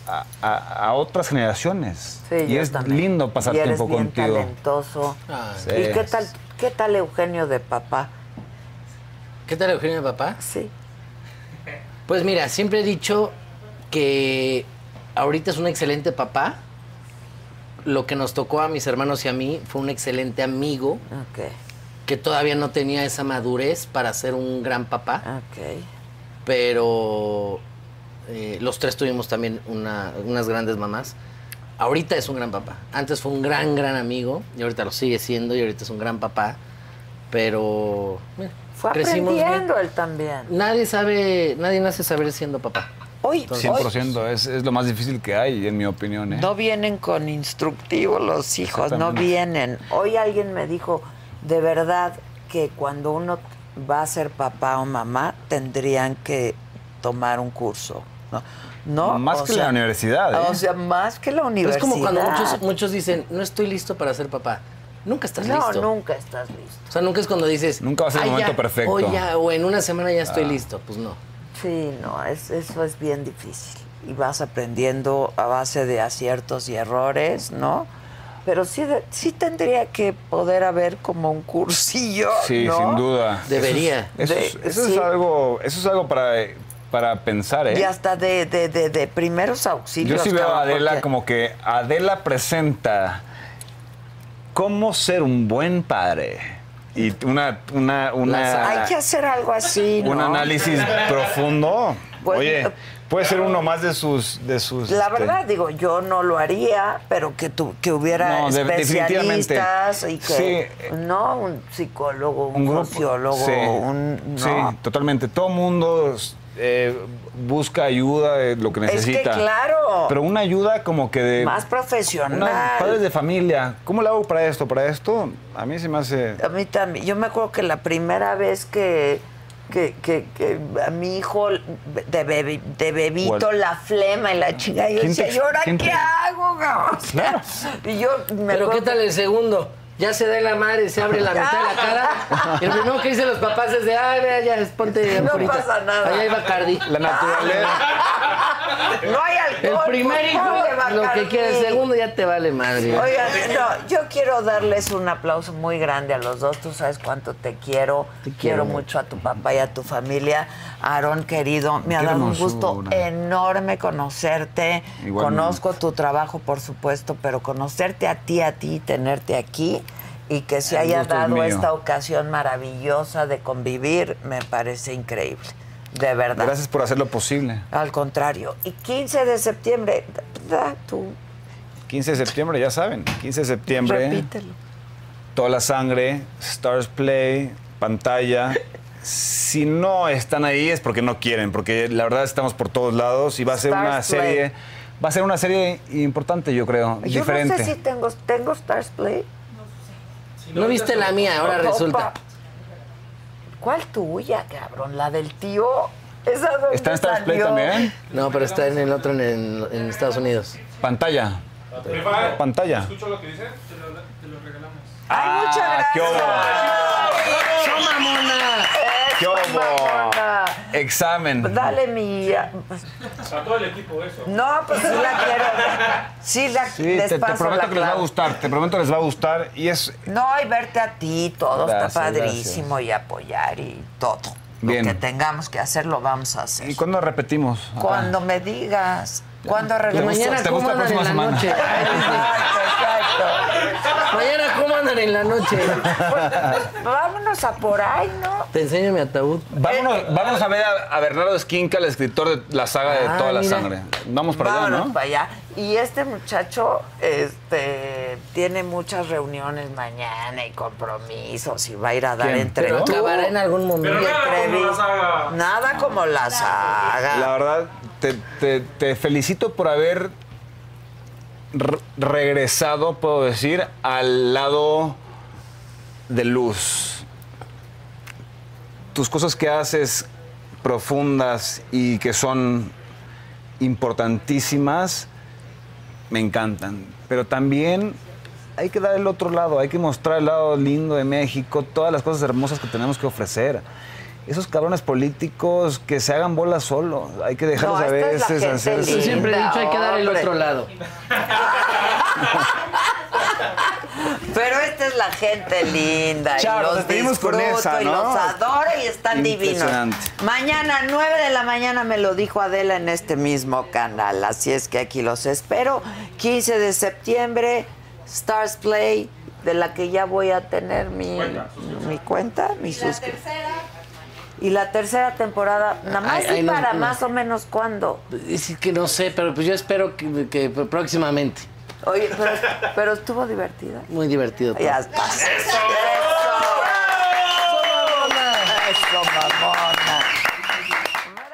a, a- a otras generaciones.
Sí,
y
yo
es
también.
lindo pasar
Y eres
tiempo
bien
contigo.
talentoso.
Ay.
Sí.
¿Y qué tal, qué tal Eugenio de papá?
¿Qué tal Eugenio de papá?
Sí.
Pues mira, siempre he dicho que ahorita es un excelente papá. Lo que nos tocó a mis hermanos y a mí fue un excelente amigo
Ok,
que todavía no tenía esa madurez para ser un gran papá,
ok.
pero eh, los tres tuvimos también una- unas grandes mamás. Ahorita es un gran papá. Antes fue un gran, gran amigo y ahorita lo sigue siendo y ahorita es un gran papá, pero bueno,
Fue
crecimos bien.
aprendiendo él también.
Nadie sabe, nadie nace saber siendo papá.
Hoy, hoy
100%, es, es lo más difícil que hay, en mi opinión. ¿eh?
no vienen con instructivo los hijos, no
Exactamente.
vienen. Hoy alguien me dijo, de verdad, que cuando uno va a ser papá o mamá, tendrían que tomar un curso. No, no
Más
o
que la universidad, ¿eh?
O sea, más que la
Pero
universidad.
es como cuando muchos, muchos dicen, no estoy listo para ser papá. Nunca estás
No,
listo.
nunca estás listo.
O sea, nunca es cuando dices.
Nunca va a ser el
"Ay,
momento
ya,
perfecto". Ah.
hoy ya, o en una semana ya estoy listo. Pues no.
Sí, no, es- eso es bien difícil. Y vas aprendiendo a base de aciertos y errores, ¿no? Pero sí, de- sí tendría que poder haber como un cursillo.
Sí,
¿no?
sin duda.
Debería.
Eso, es-
De-
eso es- eso
sí.
es algo, eso es algo para, para pensar, ¿eh?
Y hasta de, de, de, de primeros
Yo
auxilios.
sí veo a
cabrón,
Adela
porque-
como que Adela presenta cómo ser un buen padre. Y una, una, una,
Hay que hacer algo así, ¿no?
un análisis profundo.
Pues,
Oye, puede ser uno más de sus... De sus
La
este,
verdad, digo, yo no lo haría, pero que, tu, que hubiera
No, de- definitivamente.
especialistas y que...
Sí.
No, un psicólogo, un,
grupo-
sociólogo,
sí,
un...
sí,
no.
totalmente. Todo mundo eh, busca ayuda, eh, lo que
Es que
necesita.
claro.
Pero una ayuda como que de...
Más profesional.
una- padres de familia. ¿Cómo le hago para esto? Para esto, a mí se me hace...
A mí también. Yo me acuerdo que la primera vez que, que, que- que a mi hijo de, bebé, de bebito
¿Cuál?
la flema y la chingada, yo
¿Quién
decía,
te-
¿y ahora
quién te-
qué hago, cabrón? O sea, Y yo me
Pero ¿qué
acuerdo
tal el segundo? Ya se da en la madre, se abre la mitad de la cara. Y el primero que dicen los papás es de, ay, vea, ya, ponte.
No
ampurita".
pasa nada.
Allá iba Cardi.
La naturaleza.
que No hay
El
alcohol.
primer
por
hijo,
favor, de
lo que
Bacardí.
quiere, el segundo ya te vale madre.
Oigan, no, yo quiero darles un aplauso muy grande a los dos. Tú sabes cuánto te quiero. Te quiero mucho a tu papá y a tu familia. Aarón, querido, me ha
Qué
dado un
hermosura.
gusto enorme conocerte.
Igualmente.
Conozco tu trabajo, por supuesto, pero conocerte a ti, a ti, tenerte aquí y que se
El
haya
gusto es
dado
mío.
esta ocasión maravillosa de convivir, me parece increíble. De verdad.
Gracias por hacerlo posible.
Al contrario. Y 15 de septiembre, da tú,
15 de septiembre, ya saben. 15 de septiembre.
repítelo.
Toda la sangre, Stars Play, pantalla. Si no están ahí es porque no quieren, porque la verdad estamos por todos lados y va a ser
Stars
una
Play.
serie, va a ser una serie importante, yo creo,
Yo no
diferente.
sé si tengo, tengo Stars Play.
No viste la mía, ahora
Opa.
Ah, resulta.
¿Cuál tuya, cabrón? ¿La del tío? ¿Esa dónde
¿Está en Stars Play
salió?
también?
No, pero está en el otro en, en- en Estados Unidos.
Pantalla.
Prepa,
Pantalla.
¿Escucho lo que dice? Te lo, regalamos.
¡Ay, muchas
Ah,
gracias!
qué
¡No, mamona!
Eso,
¡Qué
mamona.
hubo! Examen.
Dale mi... ah,
A todo el equipo, eso.
No, pues sí la quiero. Sí la
Sí, te- te,
despacio
prometo
la
que les va a
clavo.
gustar, te prometo que les va a gustar y es
No, y verte a ti, todo
Gracias,
está padrísimo y apoyar y todo.
Bien.
Lo que tengamos que hacer lo vamos a hacer.
¿Y cuándo repetimos? Acá.
Cuando me digas, cuando
Y
gusta-
regresas.
mañana
te
cómo
gusta la
andan en la
próxima
noche.
semana?
Ay, dice,
Exacto, exacto.
Mañana cómo andan en la noche.
Vámonos vámonos a por ahí, ¿no?
Te enseño mi ataúd.
Vámonos, vámonos a ver a, a Bernardo Esquinca, el escritor de la saga
Ah,
de toda la
mira.
sangre. Vamos para
vámonos
allá, ¿no?
para allá. Y este muchacho este, tiene muchas reuniones mañana y compromisos y va a ir a dar
¿Quién?
entrevistas.
¿Pero tú?
Acabará en algún
Pero
momento.
Y
nada como la
entrevi-
saga.
Nada como la saga.
La verdad, te, te- te felicito por haber re- regresado, puedo decir, al lado de luz. Tus cosas que haces profundas y que son importantísimas, me encantan. Pero también hay que dar el otro lado, hay que mostrar el lado lindo de México, todas las cosas hermosas que tenemos que ofrecer. Esos cabrones políticos que se hagan bola solo, hay que dejarlos
No,
a
esta es la
veces
gente
hacer
Yo siempre he
Linda,
dicho hay que dar el
hombre.
otro lado.
Pero esta es la gente linda.
Chao,
y
nos
los
despedimos
disfruto
con esa,
y
¿no?
los adoro y están divinos.
Impresionante.
Mañana, 9 de la mañana, me lo dijo Adela en este mismo canal. Así es que aquí los espero. 15 de septiembre, Stars Play, de la que ya voy a tener mi
Cuenta,
mi cuenta, mi
La
suscripción.
tercera,
Y la tercera temporada, nada más
Ahí- ahí
y
nos-
para más o menos cuándo.
Es que no sé, pero pues yo espero que, que próximamente.
Oye, pero, pero estuvo divertida.
Muy divertido. todo.
Ya está. ¡Eso! ¡Eso, mamona! ¡Bravo!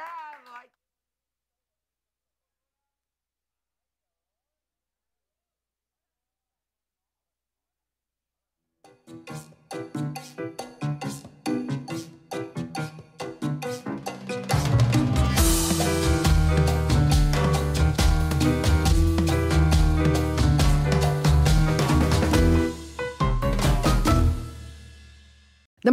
The